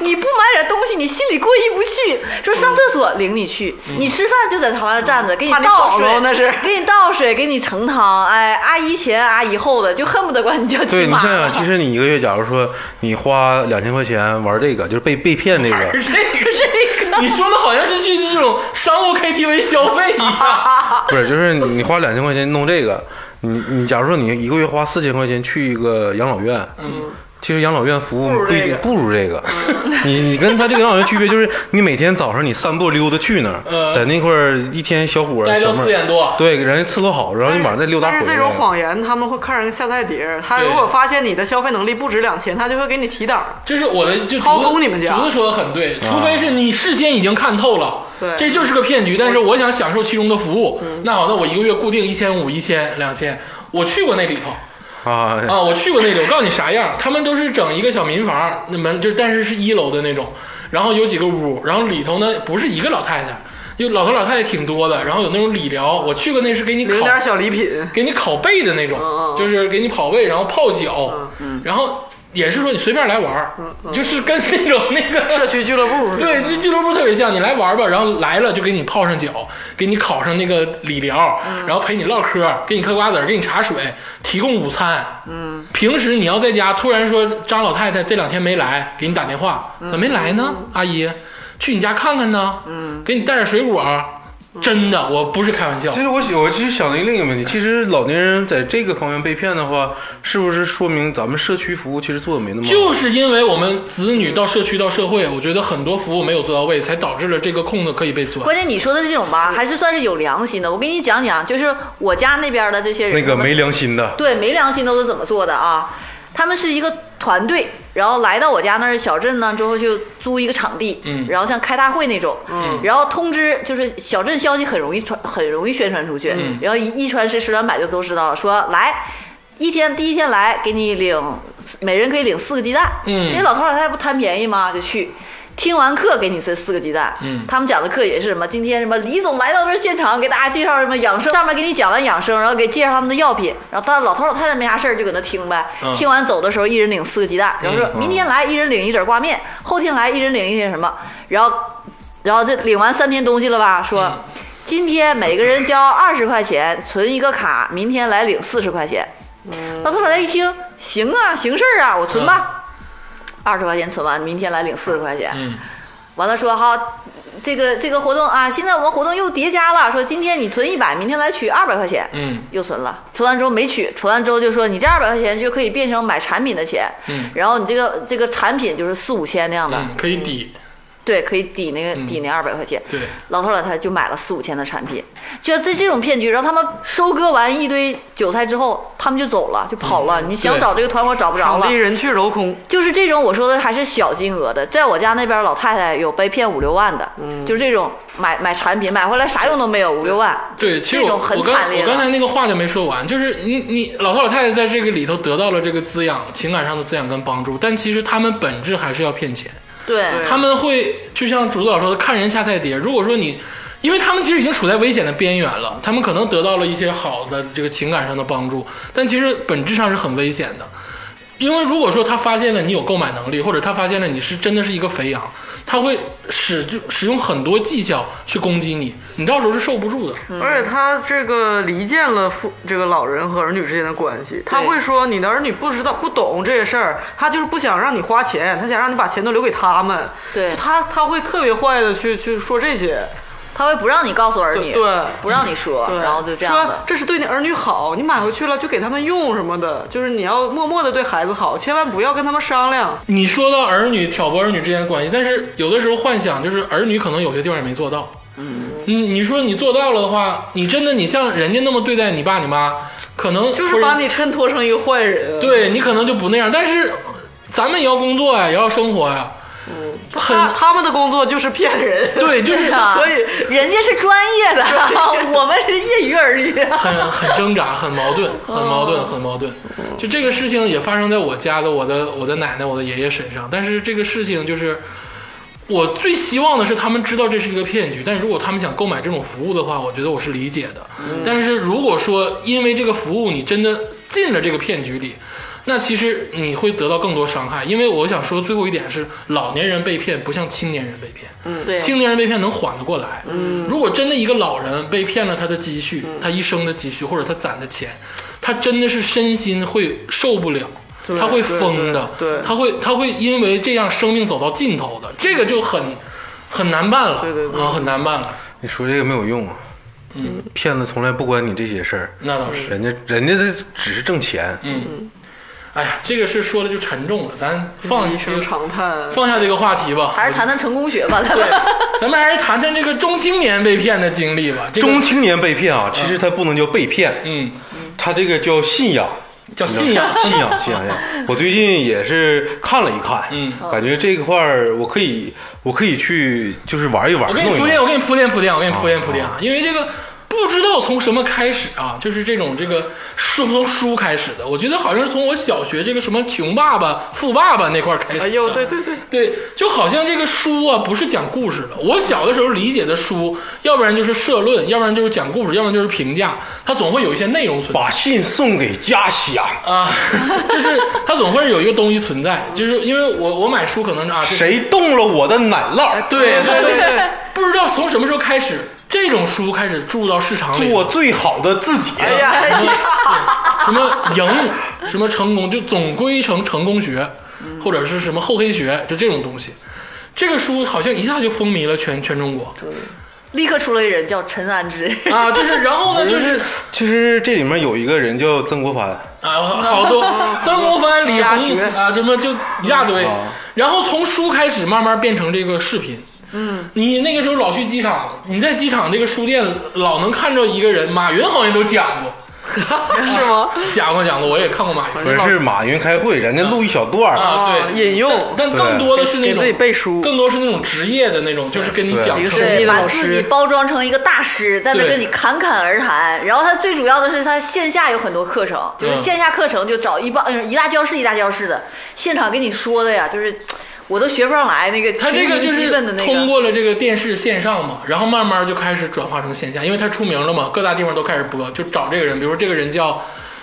D: 你不买点东西，你心里过意不去。说上厕所领你去，
C: 嗯
D: 你吃饭就在旁边站着，给你
B: 怕你
D: 倒
B: 跑
D: 水
B: 喽，那是
D: 给你倒水，给你盛汤，哎，阿姨前阿姨后的，就恨不得管你叫
C: 对
D: 亲
C: 你
D: 妈。
C: 想想，其实你一个月，假如说你花两千块钱玩这个，就是被被骗这
A: 而
C: 个，
A: 这个这个，你说的好像是去这种商务 KTV 消费一样。
C: 不是，就是你花两千块钱弄这个，你你假如说你一个月花四千块钱去一个养老院，嗯，其实养老院服务
B: 不如
C: 不一
B: 这
C: 定
B: 个
C: 不如这个，
A: 嗯
C: 你你跟他这个养老院区别就是，你每天早上你散步溜达去那
A: 呃
C: 儿，在那块儿一天小伙儿
A: 待到
C: 小妹儿
A: 四点多
C: 对，给人家伺候好，然后你晚上再溜达
B: 但
C: 回
B: 是
C: 来。
B: 这种谎言，他们会看人下菜碟儿。他如果发现你的消费能力不止两千，他就会给你提档儿。
A: 这是我的，就
B: 掏
A: 竹
B: 空
A: 子
B: 你们家
A: 竹子说的很对，除非是你事先已经看透了，
B: 对
A: 这就是个骗局。但是我想享受其中的服务，那好，那我一个月固定一千五、一千、两千，我去过那里头。
C: 啊，
A: 啊，我去过那里，我告诉你啥样，他们都是整一个小民房，那门就但是是一楼的那种，然后有几个屋，然后里头呢不是一个老太太，有老头老太太挺多的，然后有那种理疗，我去过那是给你
B: 领
A: 烤
B: 点小礼品，
A: 给你烤背的那种，
B: 嗯嗯
A: 就是给你跑位，然后泡脚，然后也是说你随便来玩儿，就是跟那种那个
B: 嗯社区俱乐部。
A: 对，那俱乐部特别像，你来玩吧，然后来了就给你泡上脚，给你烤上那个理疗，然后陪你唠嗑，给你嗑瓜子儿，给你茶水，提供午餐。嗯，平时你要在家，突然说张老太太这两天没来，给你打电话，咋没来呢？阿姨，去你家看看呢。嗯，给你带点水果儿，真的，我不是开玩笑。
C: 其实我想，我其实想了一个另一个问题，其实老年人在这个方面被骗的话，是不是说明咱们社区服务其实做的没那么好？
A: 就是因为我们子女到社区到社会，我觉得很多服务没有做到位，才导致了这个空子可以被钻。
D: 关键你说的这种吧，还是算是有良心的。我给你讲讲，就是我家那边的这些人，
C: 那
D: 他
C: 个
D: 们
C: 没良心的，
D: 对，没良心都是怎么做的啊？他们是一个团队，然后来到我家那儿小镇呢，之后就租一个场地，
A: 嗯
D: 然后像开大会那种，嗯，然后通知就是小镇消息很容易传，很容易宣传出去，
A: 嗯
D: 然后一一传十，十传百就都知道了，说来。一天第一天来，给你领，每人可以领四个鸡蛋。
A: 嗯
D: 这老头老太太不贪便宜吗？就去，听完课给你这四个鸡蛋。
A: 嗯
D: 他们讲的课也是什么？今天什么李总来到这儿现场，给大家介绍什么养生，上面给你讲完养生，然后给介绍他们的药品，然后他老头老太太没啥事儿就搁那听呗。
A: 嗯
D: 听完走的时候，一人领四个鸡蛋，然后说明天来一人领一点挂面，后天来一人领一点什么，然后，然后这领完三天东西了吧？说。
A: 嗯
D: 今天每个人交二十块钱存一个卡，明天来
A: 嗯
D: 领四十块钱。老头老太太一听，行啊，行事儿啊，我存吧。二十块钱存完，明天来领四十块钱。
A: 嗯，
D: 完了说哈，这个这个活动啊，现在我们活动又叠加了，说今天你存一百，明天来取二百块钱。
A: 嗯
D: 又存了，存完之后没取，存完之后就说你这二百块钱就可以变成买产品的钱。
A: 嗯
D: 然后你这个这个产品就是四五千那样的，
A: 嗯，可以抵，
D: 对，可以抵那个、抵那二百块钱。
A: 对，
D: 老头老太太就买了四五千的产品，就这这种骗局，然后他们收割完一堆韭菜之后，他们就走了，就跑了。你想
A: 嗯对
D: 找这个团伙找不着
B: 场
D: 了
B: 地，人去楼空，
D: 就是这种我说的还是小金额的，在我家那边老太太有被骗五六万的，
B: 嗯
D: 就是这种买买产品买回来啥用都没有，五六万，
A: 对，其实
D: 这
A: 我
D: 种很
A: 我刚
D: 惨烈
A: 我刚才
D: 的。
A: 那个话就没说完，就是你你老头老太太在这个里头得到了这个滋养，情感上的滋养跟帮助，但其实他们本质还是要骗钱，
D: 对啊
B: 对
A: 他们会就像主导说的，看人下菜碟。如果说你，因为他们其实已经处在危险的边缘了，他们可能得到了一些好的这个情感上的帮助，但其实本质上是很危险的。因为如果说他发现了你有购买能力，或者他发现了你是真的是一个肥羊，他会使就使用很多技巧去攻击你，你到时候是受不住的。
B: 而且他这个离间了父这个老人和儿女之间的关系。他会说你的儿女不知道不懂这些事儿，他就是不想让你花钱，他想让你把钱都留给他们。
D: 对
B: 他他会特别坏的去去说这些，
D: 他会不让你告诉儿女，
B: 对对
D: 不让你说，
B: 对，
D: 然后就这样
B: 说
D: 的。
B: 这是对你儿女好，你买回去了就给他们用什么的，就是你要默默的对孩子好，千万不要跟他们商量。
A: 你说到儿女挑拨儿女之间的关系，但是有的时候幻想就是儿女可能有些地方也没做到。嗯，你你说你做到了的话，你真的你像人家那么对待你爸你妈，可能
B: 就是
A: 或者
B: 把你衬托成一个坏人，，
A: 对你可能就不那样。但是咱们也要工作呀，也要生活呀。嗯，很
B: 他他们的工作就是骗人，
A: 对，就是
D: 啊
B: 所以
D: 人家是专业的， 我们是业余而已。
A: 很很挣扎，很矛盾，很矛盾，很矛盾。就这个事情也发生在我家的我的我的奶奶、我的爷爷身上，但是这个事情就是。我最希望的是他们知道这是一个骗局，但如果他们想购买这种服务的话，我觉得我是理解的。但是如果说因为这个服务你真的进了这个骗局里，那其实你会得到更多伤害。因为我想说最后一点是，老年人被骗不像青年人被骗。
B: 嗯
D: 对，
A: 青年人被骗能缓得过来。如果真的一个老人被骗了他的积蓄，
B: 嗯
A: 他一生的积蓄或者他攒的钱，他真的是身心会受不了。
B: 对
A: 他会疯的，
B: 对对对
A: 他会他会因为这样生命走到尽头的，这个就很很难办了，
B: 对对对
A: 啊，很难办了。
C: 你说这个没有用啊。嗯，骗子从来不管你这些事儿，
A: 那倒
B: 嗯
A: 是，
C: 人家人家这只是挣钱。
A: 嗯，哎呀，这个事说了就沉重了，咱放
B: 一
A: 下这
B: 声
A: 个
B: 长叹，
A: 放下这个话题吧，
D: 还是谈谈成功学吧，咱
A: 对
D: 们。，
A: 咱们还是谈谈这个中青年被骗的经历吧。这个
C: 中青年被骗啊，其实他不能叫被骗，
A: 嗯，
C: 他这个叫信仰。
A: 叫信仰，
C: 信仰，信仰，信仰。我最近也是看了一看，
A: 嗯，
C: 感觉这块儿我可以，我可以去，就是玩一玩，
A: 我给你
C: 弄一
A: 铺
C: 弄
A: 垫，我给你铺垫铺垫，我给你铺垫铺垫啊，因为这个不知道从什么开始啊，就是这种这个书从书开始的，我觉得好像是从我小学这个什么穷爸爸、富爸爸那块儿开始的。
B: 哎呦，对对对，
A: 对，就好像这个书啊，不是讲故事的。我小的时候理解的书，要不然就是社论，要不然就是讲故事，要不然就是评价，它总会有一些内容存在。
C: 把信送给家乡，
A: 啊， 就是它总会有一个东西存在，就是因为我我买书可能是啊，这
C: 谁动了我的奶酪，
A: 哎对对
B: 对对
A: 对，不知道从什么时候开始，这种书开始注入到市场里，
C: 做最好的自己。
B: 哎呀，哎呀，
A: 什么 赢，什么成功，就总归成成功学，或者是什么厚黑学，就这种东西。这个书好像一下就风靡了全全中国
D: 立刻出了一人叫陈安之，
A: 啊，就是然后呢，就是
C: 就是这里面有一个人叫曾国藩，
A: 啊，好好 多曾国藩、李
B: 家
A: 红
B: 学哦
A: 啊，什么就一大堆，然后从书开始慢慢变成这个视频。嗯，你那个时候老去机场，你在机场这个书店老能看着一个人，马云好像都讲过，
B: 是吗？
A: 讲过讲过，我也看过马云
C: 不是是马云开会，人家录一小段儿，
A: 啊，对，
B: 哦引用
A: 但但更多的是那
B: 给
A: 种
B: 自己背书，
A: 更多是那种职业的那种，就是跟你讲
B: 对
A: 成
B: 神秘
D: 对，
B: 的
D: 把
B: 老师
D: 自己包装成一个大师，在那
A: 对
D: 跟你侃侃而谈。然后他最主要的是，他线下有很多课程，就是
A: 嗯
D: 线下课程就找一帮、嗯一大教室一大教室的，现场给你说的呀，就是我都学不上来那个
A: 他
D: 群
A: 这个
D: 情
A: 就
D: 激
A: 是
D: 愤的那
A: 通
D: 个。
A: 过了这个电视线上嘛，然后慢慢就开始转化成线下，因为他出名了嘛，各大地方都开始播，就找这个人，比如说这个人叫，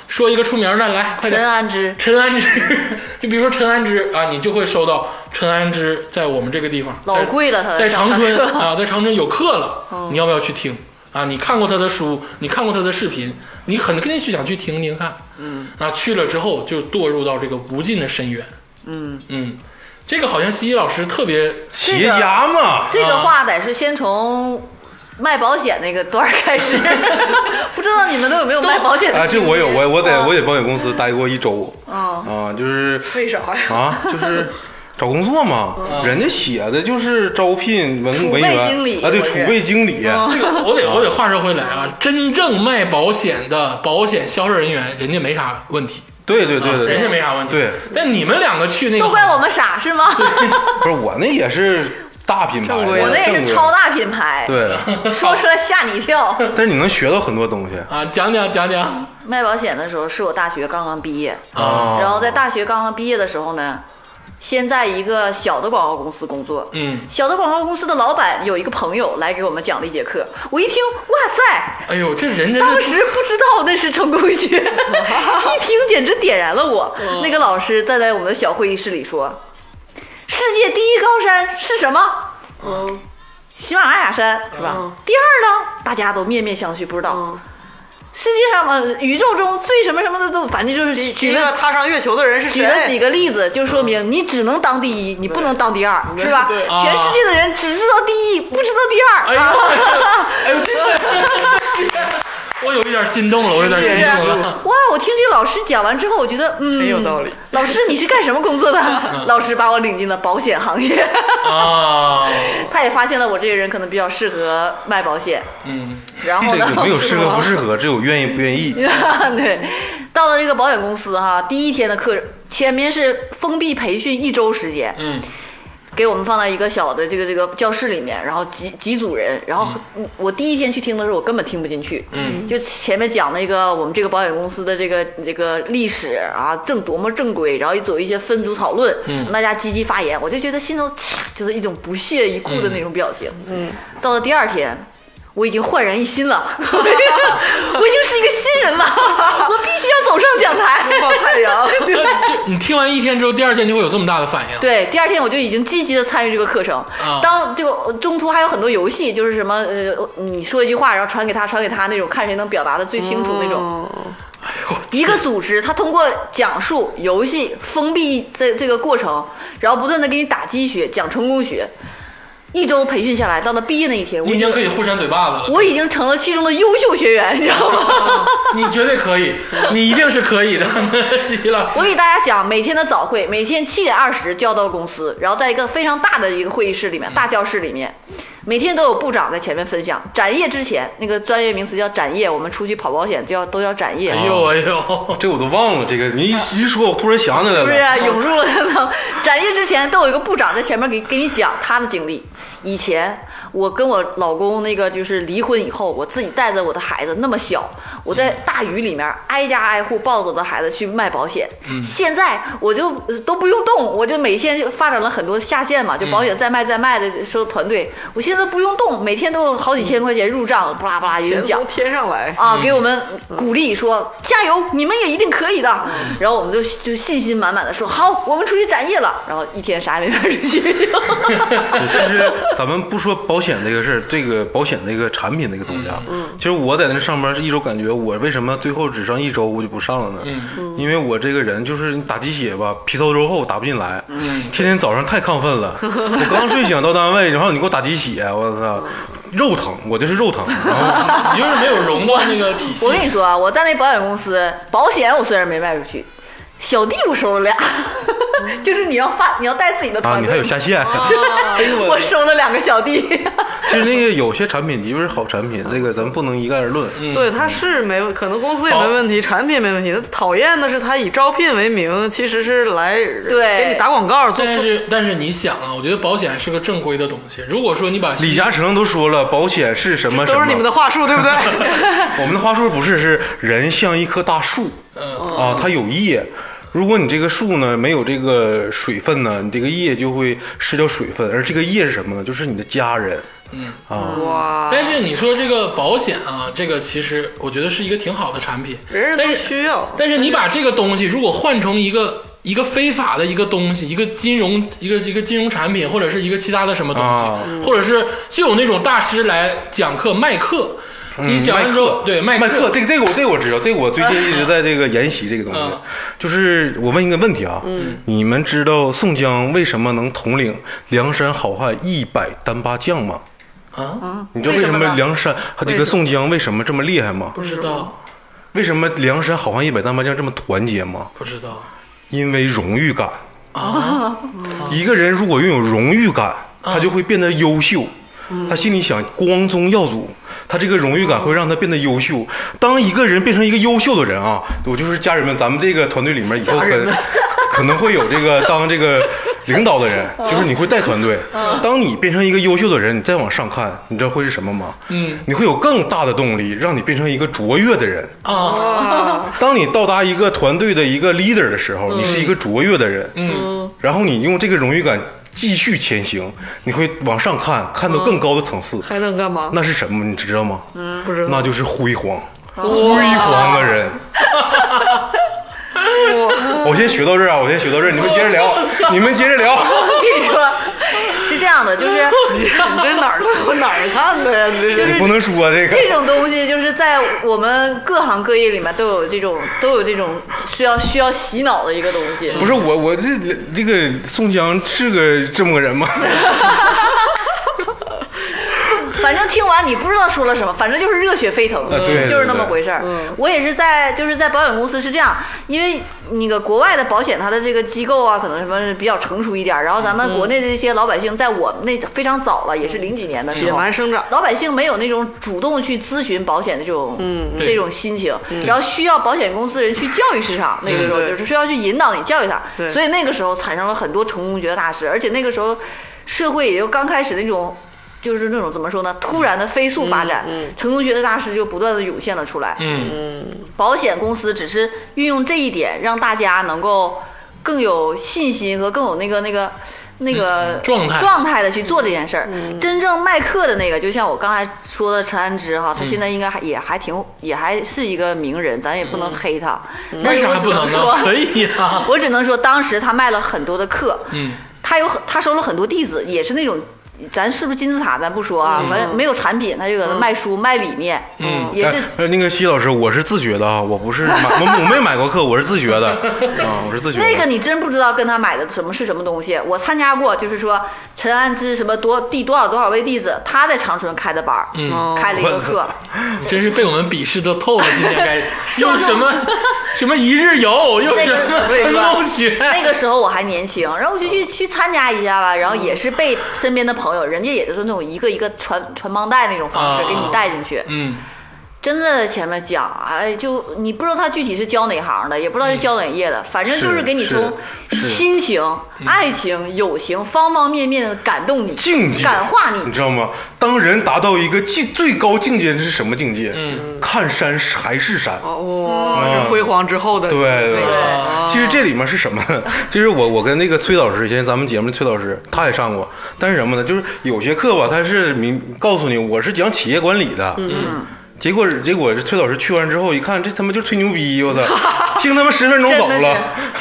A: 说一个出名的来，快
D: 陈
A: 点。
D: 安之，
A: 陈安之， 就比如说陈安之啊，你就会收到陈安之在我们这个地方
D: 老
A: 在
D: 贵了他的
A: 在长春
D: 上课
A: 啊，在长春有课
D: 嗯
A: 了，你要不要去听啊？你看过他的书，你看过他的视频，你肯定去想去听听看，嗯，啊，去了之后就堕入到这个无尽的深渊，嗯嗯，这个好像西西老师特别
C: 企业家嘛，
D: 这
A: 啊
D: 个话得是先从卖保险那个段儿开始， 不知道你们都有没有卖保险的
C: 啊，这
D: 经历
C: 我有，我我在
D: 哦
C: 我在保险公司待过一周，
D: 嗯
C: 啊，就是
B: 为啥呀？
C: 啊，就是找工作嘛，人家写的就是招聘文
D: 嗯储
C: 文
D: 备
C: 员
D: 经理
C: 啊，对，
D: 我哦
C: 储
D: 是
C: 备经理，
A: 这个我得我得话说回来啊，真正卖保险的保险销售人员，人家没啥问题，
C: 对对对
D: 哦
C: 对对，
A: 人家没啥问题。
C: 对，
A: 但你们两个去那个
D: 都
A: 好，
D: 怪我们傻是吗？
C: 不是我那也是大品牌的，
B: 正规的
D: 我那也
C: 正规
D: 是
C: 的
D: 超大品牌，
C: 对，
D: 说出来吓你一跳。
C: 但是你能学到很多东西
A: 啊，讲讲讲讲
D: 卖保险的时候是我大学刚刚毕业，
C: 啊。
D: 哦然后在大学刚刚毕业的时候呢，先在一个小的广告公司工作。
A: 嗯
D: 小的广告公司的老板有一个朋友来给我们讲了一节课，我一听，哇塞，
A: 哎呦，这人真
D: 当
A: 是
D: 时不知道那是成功学，一听简直点燃了我。那个老师站在我们的小会议室里说：“世界第一高山是什么？”
B: 嗯
D: 喜马拉雅山是吧？
B: 嗯
D: 第二呢，大家都面面相觑，不知道。
B: 嗯，
D: 世界上嘛，宇宙中最什么什么的都，反正就是
B: 第
D: 举
B: 一个
D: 了
B: 踏上月球的 人是
D: 举了几
B: 谁？
D: 个例子，就说明你只能当第一，你不能当第二，是吧？
B: 对
C: 啊
D: 全世界的人只知道第一，不知道第
A: 哎
D: 二。
A: 呦， 哎呦，这个， 我有一点心动了，我有点
B: 哎
A: 心动了。
D: 哇！我听这老师讲完之后，我觉得嗯，
B: 很有道理。
D: 老师，你是干什么工作 的？老师把我领进了保险行业，
A: 啊，
D: 他也发现了我这个人可能比较适合卖保险。
A: 嗯，
D: 然后
C: 这
D: 呢，
C: 个没有适合不适合，只有愿意不愿意。
D: 对，到了这个保险公司哈，第一天的课前面是封闭培训一周时间，
A: 嗯，
D: 给我们放在一个小的这个这个教室里面，然后几几组人，然后我我第一天去听的时候，我根本听不进去，
A: 嗯，
D: 就前面讲那个我们这个保险公司的这个这个历史啊，正多么正规，然后有一些分组讨论，
A: 嗯
D: 大家积极发言，我就觉得心头嚓就是一种不屑一顾的那种表情，嗯，到了第二天。我已经焕然一新了，我已经是一个新人了，我必须要走上讲台，
B: 抱太阳。
A: 那哎这你听完一天之后，第二天就会有这么大的反应。
D: 对，第二天我就已经积极的参与这个课程。
A: 啊
D: 当这个中途还有很多游戏，就是什么呃，你说一句话，然后传给他，传给他那种，看谁能表达的最清楚那种。
A: 哦
D: 一个组织，它通过讲述、游戏、封闭这这个过程，然后不断的给你打鸡血，讲成功学。一周培训下来，到了毕业那一天，我
A: 你已经可以互扇嘴巴子了，
D: 我已经成了其中的优秀学员，你知道吗？
A: 你绝对可 以，你一定是可以的， 西西 老师。
D: 我给大家讲，每天的早会，每天七点二十就要到公司，然后在一个非常大的一个会议室里面，大教室里面，每天都有部长在前面分享。展业之前，那个专业名词叫展业，我们出去跑保险就要都要展业，
A: 哎呦哎呦，
C: 这我都忘了，这个你一一说，我突然想起来
D: 嗯是不是
C: 了。
D: 啊、涌入了呢？展业之前都有一个部长在前面给给你讲他的经历。以前我跟我老公那个就是离婚以后，我自己带着我的孩子那么小，我在大雨里面挨家挨户抱着我的孩子去卖保险。现在我就呃都不用动，我就每天就发展了很多下线嘛，就保险再卖再卖的说团队，我现在都不用动，每天都有好几千块钱入账，巴拉巴拉一顿
B: 钱
D: 讲
B: 从。天上来，
D: 啊，给我们鼓励说加油，你们也一定可以的。
B: 嗯
D: 然后我们就就信心满满的说好，我们出去展业了。然后一天啥也没卖出 去。
C: 其实咱们不说保险这个事儿，这个保险这个产品这个东西啊，
B: 嗯
C: 其实我在那上班是一周，感觉我为什么最后只上一周我就不上了
B: 嗯
C: 呢？因为我这个人就是你打鸡血吧，皮糙肉厚打不进来，
B: 嗯
C: 天天早上太亢奋了，我刚睡醒到单位，然后你给我打鸡血，我操，肉疼，我就是肉疼，然后
A: 你就是没有融到那个体系
D: 我。跟你说啊，我在那保险公司，保险我虽然没卖出去，小弟我收了俩，
B: 嗯
D: 就是你要发你要带自己的
C: 啊，
D: 团
C: 你还
D: 队
C: 有，下线。
B: 哦
D: 啊我收了两个小弟。
C: 其实那个有些产品，因为是好产品，这个咱不能一概而论。
B: 对，他是没问，可能公司也没
C: 哦
B: 问题，产品没问题。那讨厌的是他以招聘为名，其实是来
D: 对
B: 给你打广告 做。
A: 但是但是你想啊，我觉得保险是个正规的东西。如果说你把
C: 李嘉诚都说了，保险是什么什么？
B: 都是你们的话术，对不对？
C: 我们的话说不是，是人像一棵大树
A: 嗯
C: 啊，它有叶。如果你这个树呢没有这个水分呢，你这个叶就会失掉水分，而这个叶是什么呢？就是你的家人
A: 嗯，
C: 啊。
B: 哇，
A: 但是你说这个保险啊，这个其实我觉得是一个挺好的产品，
B: 人人
A: 但
B: 都
A: 是
B: 需要。
A: 但是你把这个东西如果换成一个一个非法的一个东西，一个金融一个一个金融产品，或者是一个其他的什么东西，
C: 啊
A: 或者是就有那种大师来讲课卖课。你讲完之后，对麦
C: 麦克，这个这个我这个我知道，这个我最近一直在这个研习这个东西
A: 嗯。
C: 就是我问一个问题啊，你们知道宋江为什么能统领梁山好汉一百单八将吗？
A: 啊，
C: 你知道
B: 为
C: 为
B: 什
C: 什
B: 么呢
C: 么梁山他这
B: 为什
C: 个
B: 么
C: 宋江为什么这么厉害吗
A: 不？知道，
C: 为什么梁山好汉一百单八将这么团结吗？
A: 不知道
C: 因为荣誉感。
A: 啊，
C: 一个人如果拥有荣誉感，他就会变得优秀。他心里想光宗耀祖，他这个荣誉感会让他变得优秀。当一个人变成一个优秀的人啊，我就是家人们，咱们这个团队里面以后可可能会有这个当这个领导的人，就是你会带团队。当你变成一个优秀的人，你再往上看，你知道会是什么吗？
A: 嗯
C: 你会有更大的动力，让你变成一个卓越的人。
A: 啊，
B: 啊，
C: 当你到达一个团队的一个 leader 的时候，你是一个卓越的人，
A: 嗯，
C: 然后你用这个荣誉感继续前行，你会往上看，看到更高的层次，
B: 还能干嘛？
C: 那是什么？你知道吗？
D: 嗯
B: 不知道
C: 那就是辉煌，辉煌的人。我先学到这儿啊，我先学到这儿，你们接着聊，你们接着聊。
D: 我跟你说，是这样的，就是
B: 你这哪儿我哪儿看的呀？你这
C: 你
B: 是
C: 不能说这个
D: 这种东西就是在我们各行各业里面都有这种都有这种需要需要洗脑的一个东西。
C: 不是我，我这这个宋江是个这么个人吗？
D: 反正听完你不知道说了什么，反正就是热血沸腾，
C: 啊对
D: 就是
C: 对
D: 那么
C: 对
D: 回事儿。
B: 嗯
D: 我也是在就是在保险公司是这样，因为那个国外的保险它的这个机构啊，可能什么比较成熟一点儿，然后咱们国内的这些老百姓，在我们那非常早了，也是零几年的时
B: 野
D: 候，
B: 蛮生长。
D: 老百姓没有那种主动去咨询保险的这种、
B: 嗯
A: 对
D: 这种心情，然后需要保险公司人去教育市场。那个时候
B: 对
D: 就是需要去引导你教育他
B: 对，
D: 所以那个时候产生了很多成功学的大师，而且那个时候社会也就刚开始那种。就是那种怎么说呢？突然的飞速发展，
B: 嗯嗯嗯
D: 成功学的大师就不断的涌现了出来。
A: 嗯
D: 保险公司只是运用这一点，让大家能够更有信心和更有那个那个那
B: 嗯
D: 个、
A: 状态
D: 状态的去做这件事儿。
A: 嗯
D: 真正卖课的那个，就像我刚才说的陈安之
A: 嗯
D: 哈，他现在应该还也还挺也还是一个名人，咱也不能黑他。
A: 嗯
D: 但
A: 为
D: 是
A: 啥
D: 我只
A: 不能
D: 说
A: 呢？可以啊呀，
D: 我只能说，当时他卖了很多的课，
A: 嗯，
D: 他有很他收了很多弟子，也是那种。咱是不是金字塔？咱不说啊，反正没有产品，他就搁那卖书、卖理念，
A: 嗯
D: 也是
C: 哎呃那个西老师，我是自学的啊，我不是买， 我我没买过课，我是自学 的啊，我是自学的。
D: 那个你真不知道跟他买的什么是什么东西。我参加过，就是说陈安之什么多第多少多少位弟子，他在长春开的班儿，
A: 嗯
B: 哦
D: 开了一个课，
A: 你真是被我们鄙视的透了。今天 开始又什么什么一日游，又
D: 那
A: 是
D: 个我跟你
A: 春宫
D: 说， 那
A: 学，
D: 个时候我还年轻，然后我就
A: 嗯
D: 去去参加一下吧，然后也是被身边的朋友，人家也就是那种一个一个传传帮带那种方式
A: 啊
D: 给你带进去，
A: 嗯
D: 真的前面讲，哎，就你不知道他具体是教哪行的，也不知道
A: 嗯
D: 是教哪业的，反正就是给你
C: 是
D: 从
C: 是是
D: 亲情、
A: 嗯
D: 爱情、友情方方面面地感动你、
C: 境界
D: 感化你
C: 你。
A: 嗯
C: 知道吗？当人达到一个最最高境界是什么境界？
A: 嗯，
C: 看山是还是山。
B: 哦，是辉煌之后的
C: 对对
B: 那个
A: 啊
C: 其实这里面是 什么？就是我我跟那个崔老师，现在咱们节目的崔老师他也上过，但是什么呢？就是有些课吧，他是明告诉你我是讲企业管理的，嗯，结果结果这崔老师去完之后一看，这他妈就吹牛逼， 我操，听他妈十分钟走
D: 真的是
C: 了。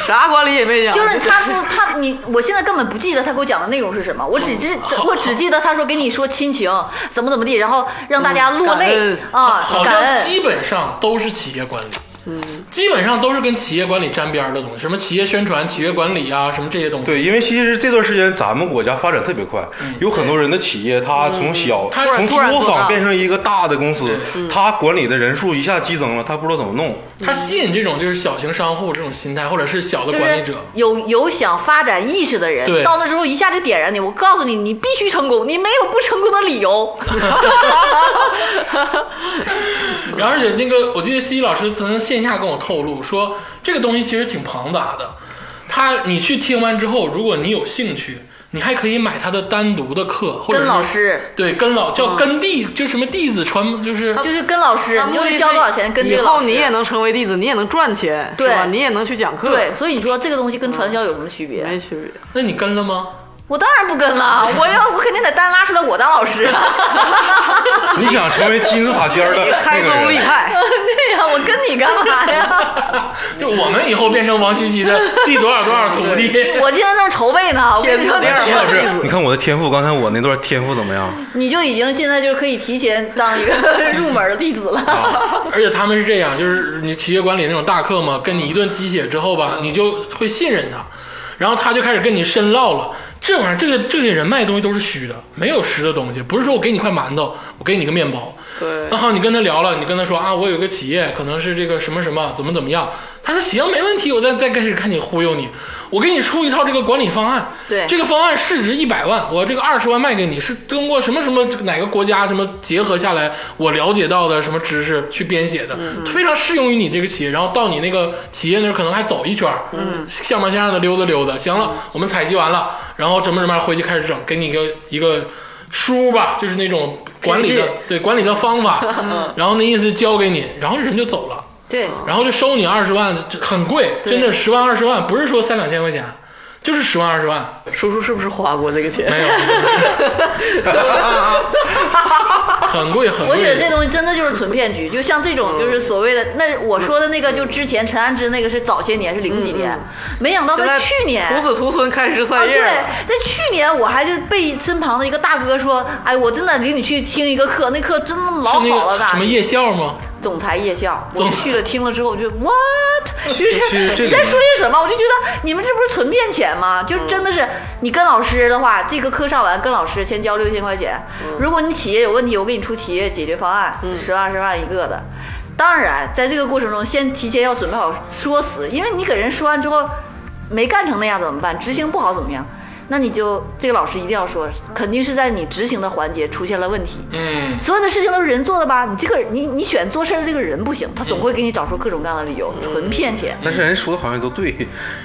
B: 啥管理也没讲，
D: 就是他说他你，我现在根本不记得他给我讲的内容是什么，我只记我只记得他说给你说亲情怎么怎么地，然后让大家落泪
B: 嗯
D: 啊
A: 好，
D: 感
A: 像
D: 恩。
A: 基本上都是企业管理。嗯，基本上都是跟企业管理沾边儿的东西，什么企业宣传、企业管理啊，什么这些东西。
C: 对，因为其实这段时间咱们国家发展特别快，有很多人的企业，他从小、
A: 他
C: 从
A: 嗯突然嗯
C: 作
B: 做大
C: 坊变成一个大的公司，他管理的人数一下激增了，他不知道怎么 弄。
A: 它吸引这种就是小型商户这种心态，或者是小的
D: 就
A: 管理
D: 是
A: 者。
D: 有有想发展意识的人
A: 对，
D: 到那之后一下就点燃你。我告诉你，你必须成功，你没有不成功的 理由。嗯
A: 然后而且那个，我记得西西老师曾经线下跟我透露说，这个东西其实挺庞大的。他你去听完之后，如果你有兴趣，你还可以买他的单独的课，或者
D: 跟
A: 是
D: 老师
A: 对跟老叫跟弟，就什么弟子传，就是
D: 就是跟老师，你就是交多少钱跟这
B: 以
D: 个老
B: 后
D: 师。
B: 你也能成为弟子，你也能赚钱，
D: 对
B: 是吧？你也能去讲课，
D: 对，所以你说这个东西跟传销有什么区别？
B: 没区别。
A: 那你跟了吗？
D: 我当然不跟了，我要我肯定得单拉出来我当老师 啊。
C: 你想成为金字塔尖 儿的那
B: 开
C: 个
B: 宗立
C: 人，
B: 派。
D: 对呀、我跟你干嘛呀？
A: 就我们以后变成王西西的第多少多少徒弟，
D: 我现在正筹备呢，我跟你说，
B: 天
C: 齐
B: 天
C: 哎老师，你看我的天赋，刚才我那段天赋怎么样？
D: 你就已经现在就可以提前当一个 入门的弟子了。
A: 而且他们是这样，就是你企业管理那种大课嘛，跟你一顿鸡血之后吧，你就会信任他，然后他就开始跟你深唠了。这玩意儿，这个这些人卖的东西都是虚的，没有实的东西。不是说我给你块馒头，我给你个面包。
B: 对
A: 那好，你跟他聊了，你跟他说啊，我有个企业，可能是这个什么什么，怎么怎么样。他说行，没问题，我再再开始看你忽悠你，我给你出一套这个管理方案。
D: 对
A: 这个方案市值一百万，我这个二十万卖给你，是通过什么什么这个哪个国家什么结合下来，我了解到的什么知识去编写的，非常适用于你这个企业。然后到你那个企业那儿可能还走一圈儿，嗯，像模像样的溜达溜达。行了，我们采集完了，然后怎么怎么样回去开始整，给你一个一个书吧，就是那种管理的
B: 品质
A: 对管理的方法，然后那意思教给你，然后人就走了。
D: 对，
A: 然后就收你二十万，这很贵，真的十万二十万，不是说三两千块钱，就是十万二十万，
B: 叔叔是不是花过这个钱？
A: 没 有，很贵很
D: 我觉得这
A: 贵。
D: 东西真的就是纯骗局，就像这种就是
A: 嗯
D: 所谓的那我说的那个，就之前陈安之那个是早些年是零几年，
A: 嗯
D: 没想到
B: 现
D: 在
B: 在
D: 去年
B: 徒子徒孙开枝
D: 啊，
B: 散
D: 对，
B: 叶了。
D: 在去年我还就被身旁的一个大哥说，哎，我真的领你去听一个课，那课真的老
A: 是那
D: 好了
A: 个
D: 呢。
A: 什么夜校吗？
D: 总裁夜校，我
A: 总
D: 去了听了之后，我就 what，就
C: 其
D: 是
C: 实这
D: 你
C: 里
D: 在
C: 面
D: 说些什么？我就觉得你们这不是纯骗钱吗？就真的是你跟老师的话，这个课上完跟老师先交六千块钱，如果你企业有问题，我给你出企业解决方案，十万二十万一个的。当然，在这个过程中，先提前要准备好说辞，因为你给人说完之后没干成那样怎么办？执行不好怎么样？那你就这个老师一定要说，肯定是在你执行的环节出现了问题。
A: 嗯，
D: 所有的事情都是人做的吧？你这个你你选做事儿的这个人不行，他总会给你找出各种各样的理由，纯骗钱。
C: 但是人说的好像都对，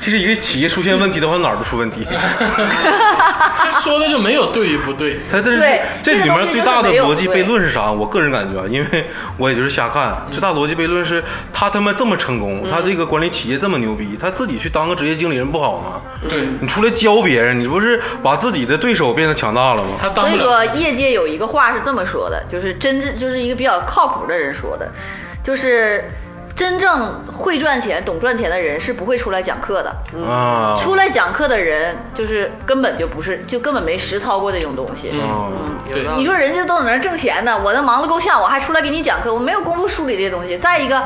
C: 其实一个企业出现问题的话，哪儿都出问题。
A: 他说的就没有对与不对，
C: 它但是
D: 对
C: 这
D: 这个
C: 里
D: 东
C: 面
D: 西
C: 最
D: 就是
C: 大的
D: 没有
C: 逻辑
D: 对
C: 悖论是啥？我个人感觉，啊，因为我也就是瞎看，啊最大逻辑悖论是他他妈这么成功，他这个管理企业这么牛逼，他自己去当个职业经理人不好吗？
A: 对
C: 你出来教别人，你不是把自己的对手变得强大了吗？
A: 他
D: 所
A: 当不
D: 以
A: 了
D: 说，。业界有一个话是这么说的，就是真正就是一个比较靠谱的人说的，就是真正会赚钱、懂赚钱的人是不会出来讲课的。
C: 啊，
D: 出来讲课的人，就是根本就不是，就根本没实操过这种东西。
C: 嗯，
A: 对，
D: 你说人家都在那儿挣钱呢，我那忙得够呛，我还出来给你讲课，我没有功夫梳理这些东西。再一个，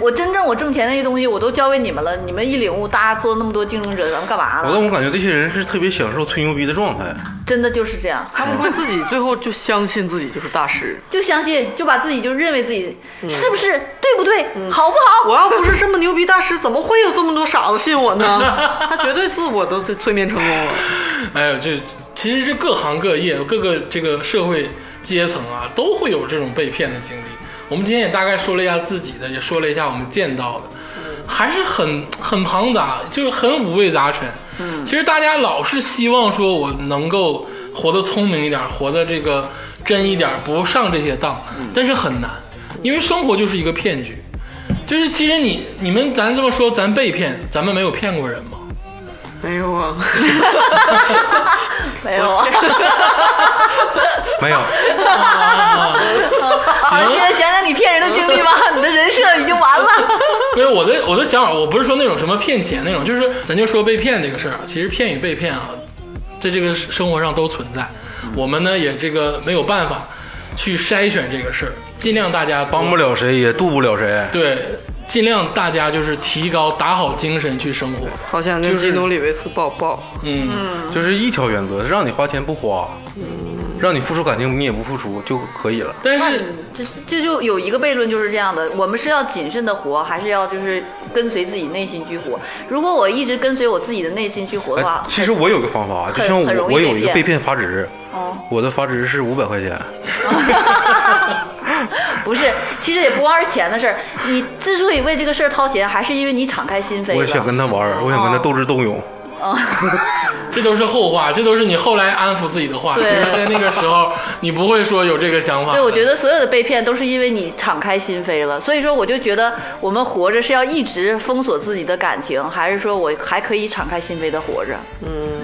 D: 我真正我挣钱那些东西我都交给你们了，你们一领悟，大家做那么多竞争者，咱们干嘛
C: 我
D: 呢？
C: 但我感觉这些人是特别享受吹牛逼的状态。
D: 真的就是这样，
B: 他们会自己最后就相信自己就是大师。
D: 就相信，就把自己就认为自己、是不是对不对，好不好？
B: 我要不是这么牛逼大师，怎么会有这么多傻子信我呢？ 他绝对自我都催催眠成功了。
A: 哎呦，这其实是各行各业、各个这个社会阶层啊，都会有这种被骗的经历。我们今天也大概说了一下自己的，也说了一下我们见到的，还是很很庞杂，就是很五味杂陈。嗯，其实大家老是希望说我能够活得聪明一点，活得这个真一点，不上这些当，但是很难，因为生活就是一个骗局。就是其实你你们咱这么说，咱被骗，咱们没有骗过人吗？
B: 没有 啊，
D: 没有 啊，
C: 没有，
D: 好，现在讲讲你骗人的经历吧，你的人设已经完了。
A: 没有，我的我的想法，我不是说那种什么骗钱那种，就是咱就说被骗这个事儿啊，其实骗与被骗啊，在这个生活上都存在。
C: 嗯
A: 我们呢也这个没有办法去筛选这个事儿，尽量大家
C: 帮不
A: 了。
C: 了谁，也渡不了谁。
A: 对，尽量大家就是提高，打好精神去生活。
B: 好想跟基努里维斯抱抱。
A: 嗯，
C: 就是一条原则，让你花钱不花，让你付出感情你也不付出就可以了。
A: 但
D: 那
A: 是
D: 你这这就有一个悖论，就是这样的：我们是要谨慎的活，还是要就是跟随自己内心去活？如果我一直跟随我自己的内心去活的
C: 哎
D: 话，，
C: 其实我有个方法，就像
D: 很
C: 我
D: 容易
C: 我有
D: 被
C: 一个
D: 骗
C: 被骗阀值，
D: 哦
C: 我的阀值是五百块钱，
D: 不是，其实也不光是钱的事儿。你之所以为这个事儿掏钱，还是因为你敞开心扉
C: 我想
D: 了。哦
C: 跟他玩儿，我想跟他斗智斗勇。
A: 这都是后话，这都是你后来安抚自己的话。其
D: 对
A: 实，在那个时候，你不会说有这个想法。
D: 对，我觉得所有的被骗都是因为你敞开心扉了。所以说，我就觉得我们活着是要一直封锁自己的感情，还是说我还可以敞开心扉的活着？
A: 嗯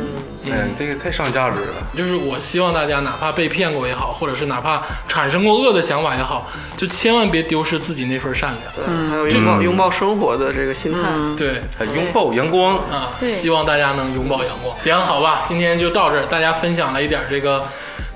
C: 哎，这个太上价值了。
A: 就是我希望大家哪怕被骗过也好，或者是哪怕产生过恶的想法也好，就千万别丢失自己那份善良。
B: 还有拥抱拥抱生活的这个心态。
A: 对
C: 哎拥抱阳光，
A: 啊，
D: 对
A: 希望大家能拥抱阳光。行，好吧，今天就到这儿，大家分享了一点这个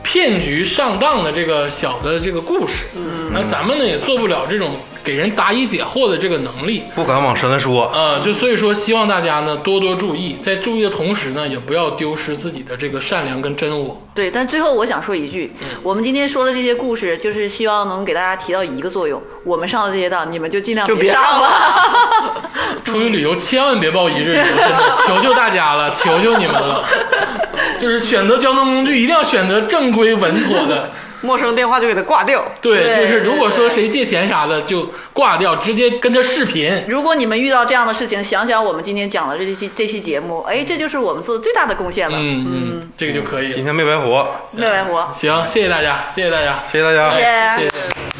A: 骗局上当的这个小的这个故事。嗯，那咱们呢也做不了这种给人答疑解惑的这个能力。
C: 不敢往深了
D: 嗯
C: 说。
A: 呃，就所以说，希望大家呢多多注意，在注意的同时呢，也不要丢失自己的这个善良跟真我。
D: 对，但最后我想说一句，
B: 嗯
D: 我们今天说的这些故事，就是希望能给大家提到一个作用：我们上的这些当，你们就尽量
B: 就别
D: 上
B: 上
D: 了。
A: 出去旅游千万别报一日游，真的，求求大家了，求求你们了。就是选择交通工具，一定要选择正规稳妥的。
B: 陌生电话就给他挂掉。
A: 对，
D: 对
A: 就是如果说谁借钱啥的，就挂掉，直接跟他视频。
D: 如果你们遇到这样的事情，想想我们今天讲的这期这期节目，哎，这就是我们做的最大的贡献了。
A: 嗯嗯，这个就可以
C: 今
A: 了。
C: 天没白活，
D: 没白活。
A: 行，谢谢大家，谢谢大家，
C: 谢谢大家。
A: 哎
D: 谢谢
A: 谢谢。